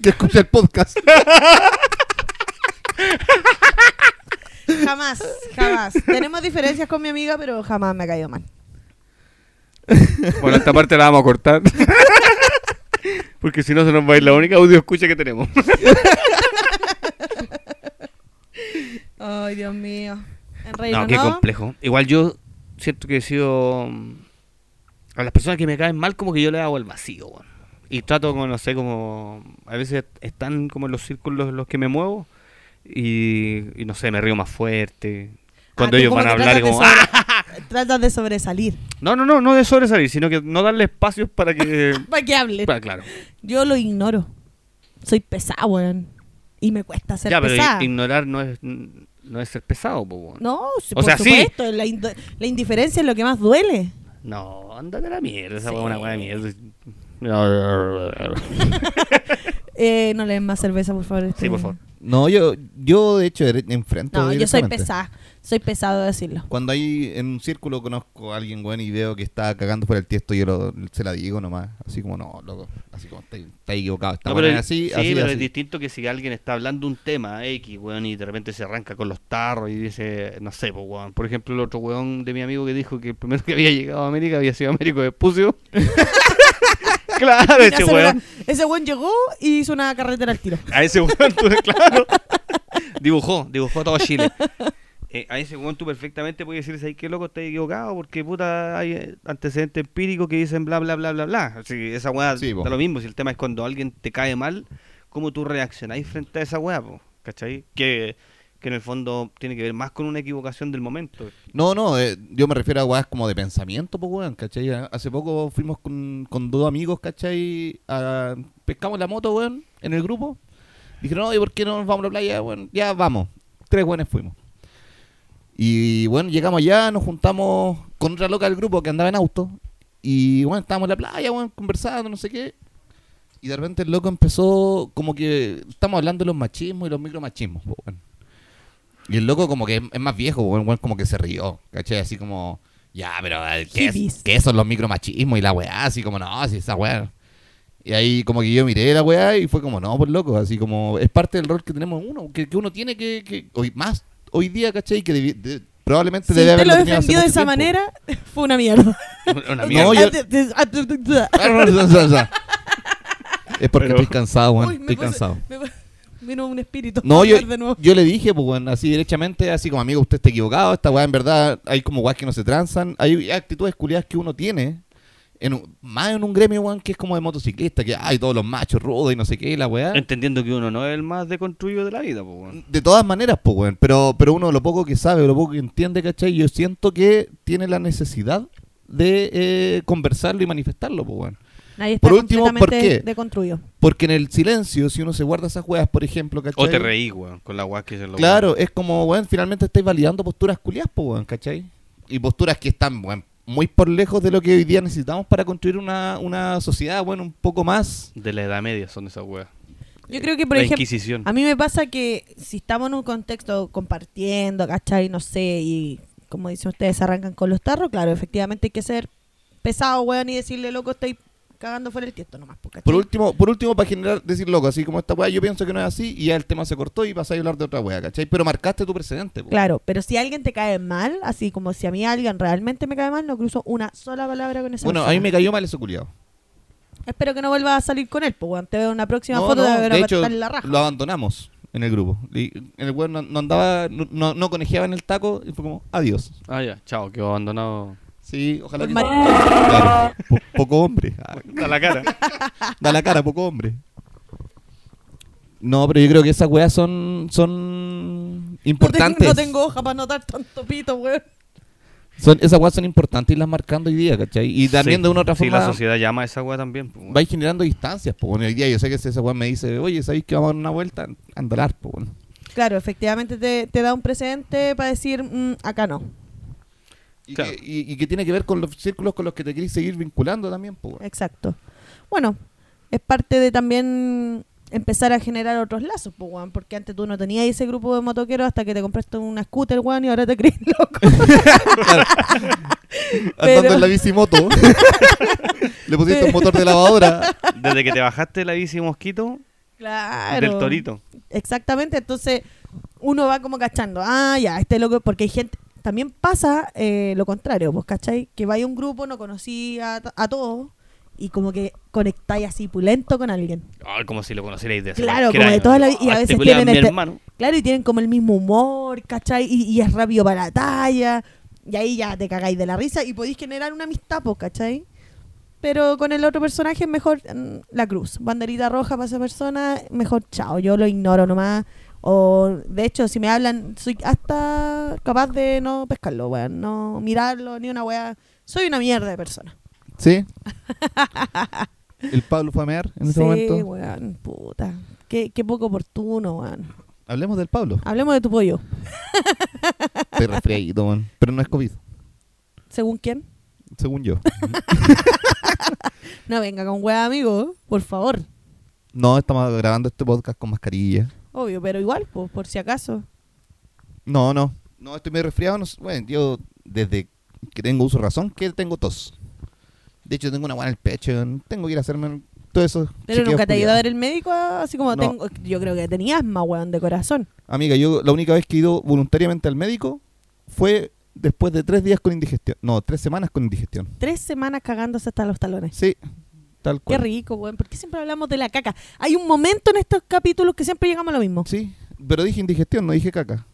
S2: que escucha el podcast.
S1: Jamás, jamás. Tenemos diferencias con mi amiga, pero jamás me ha caído mal.
S3: Bueno, esta parte la vamos a cortar. Porque si no, se nos va a ir la única audio escucha que tenemos.
S1: Ay, Dios mío. En
S3: No,
S1: reino,
S3: qué
S1: ¿no?
S3: complejo. Igual yo siento que he sido. mm, A las personas que me caen mal, como que yo le hago el vacío, weón. Y trato con, no sé, como. A veces están como en los círculos en los que me muevo. Y, y no sé, me río más fuerte. Cuando
S1: Ah, tú
S3: ellos
S1: como
S3: van a
S1: que
S3: hablar,
S1: tratas
S3: como.
S1: de
S3: ¡Ah!
S1: sobre- Tratas de sobresalir.
S3: No, no, no, no de sobresalir, sino que no darle espacios para que.
S1: ¿Para qué hable?
S3: Bueno, claro.
S1: Yo lo ignoro. Soy pesada, weón. Y me cuesta ser
S3: Ya, pero i-
S1: pesada.
S3: ignorar no es, no es ser pesado, po, weón.
S1: No, sí,
S3: O
S1: por
S3: sea, sí.
S1: supuesto. La, ind- la indiferencia es lo que más duele.
S3: No, ándate a la mierda, esa
S1: Sí.
S3: weá es una weá de mierda.
S1: Eh, no le den más cerveza, por favor. este,
S3: Sí, por favor.
S2: No, yo, yo de hecho er- enfrento.
S1: No, yo soy
S2: directamente.
S1: pesada. Soy pesado de decirlo.
S2: Cuando hay en un círculo conozco a alguien, weón, y veo que está cagando por el tiesto, yo lo- se la digo nomás. Así como, no, loco. Así como, está, está equivocado. Está
S3: No,
S2: bueno,
S3: pero,
S2: es así,
S3: sí,
S2: así,
S3: pero
S2: así.
S3: es distinto que si alguien está hablando un tema X, weón, y de repente se arranca con los tarros y dice, no sé, pues, weón. Por ejemplo, el otro weón de mi amigo que dijo que el primero que había llegado a América había sido Américo Vespucio. claro,
S1: Mira,
S3: ese
S1: se lo
S3: weón.
S1: da- Ese weón llegó y hizo una carretera al tiro.
S3: A ese weón, tú, claro. dibujó, dibujó todo Chile. Eh, a ese weón tú perfectamente puedes decir, ¿sabes qué loco? Estás equivocado porque puta hay eh, antecedentes empíricos que dicen bla, bla, bla, bla, bla. Así, esa weá
S2: Sí, po.
S3: da lo mismo. Si el tema es cuando alguien te cae mal, ¿cómo tú reaccionáis frente a esa weá? po? ¿Cachai? Que, que en el fondo tiene que ver más con una equivocación del momento.
S2: No, no, eh, yo me refiero a weas como de pensamiento, pues weón, ¿cachai? Hace poco fuimos con, con dos amigos, ¿cachai? A- pescamos la moto, weón, en el grupo. Dijeron, no, ¿y por qué no nos vamos a la playa, weón? Ya vamos. Tres weones fuimos. Y bueno, llegamos allá, nos juntamos con otra loca del grupo que andaba en auto. Y bueno, estábamos en la playa, weón, conversando, no sé qué. Y de repente el loco empezó como que estamos hablando de los machismos y los micromachismos, po, weón. Y el loco como que es, es más viejo, weón, weón, como que se rió, ¿cachai? Así como, ya, pero eh, ¿qué, es,
S1: Hippies.
S2: ¿qué son los micromachismos y la weá? Así como, no, si esa weá. Y ahí como que yo miré la weá y fue como, no, pues loco, así como es parte del rol que tenemos uno, que, que uno tiene que, que hoy, más hoy día, ¿cachai? Que debi- de- probablemente
S1: Si
S2: debe
S1: usted
S2: haberlo
S1: lo
S2: tenido hace
S1: defendió de
S2: mucho
S1: esa
S2: tiempo.
S1: manera, fue una mierda.
S3: Una
S2: No,
S3: mierda.
S2: yo- es porque
S3: Pero-
S2: estoy cansado, weón,
S1: Uy, me
S2: estoy
S1: puse-
S2: cansado.
S1: me pu- vino un espíritu.
S2: No, yo,
S1: de nuevo.
S2: yo le dije, pues, weón, así derechamente, así como amigo, usted está equivocado, esta weá en verdad, hay como weas que no se transan, hay actitudes culiadas que uno tiene, en un- más en un gremio, weón, que es como de motociclista, que hay todos los machos rudos y no sé qué, la weá.
S3: Entendiendo que uno no es el más deconstruido de la vida, po, weón.
S2: De todas maneras, pues, weón. Pero, pero uno lo poco que sabe, lo poco que entiende, ¿cachai? Yo siento que tiene la necesidad de eh, conversarlo y manifestarlo, pues, weón.
S1: Nadie está
S2: Por último, ¿por
S1: completamente
S2: qué?
S1: deconstruido.
S2: Porque en el silencio, si uno se guarda esas weas, por ejemplo, ¿cachai?
S3: O te reí, weón, con la weá que se lo
S2: Claro, es como, weón, finalmente estáis validando posturas culiadas, pues, weón, ¿cachai? Y posturas que están, weón, muy por lejos de lo que hoy día necesitamos para construir una, una sociedad, weón, un poco más.
S3: De la edad media son esas weas.
S1: Yo creo que, por
S3: la
S1: ejemplo,
S3: Inquisición.
S1: a mí me pasa que si estamos en un contexto compartiendo, ¿cachai? No sé, y como dicen ustedes, se arrancan con los tarros, claro, efectivamente hay que ser pesado, weón, y decirle, loco, estoy cagando fuera el tiesto nomás, po, ¿cachai?
S2: Por último, por último para generar, decir loco, así como esta wea, yo pienso que no es así, y ya el tema se cortó y pasáis a hablar de otra wea, ¿cachai? Pero marcaste tu precedente, pues.
S1: Claro, pero si alguien te cae mal, así como si a mí alguien realmente me cae mal, no cruzo una sola palabra con esa
S2: Bueno, a
S1: persona.
S2: mí me cayó mal ese culiado.
S1: Espero que no vuelva a salir con él, pues, weón. Te veo en una próxima
S2: No,
S1: foto
S2: no,
S1: de ver
S2: de hecho,
S1: a la raja.
S2: lo abandonamos en el grupo. Y el weón no, no andaba, no- no, no conejeaba en el taco y fue como, adiós.
S3: Ah, ya, chao, quedó abandonado.
S2: Sí, ojalá
S1: Por
S2: que...
S1: mar-
S2: Claro, po- poco hombre. Ah,
S3: Da la cara.
S2: Da la cara, poco hombre. No, pero yo creo que esas weas son, son
S1: No tengo-
S2: importantes.
S1: No tengo hoja para anotar tanto pito, weón.
S2: Son, esas weas son importantes y las marcando hoy día, ¿cachai? Y también
S3: Sí,
S2: de una u otra
S3: sí,
S2: forma
S3: la sociedad llama a esa weá también.
S4: pues,
S3: po, weón.
S2: vais generando distancias. Pues bueno, hoy día yo sé que si esa wea me dice, oye, ¿sabéis que vamos a dar una vuelta? Andalar, pues bueno.
S1: Claro, efectivamente te, te da un precedente para decir, mm, acá no.
S2: Y,
S3: Claro.
S2: que, y- y que tiene que ver con los círculos con los que te querés seguir vinculando también, pues bueno.
S1: Exacto. Bueno, es parte de también empezar a generar otros lazos, pues, weón, porque antes tú no tenías ese grupo de motoqueros hasta que te compraste una scooter, weón, y ahora te crees loco.
S2: Andando
S1: Pero-
S2: en la bicimoto. Le pusiste un motor de lavadora.
S4: Desde que te bajaste de la bici mosquito
S1: claro.
S4: del torito.
S1: Exactamente, entonces uno va como cachando, ah, ya, este loco, porque hay gente, también pasa eh, lo contrario, pues, ¿cachai? Que vaya a un grupo, no conocí a, t- a todos y como que conectáis así pulento con alguien.
S4: Ay, como si lo conocierais de hace
S1: Claro,
S4: que
S1: como
S4: era-
S1: de toda la vida, y a
S4: Ah, este
S1: veces
S4: culiao es
S1: tienen
S4: mi
S1: este-
S4: hermano.
S1: Claro, y tienen como el mismo humor, ¿cachai? Y, y es rápido para la talla, y ahí ya te cagáis de la risa y podéis generar una amistad, pues, ¿cachai? Pero con el otro personaje es mejor mm, la cruz. Banderita roja para esa persona, mejor chao. Yo lo ignoro nomás. O, de hecho, si me hablan, soy hasta capaz de no pescarlo, weón. No mirarlo, ni una weá. Soy una mierda de persona.
S2: ¿Sí? El Pablo fue a mear en ese
S1: sí,
S2: momento.
S1: weón, puta. Qué, qué poco oportuno, weón.
S2: Hablemos del Pablo.
S1: Hablemos de tu pollo.
S2: Estoy resfriadito, man. Pero no es COVID,
S1: ¿Según quién?
S2: según yo.
S1: No venga con weá, amigo, por favor.
S2: No, estamos grabando este podcast con mascarilla.
S1: Obvio, pero igual, pues, por si acaso.
S2: No, no. No, estoy medio resfriado. No, sé. bueno, yo desde que tengo uso de razón que tengo tos. De hecho, tengo una buena en el pecho. Tengo que ir a hacerme todo eso.
S1: Pero
S2: chequeos
S1: nunca te ha ido a
S2: culiados.
S1: ver el médico, ah, así como
S2: No.
S1: tengo. Yo creo que tenía asma, weón, de corazón.
S2: Amiga, yo la única vez que he ido voluntariamente al médico fue después de tres días con indigestión. No, tres semanas con indigestión.
S1: Tres semanas cagándose hasta los talones.
S2: Sí, tal
S1: Qué
S2: cual.
S1: rico, weón. ¿Por qué siempre hablamos de la caca? Hay un momento en estos capítulos que siempre llegamos a lo mismo.
S2: Sí, pero dije indigestión, no dije caca.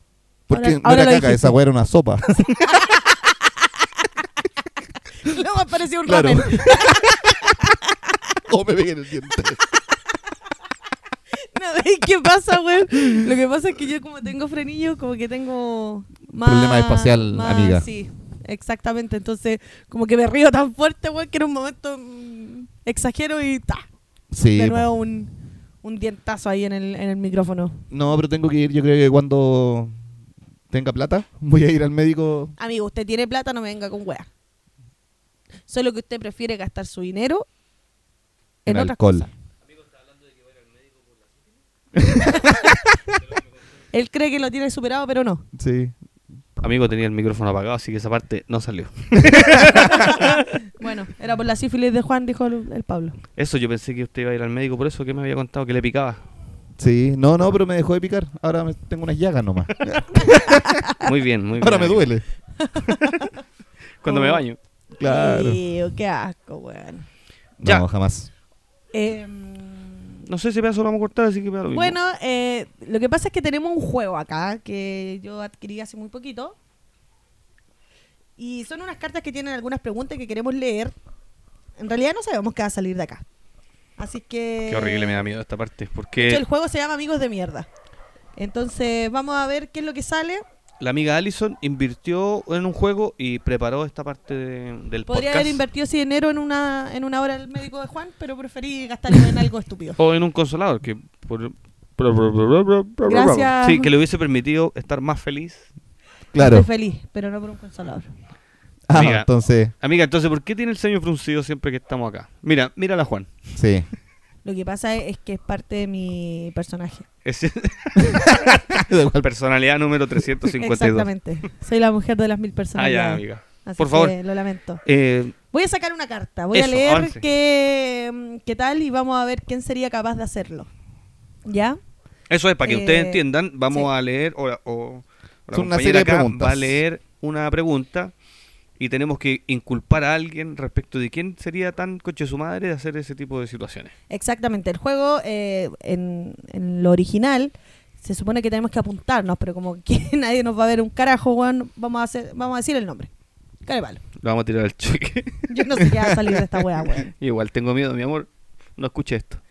S2: Porque
S1: Ahora-
S2: no
S1: ahora
S2: era
S1: lo
S2: caca,
S1: dijiste.
S2: esa weá era una sopa.
S1: Luego apareció un
S2: Claro.
S1: ramen.
S2: o me pegué en el diente.
S1: No, ¿veis qué pasa, weón? Lo que pasa es que yo como tengo frenillo, como que tengo más...
S2: Problema espacial,
S1: más-
S2: amiga.
S1: Sí, exactamente. Entonces, como que me río tan fuerte, weón, que en un momento mm, exagero y ta.
S2: Sí.
S1: de
S2: po.
S1: nuevo un, un dientazo ahí en el, en el micrófono.
S2: No, pero tengo que ir, yo creo que cuando tenga plata, voy a ir al médico.
S1: Amigo, usted tiene plata, no me venga con wea. Solo que usted prefiere gastar su dinero en,
S2: En
S1: otras
S2: alcohol.
S1: cosas. Él cree que lo tiene superado, pero no.
S2: Sí.
S4: Amigo tenía el micrófono apagado, así que esa parte no salió.
S1: Bueno, era por la sífilis de Juan, dijo el, el Pablo.
S4: Eso yo pensé que usted iba a ir al médico, por eso que me había contado que le picaba.
S2: Sí, no, no, pero me dejó de picar. Ahora me- tengo unas llagas nomás.
S4: Muy bien, muy bien.
S2: Ahora me
S4: amigo.
S2: duele.
S4: Cuando
S1: Oh.
S4: me baño.
S2: Claro.
S1: Tío, oh, qué asco, weón.
S4: Ya.
S2: No, jamás.
S1: Em,
S4: No sé si pedazo lo vamos a cortar, así que me da lo mismo.
S1: Bueno, eh, lo que pasa es que tenemos un juego acá que yo adquirí hace muy poquito. Y son unas cartas que tienen algunas preguntas que queremos leer. En realidad no sabemos qué va a salir de acá. Así que...
S4: Qué horrible me da miedo esta parte,
S1: De hecho,
S4: porque
S1: El juego se llama Amigos de Mierda. Entonces vamos a ver qué es lo que sale.
S4: la amiga Allison invirtió en un juego y preparó esta parte de- del
S1: Podría
S4: podcast.
S1: haber invertido ese dinero en una, en una hora del médico de Juan, pero preferí gastarlo en algo estúpido.
S4: O en un consolador, que... por-
S1: Gracias.
S4: Sí, que le hubiese permitido estar más feliz.
S2: Claro.
S1: Estoy feliz, pero no por un consolador.
S2: Ah,
S4: Amiga.
S2: entonces,
S4: Amiga, entonces, ¿por qué tiene el ceño fruncido siempre que estamos acá? Mira, mírala, Juan.
S2: sí.
S1: Lo que pasa es que es parte de mi personaje.
S4: Es personalidad número 352.
S1: Exactamente. Soy la mujer de las mil
S4: Ah, ya,
S1: personalidades.
S4: amiga.
S1: Así
S4: Por favor.
S1: que Lo lamento.
S4: Eh,
S1: Voy a sacar una carta. Voy a
S4: Eso,
S1: leer
S4: avance.
S1: qué, mm, qué tal y vamos a ver quién sería capaz de hacerlo. ¿Ya?
S4: eso es, para que
S1: Eh,
S4: ustedes entiendan, vamos
S1: sí.
S4: a leer, o, la- o- o la
S2: Son una
S4: compañera
S2: serie de
S4: acá
S2: preguntas.
S4: va a leer una pregunta y tenemos que inculpar a alguien respecto de quién sería tan coche su madre de hacer ese tipo de situaciones.
S1: Exactamente. El juego, eh, en, en lo original, se supone que tenemos que apuntarnos, pero como que nadie nos va a ver un carajo, weón, vamos a, hacer, vamos a decir el nombre. Cara de palo.
S4: Lo vamos a tirar al choque.
S1: Yo no sé qué va a salir de esta weá, weón.
S4: Igual tengo miedo, mi amor. No escuche esto.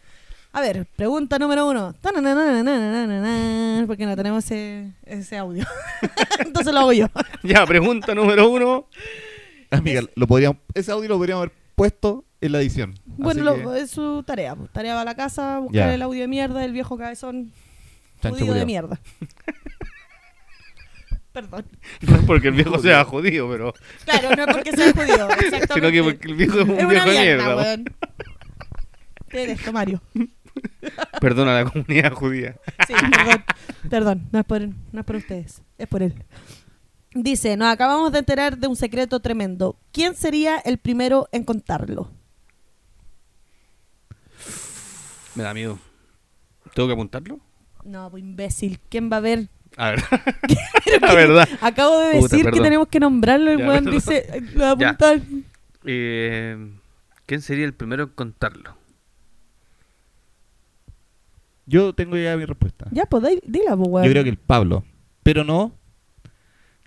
S1: A ver, pregunta número uno. Tanananananananana, Porque no tenemos ese, ese audio. Entonces lo hago yo.
S4: Ya, pregunta número uno.
S2: Amiga, lo podríamos, ese audio lo podríamos haber puesto en la edición.
S1: Bueno,
S2: Así
S1: lo-
S2: que-
S1: es su tarea. pues. Tarea va a la casa, buscar
S2: Ya.
S1: el audio de mierda del viejo cabezón
S2: Chancho
S1: judío de
S2: culiao.
S1: mierda. Perdón.
S4: No es porque el viejo sea judío, pero.
S1: Claro, no es porque sea judío, exactamente.
S4: Sino que porque el viejo es un
S1: es una
S4: viejo de
S1: mierda,
S4: mierda.
S1: weón. Te detesto, Mario.
S4: Perdona a la comunidad judía.
S1: Sí, perdón. Perdón, no es, por, no es por ustedes, es por él. Dice, nos acabamos de enterar de un secreto tremendo. ¿Quién sería el primero en contarlo?
S4: Me da miedo. ¿Tengo que apuntarlo?
S1: No, pues, imbécil, ¿quién va a ver?
S4: A ver. la verdad.
S1: Acabo de
S4: Puta,
S1: decir que
S4: perdón.
S1: tenemos que nombrarlo. El
S4: Ya,
S1: weón
S4: perdón.
S1: dice, "Ay, lo voy a
S3: Ya.
S1: apuntar".
S3: Eh, ¿Quién sería el primero en contarlo?
S2: Yo tengo ya mi respuesta.
S1: Ya, pues, dai- dila, pues, weón.
S2: Yo creo que el Pablo. Pero no.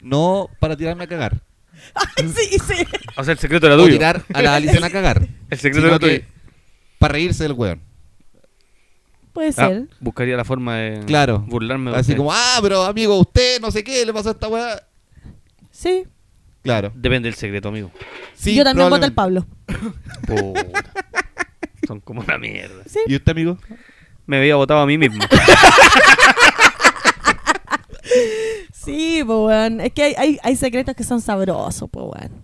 S2: No para tirarme a cagar.
S1: Ay, sí, sí.
S4: O sea, el secreto era
S2: o
S4: tuyo.
S2: tirar a la Alison a cagar.
S4: El secreto
S2: Sino
S4: era tuyo.
S2: que Para reírse del weón.
S1: Puede
S4: Ah,
S1: ser.
S4: buscaría la forma de
S2: Claro.
S4: Mm. burlarme de
S2: Así
S4: usted.
S2: como, ah, pero amigo, usted no sé qué, le pasó a esta weá.
S1: Sí.
S2: Claro.
S4: Depende del secreto, amigo.
S2: Sí,
S1: Yo también voto al
S2: probablemente.
S1: Pablo.
S4: Puta. Son como una mierda.
S1: Sí.
S2: ¿Y usted, amigo?
S4: Me había votado a mí mismo.
S1: Sí, pues, weón. Es que hay, hay, hay secretos que son sabrosos, pues, weón.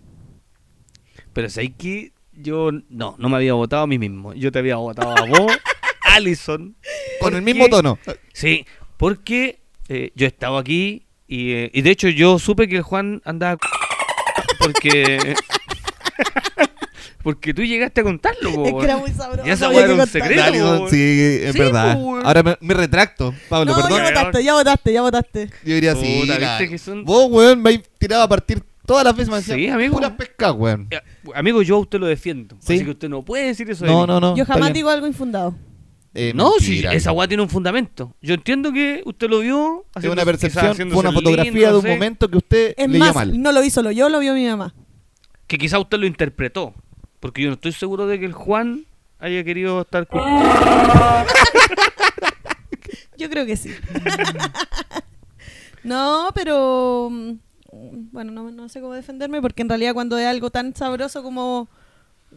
S4: Pero sé que yo no, no me había votado a mí mismo. Yo te había votado a vos, Allison.
S2: Con el
S4: Porque-
S2: mismo tono.
S4: Sí, porque eh, yo he estado aquí y, eh, y de hecho yo supe que el Juan andaba c- porque porque tú llegaste a contarlo. po,
S1: Es que era
S4: weón.
S1: muy sabroso.
S4: Y esa
S1: había
S4: weá
S1: que
S4: era un
S1: contar.
S4: secreto.
S2: Dale, don,
S4: weón.
S2: sí, es
S4: Sí,
S2: verdad.
S4: po, weón.
S2: Ahora me, me retracto, Pablo,
S1: pues, No,
S2: perdón.
S1: ya votaste, ya votaste, ya votaste.
S2: Yo diría así.
S4: Puta,
S2: la-
S4: ¿viste que son-
S2: Vos, weón, me has tirado a partir todas las veces. Me decía,
S4: Sí, amigo.
S2: Pura pesca, weón.
S4: Eh, Amigo, yo a usted lo defiendo.
S2: Sí.
S4: Así que usted no puede decir eso. de
S2: No,
S4: mí.
S2: no, no.
S1: Yo
S2: está
S1: jamás
S2: bien.
S1: digo algo infundado.
S2: Eh,
S4: No, si
S2: mentira.
S4: esa weá tiene un fundamento. Yo entiendo que usted lo vio.
S2: Es
S4: haciendo-
S2: una
S4: quizás
S2: percepción, fue
S4: haciéndose
S2: una
S4: el
S2: fotografía
S4: lindo,
S2: de
S4: no
S2: un
S4: sé,
S2: momento que
S4: Eh,
S2: usted
S1: Es
S2: leyó
S1: más,
S2: mal.
S1: no lo hizo lo yo, lo vio mi mamá.
S4: Que quizás usted lo interpretó. Porque yo no estoy seguro de que el Juan haya querido estar con.
S1: Eh, Yo creo que sí. no, pero. mm, Bueno, no, no sé cómo defenderme porque en realidad cuando es algo tan sabroso como,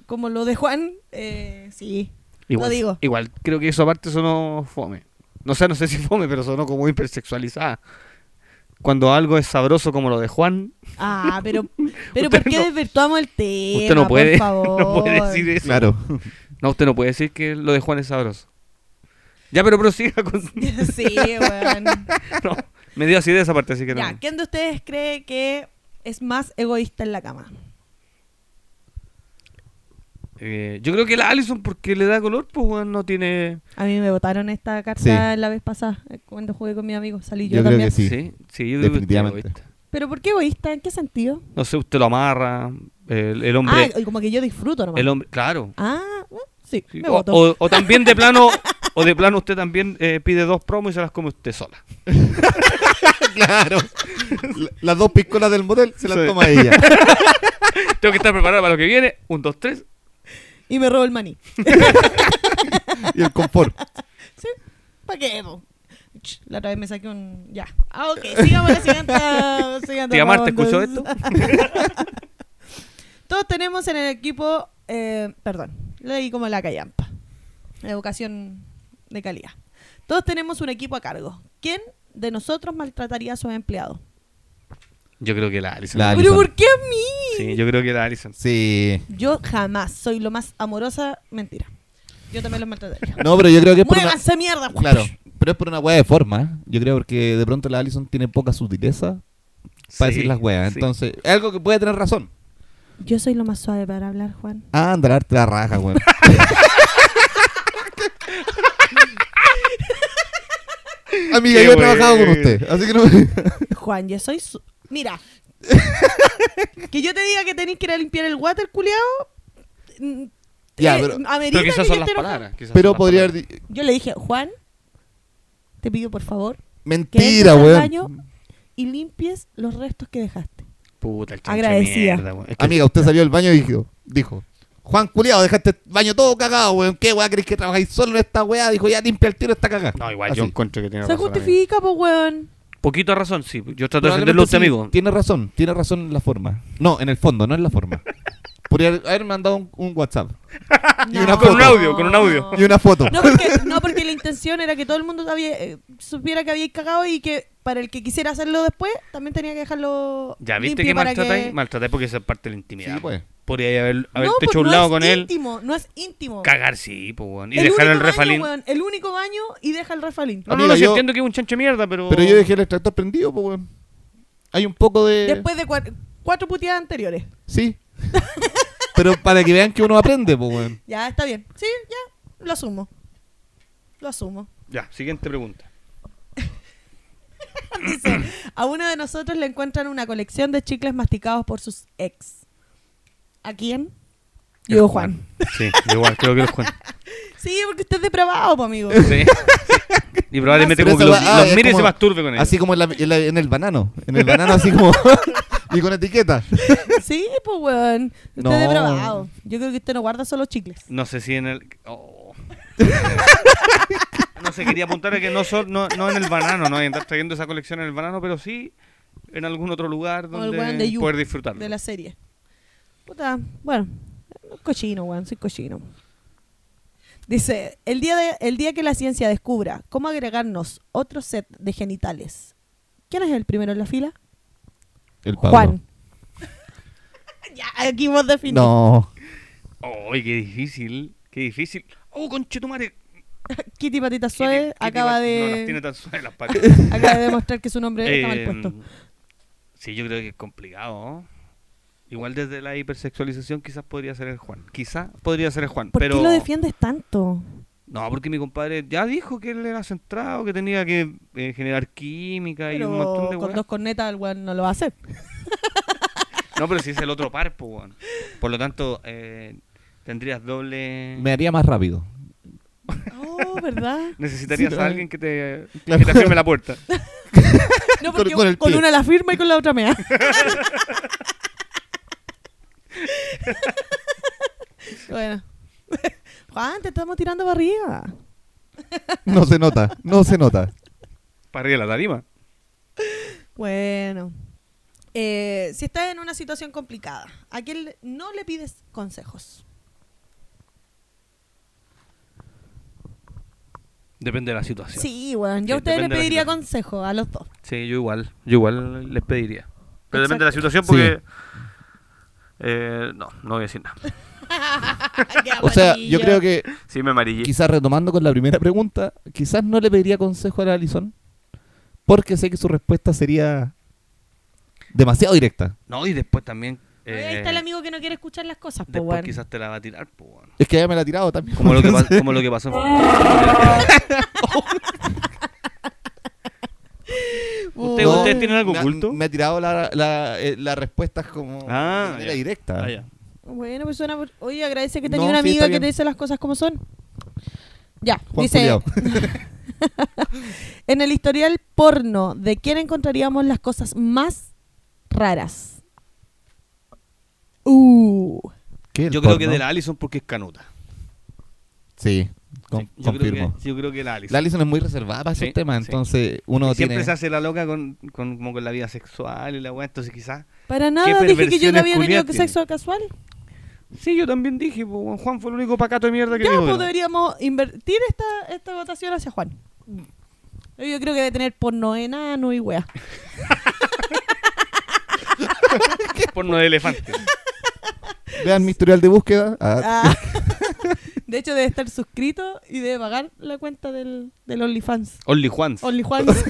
S1: como lo de Juan, eh, sí.
S4: Igual,
S1: lo digo.
S4: Igual, creo que eso aparte sonó fome. No sé, no sé si fome, pero sonó como hipersexualizada. Cuando algo es sabroso como lo de Juan,
S1: Ah, pero, pero ¿por
S4: Usted
S1: qué
S4: no-
S1: desvirtuamos el tema?
S4: usted no puede,
S1: por favor.
S4: no puede decir eso.
S2: Claro.
S4: No, usted no puede decir que lo de Juan es sabroso. Ya, pero prosiga con...
S1: sí, weón.
S4: No, me dio así de esa parte, así que no.
S1: Ya, ¿quién de ustedes cree que es más egoísta en la cama?
S4: Eh, yo creo que la Allison, porque le da color, pues weón, no tiene...
S1: A mí me votaron esta carta
S2: Sí.
S1: la vez pasada eh, cuando jugué con mi amigo. Salí yo,
S2: Yo creo
S1: también.
S2: que Sí,
S4: sí, sí, yo creo que usted es
S2: definitivamente.
S4: egoísta.
S1: ¿Pero por qué egoísta? ¿En qué sentido?
S4: No sé, usted lo amarra, el, el hombre...
S1: Ah, y como que yo disfruto nomás.
S4: el hombre, claro.
S1: Ah, mm, sí,
S4: Sí,
S1: me
S4: o,
S1: voto.
S4: o- o también de plano, o de plano usted también eh, pide dos promos y se las come usted sola.
S2: claro. La- Las dos piscolas del motel se las
S4: Sí.
S2: toma ella.
S4: Tengo que estar preparado para lo que viene. Un, dos, tres.
S1: Y me robo el maní.
S2: y el confort.
S1: ¿Para qué? po? Pues Ch, La otra vez me saqué un... Ya. Ah, ok. Sigamos la siguiente... siguiente
S4: Tía Marta,
S1: ronda.
S4: ¿escuchó esto?
S1: Todos tenemos en el equipo... eh, perdón. Leí como la callampa. Educación de calidad. Todos tenemos un equipo a cargo. ¿Quién de nosotros maltrataría a sus empleados?
S4: Yo creo que la Alison.
S2: La-
S1: ¿Pero
S2: Alison.
S1: por qué a mí?
S4: Sí, yo creo que la Alison.
S2: Sí.
S1: Yo jamás soy lo más amorosa. Mentira. Yo también los maltrataría.
S2: No, pero yo creo que es por una...
S1: ¡Muévanse, mierda! pues.
S2: Claro. Pero es por una weá de forma. ¿eh? Yo creo porque de pronto la Allison tiene poca sutileza para
S4: Sí,
S2: decir las weas.
S4: sí.
S2: Entonces, es algo que puede tener razón.
S1: Yo soy lo más suave para hablar, Juan.
S2: Ah, anda, darte la raja, weón. Amiga,
S4: Qué
S2: yo he trabajado con
S4: weón.
S2: usted, así que no me...
S1: Juan, yo soy su- Mira. que yo te diga que tenéis que ir a limpiar el water, culiao. mm,
S2: Ya,
S1: eh,
S2: pero-
S1: amerita
S4: Pero
S1: que
S4: quizás
S1: yo
S4: son las
S1: esté enojada.
S4: palabras. quizás son
S2: Pero
S4: las
S2: podría haber...
S4: palabras.
S2: di-
S1: Yo le dije, Juan, te pido por favor que
S2: Mentira,
S1: entres al
S2: weón.
S1: baño y limpies los restos que dejaste.
S4: Puta, el chancho
S1: Agradecida.
S4: de mierda, weón. Es que-
S2: Amiga, usted salió del baño y dijo, dijo Juan Culiado, dejaste el baño todo cagado, weón. ¿Qué weá crees que trabajáis solo en esta weá? Dijo, ya limpia el tiro esta cagada.
S4: No, igual
S2: Así.
S4: yo encuentro que tiene
S1: Se
S4: razón. amigo.
S1: justifica, pues, weón.
S4: Poquito razón, sí. Yo trato de
S2: Probablemente
S4: defenderlo a usted,
S2: sí,
S4: amigo.
S2: Tiene razón, tiene razón en la forma. No, en el fondo, no en la forma. Podría haber mandado un, un WhatsApp Y una
S1: No.
S2: Con un
S4: audio, con un audio.
S2: y una foto.
S1: No porque, no, porque la intención era que todo el mundo había- eh, supiera que había cagado y que para el que quisiera hacerlo después, también tenía que dejarlo
S4: Ya viste
S1: limpio
S4: que
S1: para
S4: maltratáis. Maltratáis porque esa es parte de la intimidad.
S2: Sí, pues.
S4: Podría haber, haberte
S1: no, pues
S4: hecho un
S1: no
S4: lado
S1: es
S4: con él.
S1: íntimo, No es íntimo.
S4: Cagar, sí, pues, weón. Y
S1: El
S4: dejar el
S1: único baño,
S4: refalín.
S1: weón, el único baño y deja el refalín.
S4: No, no,
S2: Amiga,
S4: no, sí
S2: yo-
S4: entiendo que es un chancho de mierda, pero.
S2: Pero yo dejé el extractor prendido, pues, weón. Hay un poco de.
S1: Después de cua- cuatro puteadas anteriores.
S2: Sí. Pero para que vean que uno aprende, pues, weón.
S1: Ya, está bien. Sí, ya, lo asumo. Lo asumo.
S4: Ya, siguiente pregunta.
S1: A uno de nosotros le encuentran una colección de chicles masticados por sus ex. ¿A quién? Yo, Juan.
S4: Sí, igual, creo que los Juan.
S1: Sí, porque usted es depravado, po, amigo.
S4: Sí. Y probablemente
S2: Pero
S4: como que
S2: esa
S4: los,
S2: va- ah,
S4: los
S2: es
S4: mire y se
S2: como-
S4: masturbe con él.
S2: Así como en, la- en la- en el banano. En el banano, así como. y con etiqueta.
S1: Sí, pues, weón. Usted
S2: No.
S1: es depravado. Yo creo que usted no guarda solo chicles.
S4: No sé si en el. oh. no sé, quería apuntar a que no, sol- no, no en el banano, no andar trayendo esa colección en el banano, pero sí en algún otro lugar
S1: Como el
S4: donde
S1: weón de You.
S4: poder disfrutarlo.
S1: De la serie. Puta, bueno. Cochino, weón. Soy cochino. Dice, el día, de, el día que la ciencia descubra cómo agregarnos otro set de genitales. ¿Quién es el primero en la fila?
S2: El Pablo.
S1: Juan. ya, aquí vos definís.
S2: No.
S4: ¡Ay, qué difícil! ¡Qué difícil! ¡Oh, conchetumare!
S1: Kitty Patita Suave
S4: Kitty- Kitty
S1: acaba
S4: Pat- No las tiene
S1: de
S4: tan suaves las patas.
S1: acaba de demostrar que su nombre está mal
S4: Eh,
S1: puesto.
S4: Sí, yo creo que es complicado. ¿no? Igual desde la hipersexualización quizás podría ser el Juan. Quizás podría ser el Juan.
S1: ¿Por
S4: pero...
S1: qué lo defiendes tanto?
S4: No, porque mi compadre ya dijo que él era centrado, que tenía que eh, generar química y un montón de
S1: Pero con
S4: weas.
S1: dos cornetas el weón no lo va a hacer.
S4: No, pero si es el otro par, pues, weón. Por lo tanto, eh, tendrías doble...
S2: Me haría más rápido.
S1: Oh, ¿verdad?
S4: Necesitarías
S2: Sí,
S4: a
S2: no.
S4: alguien que te,
S2: Claro.
S4: que te firme la puerta.
S1: No,
S2: Con-
S1: porque
S2: con
S1: con,
S2: el pie.
S1: una la firma y con la otra mea. bueno. Juan, te estamos tirando para arriba.
S2: No se nota. No se nota.
S4: Para arriba de la tarima.
S1: Bueno. Eh, si estás en una situación complicada, ¿a quién le- no le pides consejos?
S4: Depende de la situación.
S1: Sí, bueno, yo a
S4: Sí,
S1: ustedes les
S4: depende de la
S1: pediría
S4: situación.
S1: consejo a los dos.
S4: Sí, yo igual. Yo igual les pediría. Pero depende de la situación
S2: Sí.
S4: porque... eh, no, no voy a decir nada.
S1: Qué
S2: O sea,
S1: amarillo.
S2: yo creo que
S4: Sí, me amarillé.
S2: quizás retomando con la primera pregunta, quizás no le pediría consejo a la Alison, porque sé que su respuesta sería demasiado directa.
S4: No, y después también...
S1: Oye, Ahí
S4: eh,
S1: está el amigo que no quiere escuchar las cosas, pues,
S4: Después
S1: weón.
S4: quizás te la va a tirar, pues, weón.
S2: Es que ella me la ha tirado también.
S4: Como lo que, pa- como lo que pasó en...
S1: Uy.
S4: ¿Usted- ustedes tienen algo
S2: me ha-
S4: oculto?
S2: Me ha tirado la, la, eh, las respuestas como
S4: Ah,
S2: de manera
S4: ya.
S2: directa.
S4: Ah, ya.
S1: Bueno, pues suena. por- Oye, agradece que tenía
S2: No,
S1: una
S2: sí,
S1: amiga
S2: está
S1: que
S2: bien.
S1: te dice las cosas como son. Ya,
S2: Juan
S1: dice.
S2: culiao.
S1: en el historial porno, ¿de quién encontraríamos las cosas más raras? Uh.
S2: ¿Qué, el
S4: Yo creo que
S2: porno?
S4: de la Allison porque es canuta.
S2: Sí, con-
S4: Sí, yo, creo
S2: confirmo.
S4: que, yo creo que la Allison.
S2: La Alison es muy reservada para
S4: Sí,
S2: esos temas,
S4: sí.
S2: entonces uno
S4: siempre
S2: tiene...
S4: se hace la loca con, con, como con la vida sexual y la weá, entonces quizás...
S1: Para nada dije que yo
S4: perversiones
S1: no había tenido
S4: culiadas
S1: que
S4: tiene.
S1: sexo casual.
S4: Sí, yo también dije, po, weón, Juan fue el único pacato de mierda que
S1: Ya,
S4: dijo que
S1: pues
S4: no.
S1: deberíamos invertir esta, esta votación hacia Juan.
S2: Mm.
S1: Yo creo que debe tener porno enano y wea.
S4: Porno de elefantes.
S2: Vean mi historial de búsqueda. Ah,
S1: Ah. De hecho, debe estar suscrito y debe pagar la cuenta del, del OnlyFans.
S4: Only Juans.
S1: OnlyFans.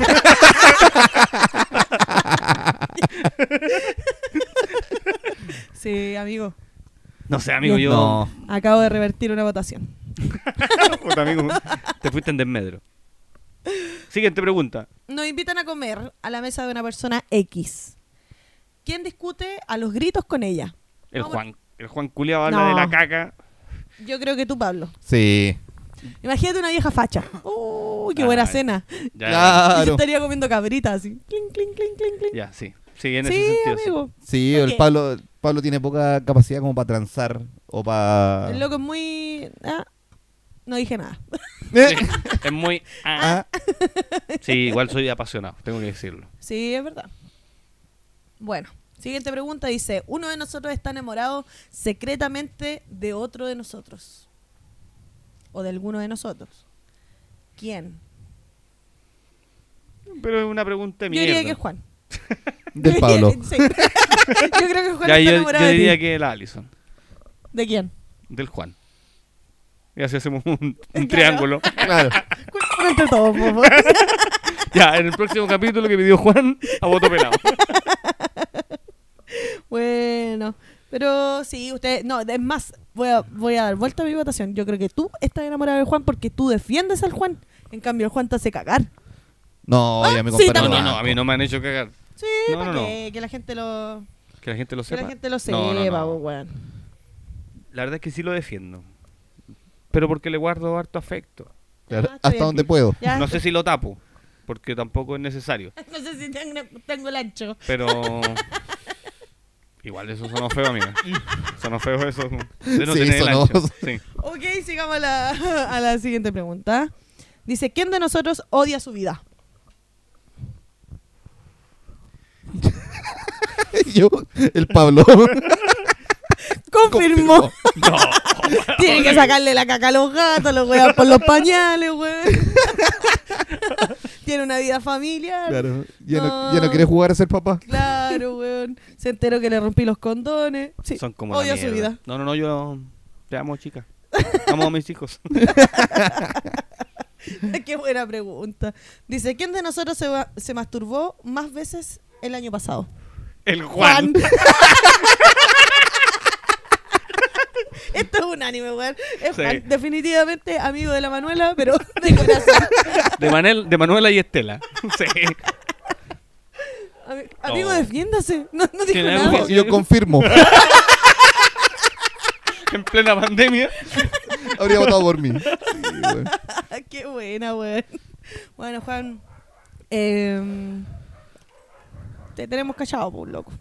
S1: sí, amigo.
S4: No sé, amigo, yo...
S2: No.
S1: Acabo de revertir una votación.
S4: Puta, amigo, te fuiste en desmedro. Siguiente pregunta.
S1: Nos invitan a comer a la mesa de una persona X. ¿Quién discute a los gritos con ella?
S4: El
S1: Vamos.
S4: Juan. El Juan culiao habla
S1: No.
S4: de la caca.
S1: Yo creo que tú, Pablo.
S2: Sí.
S1: Imagínate una vieja facha. ¡Uy, qué buena
S4: Ah,
S1: cena!
S4: Ya,
S1: Yo
S2: Claro.
S1: estaría comiendo cabritas así. Cling, cling, cling, cling, cling.
S4: ya, sí. Sí, en
S1: Sí,
S4: ese sentido, sí.
S1: amigo.
S2: Sí,
S1: Ok.
S2: el Pablo, Pablo tiene poca capacidad como para transar o para...
S1: El loco es muy. ah, no dije nada.
S2: Eh.
S4: Es muy... ah.
S2: Ah,
S4: Sí, igual soy apasionado, tengo que decirlo.
S1: Sí, es verdad. Bueno, siguiente pregunta dice: Uno de nosotros está enamorado secretamente de otro de nosotros. O de alguno de nosotros. ¿Quién?
S4: Pero es una pregunta de
S1: Yo
S4: mierda.
S1: diría que es Juan.
S2: del
S1: Yo
S2: Pablo.
S1: diría- sí. yo creo que Juan
S4: Ya,
S1: está
S4: yo,
S1: enamorado
S4: yo
S1: de ti.
S4: diría que la Allison.
S1: ¿De quién?
S4: del Juan. Y así hacemos un, un
S1: Claro.
S4: triángulo.
S2: Claro.
S1: Cuéntame entre todos, por favor.
S4: Ya, en el próximo capítulo que pidió Juan, a voto pelado.
S1: Bueno, pero sí, usted, no, es más, voy a, voy a dar vuelta a mi votación. Yo creo que tú estás enamorado de Juan porque tú defiendes al Juan. En cambio, el Juan te hace cagar.
S2: No, ya me
S1: sí,
S2: comparo.
S4: No,
S1: también.
S4: no, no, a mí no me han hecho cagar.
S1: Sí,
S4: No,
S1: ¿para
S4: no, no.
S1: qué? Que la gente lo,
S4: Que la gente lo
S1: que
S4: sepa.
S1: la gente lo sepa,
S4: No, no, no.
S1: pues, weón.
S4: La verdad es que sí lo defiendo. Pero porque le guardo harto afecto.
S2: Claro,
S1: Ah, está
S2: hasta
S1: bien.
S2: donde puedo.
S1: Ya.
S4: No sé si lo tapo, porque tampoco es necesario.
S1: No sé si tengo, tengo el ancho.
S4: Pero. Igual eso sonó feo, amigo. Sonó feo eso. de no
S2: Sí,
S4: tener el
S2: sonó-
S4: ancho. Sí.
S1: Ok, sigamos a la, a la siguiente pregunta. Dice, ¿quién de nosotros odia su vida?
S2: Yo, el Pablo.
S1: Confirmó.
S2: Confirmó.
S4: No.
S1: Tienen que sacarle la caca a los gatos, los weas por los pañales, weón. Tiene una vida familiar. Claro.
S2: Claro. Ya no, ya
S1: No.
S2: no querés jugar a ser papá.
S1: weón. Se enteró que le rompí los condones. Sí,
S4: Son como la
S1: odia su
S4: mierda.
S1: vida.
S4: No, no, no, yo te amo, chica. Amo a mis hijos.
S1: Qué buena pregunta. Dice, ¿quién de nosotros se, va- se masturbó más veces el año pasado?
S4: El Juan.
S1: Esto es un anime, weón. Es
S4: Sí.
S1: Juan, definitivamente amigo de la Manuela, pero de corazón.
S4: De, Manel, de Manuela y Estela. Sí.
S1: Ami- Amigo,
S4: No.
S1: defiéndase. No, no dijo
S4: Tiene
S1: nada.
S4: algo-
S2: Yo confirmo.
S4: En plena pandemia.
S2: Habría votado por mí. Sí, güey.
S1: Qué buena, weón. Bueno, Juan. em, te tenemos callado, por loco.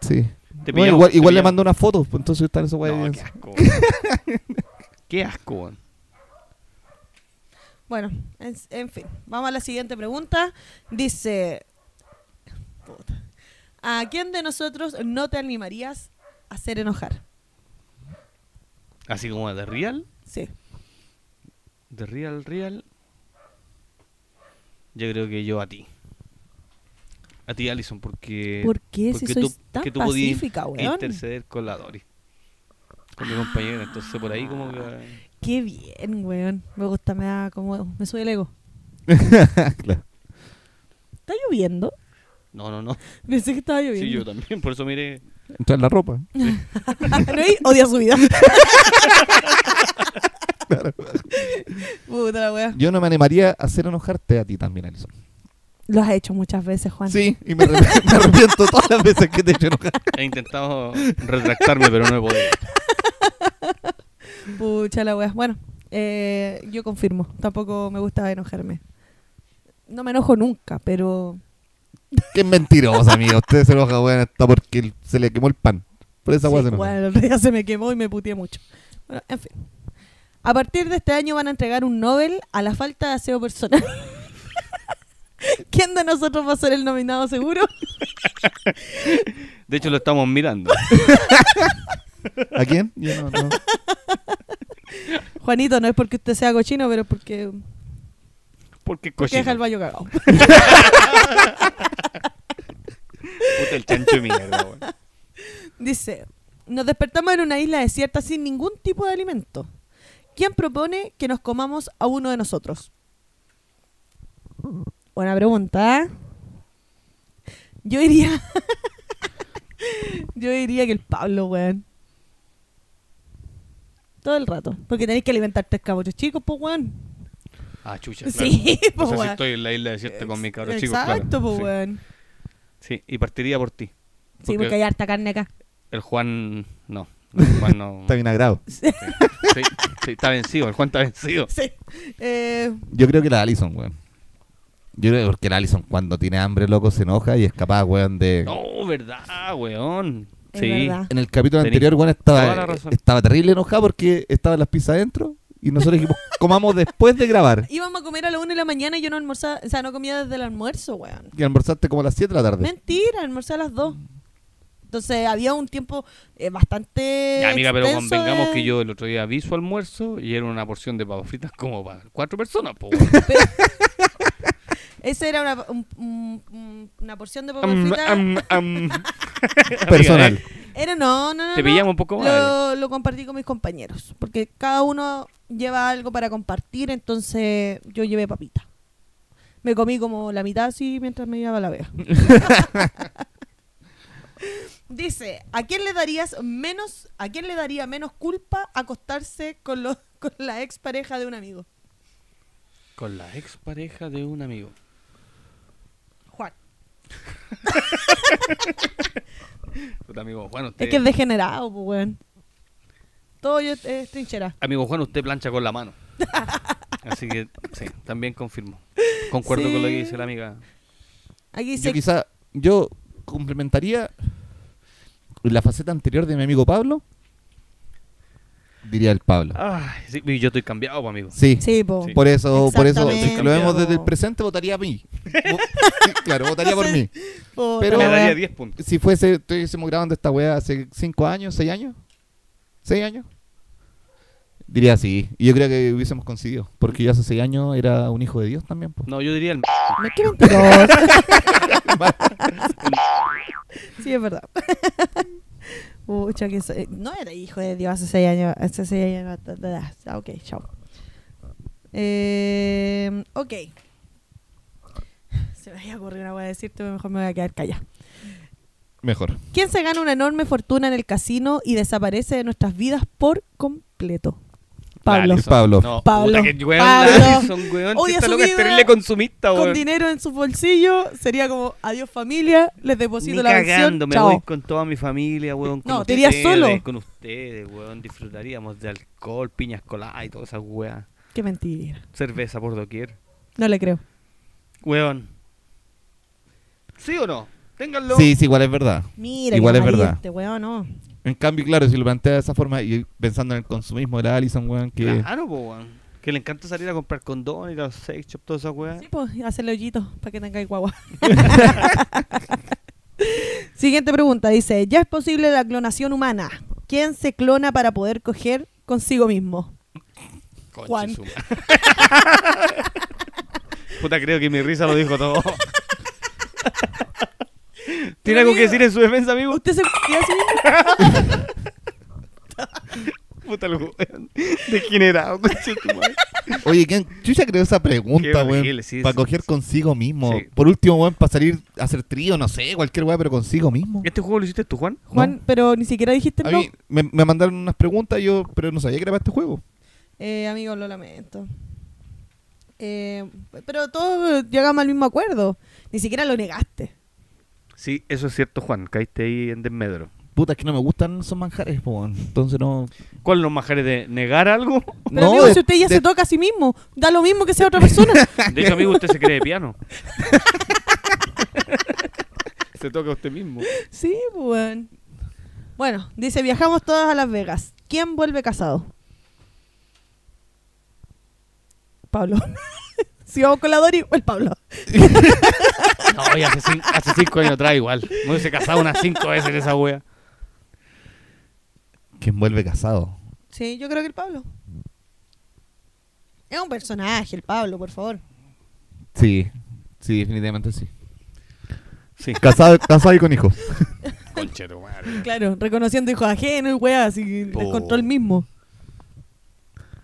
S2: Sí.
S4: Te
S2: Bueno,
S4: pillamos,
S2: igual
S4: te
S2: igual le
S4: pillamos.
S2: mandó una foto, pues, entonces está en esa weá de
S4: No, qué
S2: evidencia.
S4: asco. qué asco, weón.
S1: Bueno, en, en fin. Vamos a la siguiente pregunta. Dice. puta, ¿A quién de nosotros no te animarías a hacer enojar?
S4: Así como de real.
S1: Sí.
S4: De real, real. Yo creo que yo a ti. A ti, Alison, Eh, porque.
S1: ¿Por qué? Si sois tan
S4: tú podías
S1: pacífica, weón.
S4: interceder con la Dori. Con mi compañera. Entonces, por ahí, como que.
S1: Qué bien, weón. Me gusta, me da como. Me sube el ego.
S2: Claro.
S1: ¿Está lloviendo?
S4: No, no, no.
S1: Pensé que estaba lloviendo.
S4: Sí, yo también. Por eso miré.
S2: Entra en la ropa.
S1: no y odia su vida. Puta la wea.
S2: Yo no me animaría a hacer enojarte a ti también, Alison.
S1: Lo has hecho muchas veces, Juan.
S2: Sí, y me, arrep- me arrepiento todas las veces que te he hecho enojar.
S4: He intentado retractarme, pero no he podido.
S1: Pucha la wea. Bueno, eh, yo confirmo. Tampoco me gusta enojarme. No me enojo nunca, pero.
S2: Qué mentirosa, amiga. Usted se enoja, weón, hasta porque se le quemó el pan. Por esa
S1: Sí,
S2: weá se
S1: bueno,
S2: enoja.
S1: el otro día se me quemó y me puteé mucho. Bueno, en fin. A partir de este año van a entregar un Nobel a la falta de aseo personal. ¿Quién de nosotros va a ser el nominado seguro?
S4: De hecho, lo estamos mirando.
S2: ¿A quién? Yo no, no.
S1: Juanito, no es porque usted sea cochino, pero porque Porque
S4: Porque cochino.
S1: deja el baño cagado.
S4: Puta el chancho de mierda, weón.
S1: Dice, nos despertamos en una isla desierta sin ningún tipo de alimento. ¿Quién propone que nos comamos a uno de nosotros? Buena pregunta. ¿eh? Yo diría... Yo diría que el Pablo, weón. Todo el rato. Porque tenéis que alimentarte cabros chicos, pues, weón.
S4: Ah, chucha.
S1: Sí,
S4: claro.
S1: pues,
S4: O sea, si
S1: weón.
S4: estoy en la isla desierta Este con mis cabros chicos, claro.
S1: Exacto, pues,
S4: Sí.
S1: weón.
S4: Sí, y partiría por ti.
S1: Sí, porque hay harta carne acá.
S4: El Juan. No. El Juan no.
S2: Está bien agrado.
S4: Sí, sí, está vencido. El Juan está vencido.
S1: Sí. Eh,
S2: Yo creo que la Alison, weón. Yo creo que porque la Alison cuando tiene hambre, loco, se enoja y es capaz, weón, de...
S4: No, verdad, weón.
S1: Es
S4: sí.
S1: verdad.
S2: En el capítulo
S4: Tenés
S2: anterior, bueno,
S4: toda la
S2: estaba,
S4: razón.
S2: estaba terrible enojado porque estaban las pizzas adentro y nosotros dijimos, comamos después de grabar.
S1: íbamos a comer a las 1 de la mañana y yo no almorzaba, o sea, no comía desde el almuerzo, weón.
S2: Y almorzaste como a las 7 de la tarde.
S1: Mentira, almorcé a las 2. Entonces había un tiempo eh, bastante.
S4: Ya, amiga, pero
S1: extenso eh.
S4: convengamos
S1: de-
S4: que yo el otro día vi su almuerzo y era una porción de papas fritas como para cuatro personas, po, weón.
S1: Pero- Esa era una, un- un- un- una porción de papas
S4: Am,
S1: fritas.
S4: am, am.
S2: Personal.
S4: Amiga, eh,
S1: Era, no, no, no.
S4: Te
S1: no.
S4: pillamos un poco más,
S1: Lo, lo compartí con mis compañeros. Porque cada uno lleva algo para compartir, entonces yo llevé papita. Me comí como la mitad así mientras me iba a la vega. Dice, ¿a quién le darías menos, a quién le daría menos culpa acostarse con los con la expareja de un amigo?
S3: Con la expareja de un amigo.
S1: Juan.
S3: Puta, amigo Juan, usted,
S1: Es que es degenerado, pues weón. Todo yo- es trinchera.
S3: amigo Juan, usted plancha con la mano. Así que, sí, también confirmo. Concuerdo con lo que
S1: Sí.
S3: dice la amiga.
S1: Aquí
S2: Yo
S1: dice
S2: quizá, yo complementaría la faceta anterior de mi amigo Pablo. Diría el Pablo.
S4: Ay,
S3: Sí, y yo estoy cambiado, po, amigo.
S2: Sí.
S1: Sí, po.
S2: Por eso, por eso, si
S1: Exactamente.
S2: lo vemos desde el presente, votaría a mí. Vo- sí, claro, votaría por mí.
S1: Puta
S2: Pero-
S1: la
S4: me daría
S1: wea.
S4: 10 puntos.
S2: Si fuese, estuviésemos grabando esta weá hace 5 años, 6 años, 6 años, diría sí. Y yo creo que hubiésemos conseguido, porque yo hace 6 años era un hijo de Dios también. po.
S4: No, yo diría el.
S1: No, qué mentiroso. sí, es verdad. Pucha, que so- eh, No era hijo de Dios hace seis años. Hace seis años. ta- ta- ta. Ah, Ok, chao. Eh, ok. Se me había ocurrido una cosa decirte, pero mejor me voy a quedar callada.
S2: Mejor.
S1: ¿Quién se gana una enorme fortuna en el casino y desaparece de nuestras vidas por completo? Pablo.
S2: Larison. Pablo.
S4: No,
S1: Pablo.
S4: puta, que weón,
S1: Pablo.
S4: Larison, weón,
S1: Odia
S4: si esta
S1: su
S4: loca es
S1: vida
S4: terrible consumista,
S1: Con
S4: weón.
S1: dinero en su bolsillo sería como adiós familia, les deposito
S4: Ni
S1: la pensión.
S4: cagando, me
S1: chao.
S4: voy con toda mi familia, weón. con
S1: No, te irías
S4: ustedes,
S1: solo.
S4: Con ustedes, weón. Disfrutaríamos de alcohol, piñas coladas y todas esas weas.
S1: Qué mentira.
S4: Cerveza por doquier.
S1: No le creo.
S4: Weón. ¿Sí o no? Ténganlo.
S2: Sí, sí, igual es verdad.
S1: Mira,
S2: Igual
S1: qué
S2: es verdad.
S1: valiente, weón, no.
S2: En cambio, claro, si lo plantea de esa forma y pensando en el consumismo de la Allison, weón, que...
S4: Claro, po, weón. Que le encanta salir a comprar condones, ir a los sex shops, todas esas weas.
S1: Sí, pues, hacerle hoyitos para que tenga guagua. Siguiente pregunta. Dice, ¿ya es posible la clonación humana? ¿Quién se clona para poder coger consigo mismo?
S3: Conche
S1: Juan.
S3: su madre.
S4: Puta, creo que mi risa lo dijo todo.
S1: Pero,
S4: ¿Tiene algo que
S1: amigo.
S4: decir en su defensa, amigo?
S1: ¿Usted se clonó a sí mismo?
S4: Puta, el weón. Degenerado, conche tu madre.
S2: Oye, ¿quién chucha creó esa pregunta,
S4: Qué
S2: weón?
S4: horrible, sí,
S2: para
S4: sí,
S2: coger consigo mismo.
S4: Sí.
S2: Por último, weón, para salir a hacer trío, no sé, cualquier weón, pero consigo mismo.
S4: ¿Este juego lo hiciste tú, Juan?
S1: Juan, pero ni siquiera dijiste
S2: A
S1: no.
S2: mí me, me mandaron unas preguntas, yo, pero no sabía que era para este juego.
S1: Eh, amigo, lo lamento. Eh, pero todos llegamos al mismo acuerdo. Ni siquiera lo negaste.
S4: Sí, eso es cierto, Juan. Caíste ahí en desmedro.
S2: Puta, es que no me gustan esos manjares, po, weón. Entonces no.
S4: ¿Cuál los majares de negar algo?
S1: Pero
S2: no,
S1: amigo,
S2: de-
S1: si usted ya
S2: de-
S1: se toca a sí mismo, da lo mismo que sea otra persona.
S4: De hecho, amigo, usted se cree de piano. se toca a usted mismo.
S1: Sí, bueno. Bueno, dice, viajamos todas a Las Vegas. ¿Quién vuelve casado? Pablo. si vamos con la Dori, o el Pablo.
S4: No, y hace, cin- hace cinco años atrás igual. Me hubiese casado unas cinco veces en esa wea.
S2: Que envuelve casado.
S1: Sí, yo creo que el Pablo. Es un personaje, el Pablo, por favor.
S2: Sí, sí, definitivamente sí.
S4: Sí.
S2: Casado, casado y con hijos.
S4: Conchero, madre.
S1: Claro, reconociendo hijos ajenos y weas y el
S2: Oh.
S1: control mismo.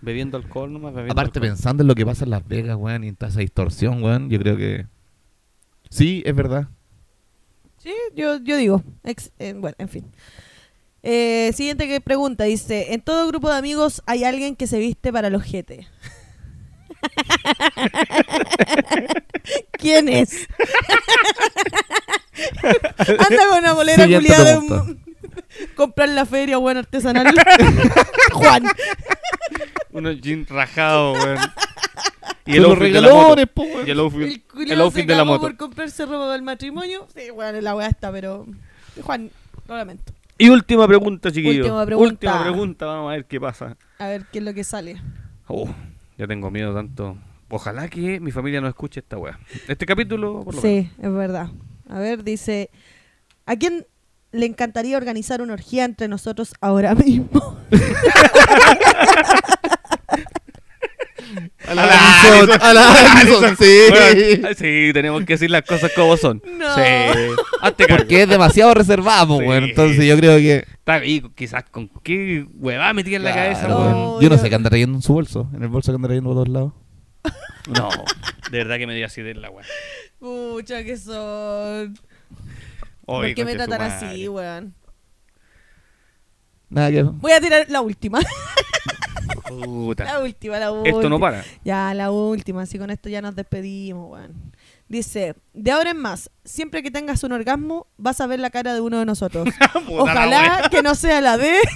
S4: Bebiendo alcohol nomás, bebiendo
S2: Aparte,
S4: alcohol.
S2: pensando en lo que pasa en Las Vegas, weón, y en toda esa distorsión, weón, yo creo que. Sí, es verdad.
S1: Sí, yo, yo digo. Ex- eh, bueno, en fin. Eh, siguiente que pregunta, dice, en todo grupo de amigos hay alguien que se viste para los jetes. ¿Quién es? Anda con una bolera
S2: Siguiente
S1: culiada de
S2: pregunta.
S1: un- comprar en la feria, buena artesanal. Juan.
S4: Unos jeans rajados, weón. Y
S2: Son los
S4: outfit de la
S2: regalones,
S4: moto.
S2: po, weón.
S4: Y el outfit,
S1: El
S4: el
S1: culiao
S4: outfit
S1: se
S4: de la
S1: cagó
S4: moto.
S1: por comprarse ropa del matrimonio. Sí, bueno, la weá está, pero... Juan, lo lamento.
S4: Y última pregunta, chiquillos.
S1: Última pregunta.
S4: Última pregunta, vamos a ver qué pasa.
S1: A ver qué es lo que sale.
S4: Oh, ya tengo miedo tanto. Ojalá que mi familia no escuche esta wea. Este capítulo, por lo menos.
S1: Sí, es verdad. A ver, dice, ¿a quién le encantaría organizar una orgía entre nosotros ahora mismo?
S2: A la Alison, a la Alison, sí.
S4: Bueno, sí, tenemos que decir las cosas como son.
S1: No.
S4: Sí. Hazte cargo.
S2: Porque es demasiado reservado, pues,
S4: Sí.
S2: bueno, Entonces yo creo que.
S4: Está bien, quizás con qué huevada metí en la
S2: Claro,
S4: cabeza,
S1: No,
S4: weón.
S2: bueno. Yo no
S1: yo-
S2: sé qué anda trayendo en su bolso. En el bolso que anda trayendo a todos lados.
S4: No, de verdad que me dio así de la weá.
S1: Pucha, que son.
S4: Oye,
S1: ¿Por qué me
S4: conche su
S1: tratan
S4: madre.
S1: así, weón?
S2: Nada que.
S1: Voy a tirar la última.
S4: Puta.
S1: la última, la última.
S4: Esto no para.
S1: Ya, la última, así con esto ya nos despedimos, weón. Dice, de ahora en más, siempre que tengas un orgasmo, vas a ver la cara de uno de nosotros.
S4: Puta la
S1: Ojalá que no sea la de...
S4: wea.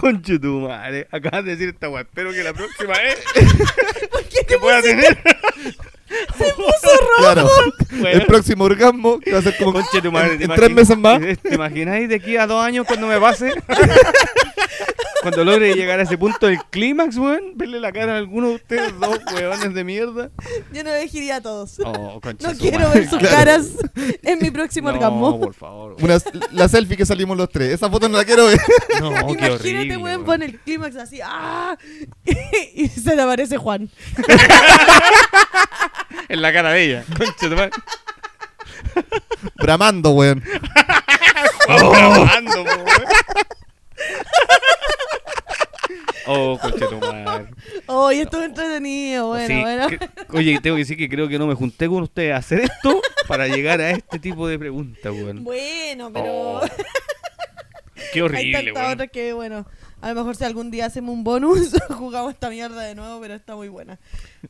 S4: Conche tu madre. Acabas de decir esta weá. Espero que la próxima vez
S1: ¿Por qué
S4: que
S1: te
S4: pueda
S1: pusiste
S4: tener.
S2: Claro.
S4: Bueno.
S2: El próximo orgasmo que va a ser como.
S4: Conche tu madre.
S2: en-
S4: ¿te
S2: en
S4: imagi-
S2: tres meses más.
S4: ¿Te imagináis de aquí a dos años cuando me pase? cuando logre llegar a ese punto del clímax, weón. Verle la cara a alguno de ustedes dos weones de mierda.
S1: Yo no elegiría a todos.
S4: Oh, conche
S1: No
S4: su
S1: quiero
S4: madre.
S1: ver sus
S2: Claro.
S1: caras en mi próximo
S4: No,
S1: orgasmo.
S4: por favor. weón.
S2: Una, la selfie que salimos los tres. Esa foto no la quiero ver.
S4: No, qué horrible.
S1: Imagínate, weón, pon el clímax así. ¡Ah! y se le aparece Juan.
S4: En la cara de ella. Conche tu madre.
S2: Bramando, weón.
S4: Vamos grabando, po, weón. Oh, coche tu madre.
S1: Oye, esto es entretenido, bueno,
S4: Sí,
S1: bueno.
S4: cre- Oye, tengo que decir que creo que no me junté con ustedes a hacer esto para llegar a este tipo de preguntas, weón.
S1: Bueno, pero
S4: Oh, Qué
S1: hay
S4: horrible,
S1: tantas
S4: weón.
S1: otras que, bueno, a lo mejor si algún día hacemos un bonus, jugamos esta mierda de nuevo, pero está muy buena.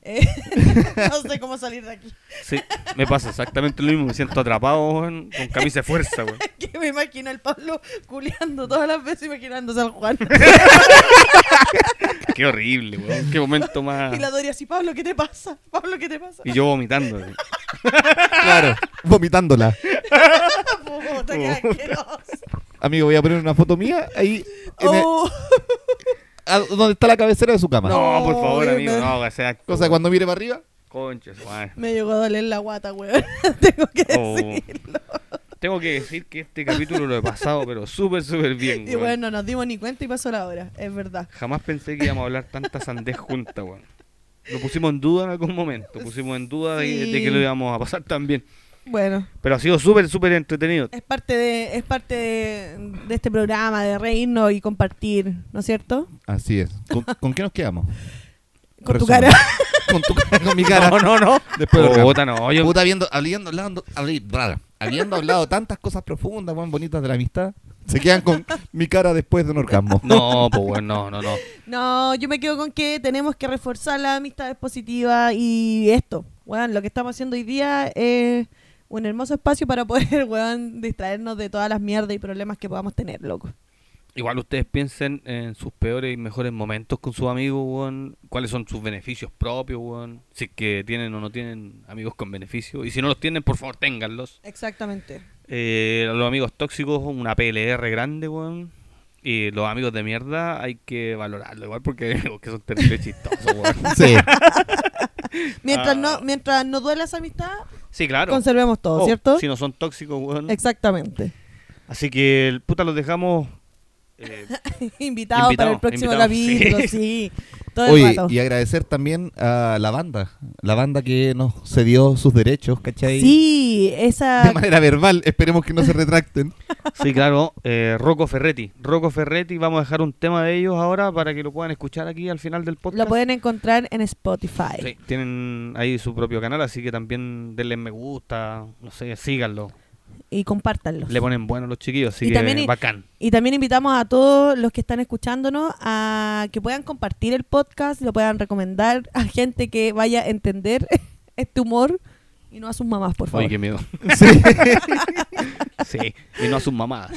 S1: Eh, no sé cómo salir de aquí.
S4: Sí, me pasa exactamente lo mismo. Me siento atrapado, weón, con camisa de fuerza, weón.
S1: Que me imagino al Pablo culeando todas las veces, imaginándose al Juan.
S4: Qué horrible, weón. Qué momento más.
S1: Y la Doria así, Pablo, ¿qué te pasa? Pablo, ¿qué te pasa?
S4: Y yo vomitando. así.
S2: Claro. Vomitándola.
S1: Puta, qué asqueroso.
S2: Amigo, voy a poner una foto mía ahí. en el-
S1: Oh,
S2: a- donde Ah, está la cabecera de su cama.
S4: No, por favor,
S1: No,
S4: amigo,
S1: me-
S4: no, o sea,
S2: O sea, cuando mire para arriba.
S4: Concha, su madre.
S1: me llegó a doler la guata, weón. Tengo que
S4: Oh.
S1: decirlo.
S4: Tengo que decir que este capítulo lo he pasado, pero súper, súper bien,
S1: Y
S4: weón.
S1: bueno, nos dimos ni cuenta y pasó la hora, es verdad.
S4: Jamás pensé que íbamos a hablar tanta sandez junta, weón. Lo pusimos en duda en algún momento. Pusimos en duda de- de,
S1: Sí.
S4: que lo íbamos a pasar tan bien.
S1: Bueno,
S4: Pero ha sido súper, súper entretenido.
S1: es parte de es parte de, de este programa de reírnos y compartir, ¿no es cierto?
S2: Así es. ¿Con, con qué nos quedamos?
S1: Con tu
S2: Resumen.
S1: cara.
S2: Con tu cara, con mi cara.
S4: No, no, no.
S2: Después del rap.
S4: Puta, no. Yo,
S2: Puta, habiendo, habiendo, hablando, habli- bla, habiendo hablado tantas cosas profundas, weón, bonitas de la amistad, se quedan con mi cara después de un orgasmo.
S4: No, pues, weón, no, no, no.
S1: No, yo me quedo con que tenemos que reforzar las amistades positivas y esto. Weón, lo que estamos haciendo hoy día es un hermoso espacio para poder, weón, distraernos de todas las mierdas y problemas que podamos tener, loco.
S4: Igual ustedes piensen en sus peores y mejores momentos con sus amigos, weón. ¿Cuáles son sus beneficios propios, weón? Si es que tienen o no tienen amigos con beneficio. Y si no los tienen, por favor, ténganlos.
S1: Exactamente.
S4: Eh, los amigos tóxicos, una PLR grande, weón. Y los amigos de mierda hay que valorarlo igual porque, porque son terribles chistosos, weón.
S2: Sí,
S1: Mientras
S4: Ah.
S1: no mientras no duela esa amistad,
S4: Sí, claro.
S1: conservemos todo,
S4: Oh,
S1: ¿cierto?
S4: Si no son tóxicos, weón.
S1: Exactamente.
S4: Así que, el puta, los dejamos... eh,
S1: Invitado, para el
S4: Invitado,
S1: próximo
S4: invitado,
S1: capítulo, sí.
S4: sí.
S1: Todo
S2: Oye,
S1: el rato.
S2: y agradecer también a la banda, la banda que nos cedió sus derechos, ¿cachai?
S1: Sí,
S2: De
S1: esa
S2: manera verbal, esperemos que no se retracten.
S4: sí, claro. eh, Rocco Ferretti. Rocco Ferretti. Vamos a dejar un tema de ellos ahora para que lo puedan escuchar aquí al final del podcast.
S1: la pueden encontrar en Spotify.
S4: Sí, tienen ahí su propio canal, así que también denle me gusta, no sé, síganlo.
S1: Y compártanlo.
S4: Le ponen bueno los chiquillos, así
S1: Y
S4: que
S1: también y-
S4: bacán.
S1: Y también invitamos a todos los que están escuchándonos a que puedan compartir el podcast, lo puedan recomendar a gente que vaya a entender este humor y no a sus mamás, por favor.
S4: Oye, qué miedo. Sí. y no a sus mamadas.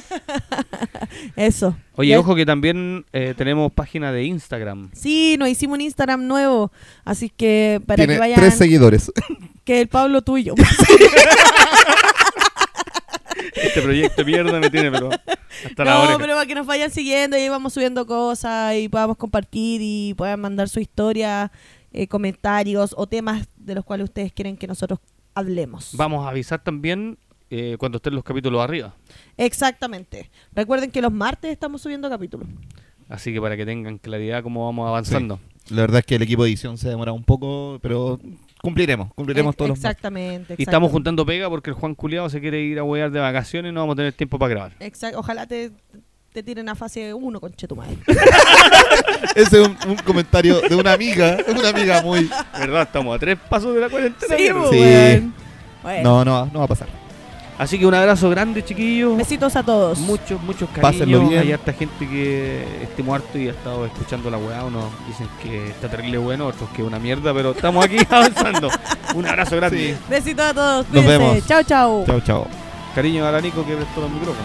S1: Eso.
S4: Oye,
S1: Ya-
S4: ojo que también eh, tenemos página de Instagram.
S1: Sí, nos hicimos un Instagram nuevo, así que para
S2: Tiene
S1: que vayan
S2: tres seguidores.
S1: que el Pablo tuyo.
S4: Este proyecto de mierda me tiene, pero hasta la
S1: no,
S4: oreja.
S1: pero para que nos vayan siguiendo y ahí vamos subiendo cosas y podamos compartir y puedan mandar su historia, eh, comentarios o temas de los cuales ustedes quieren que nosotros hablemos.
S4: Vamos a avisar también eh, cuando estén los capítulos arriba.
S1: Exactamente. Recuerden que los martes estamos subiendo capítulos.
S4: Así que para que tengan claridad cómo vamos avanzando.
S5: La verdad es que el equipo de edición se ha demorado un poco, pero cumpliremos, cumpliremos
S1: Ex-
S5: todos los
S1: Exactamente.
S3: Y estamos
S1: exactamente.
S3: juntando pega porque el Juan Culeado se quiere ir a huear de vacaciones y no vamos a tener tiempo para grabar.
S1: Exact- Ojalá te, te tiren a fase 1, conche tu madre.
S5: Ese es un, un comentario de una amiga, de una amiga muy...
S3: ¿Verdad? Estamos a tres pasos de la cuarentena.
S1: sí,
S3: pero-
S1: pues,
S5: Sí.
S1: weón.
S5: No,
S1: Bueno,
S5: no, no va a pasar.
S3: Así que un abrazo grande, chiquillos.
S1: Besitos a todos.
S3: Muchos, muchos
S5: Pásenlo
S3: cariños.
S5: bien.
S3: Hay harta gente que estimo harto y ha estado escuchando la weá. Unos dicen que está terrible bueno, otros que una mierda, pero estamos aquí avanzando. Un abrazo grande.
S5: Sí.
S1: Besitos a todos.
S5: Nos
S1: Cuídense.
S5: vemos.
S1: Chao, chao.
S5: Chao, chao.
S3: Cariño a la Nico que prestó los micrófonos.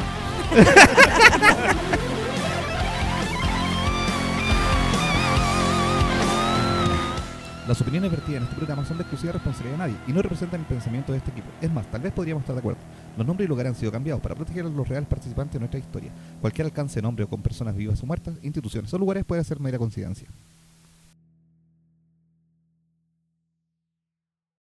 S2: Las opiniones vertidas en este programa son de exclusiva responsabilidad de nadie y no representan el pensamiento de este equipo. Es más, tal vez podríamos estar de acuerdo. Los nombres y lugares han sido cambiados para proteger a los reales participantes de nuestra historia. Cualquier alcance de nombre o con personas vivas o muertas, instituciones o lugares puede ser mera coincidencia.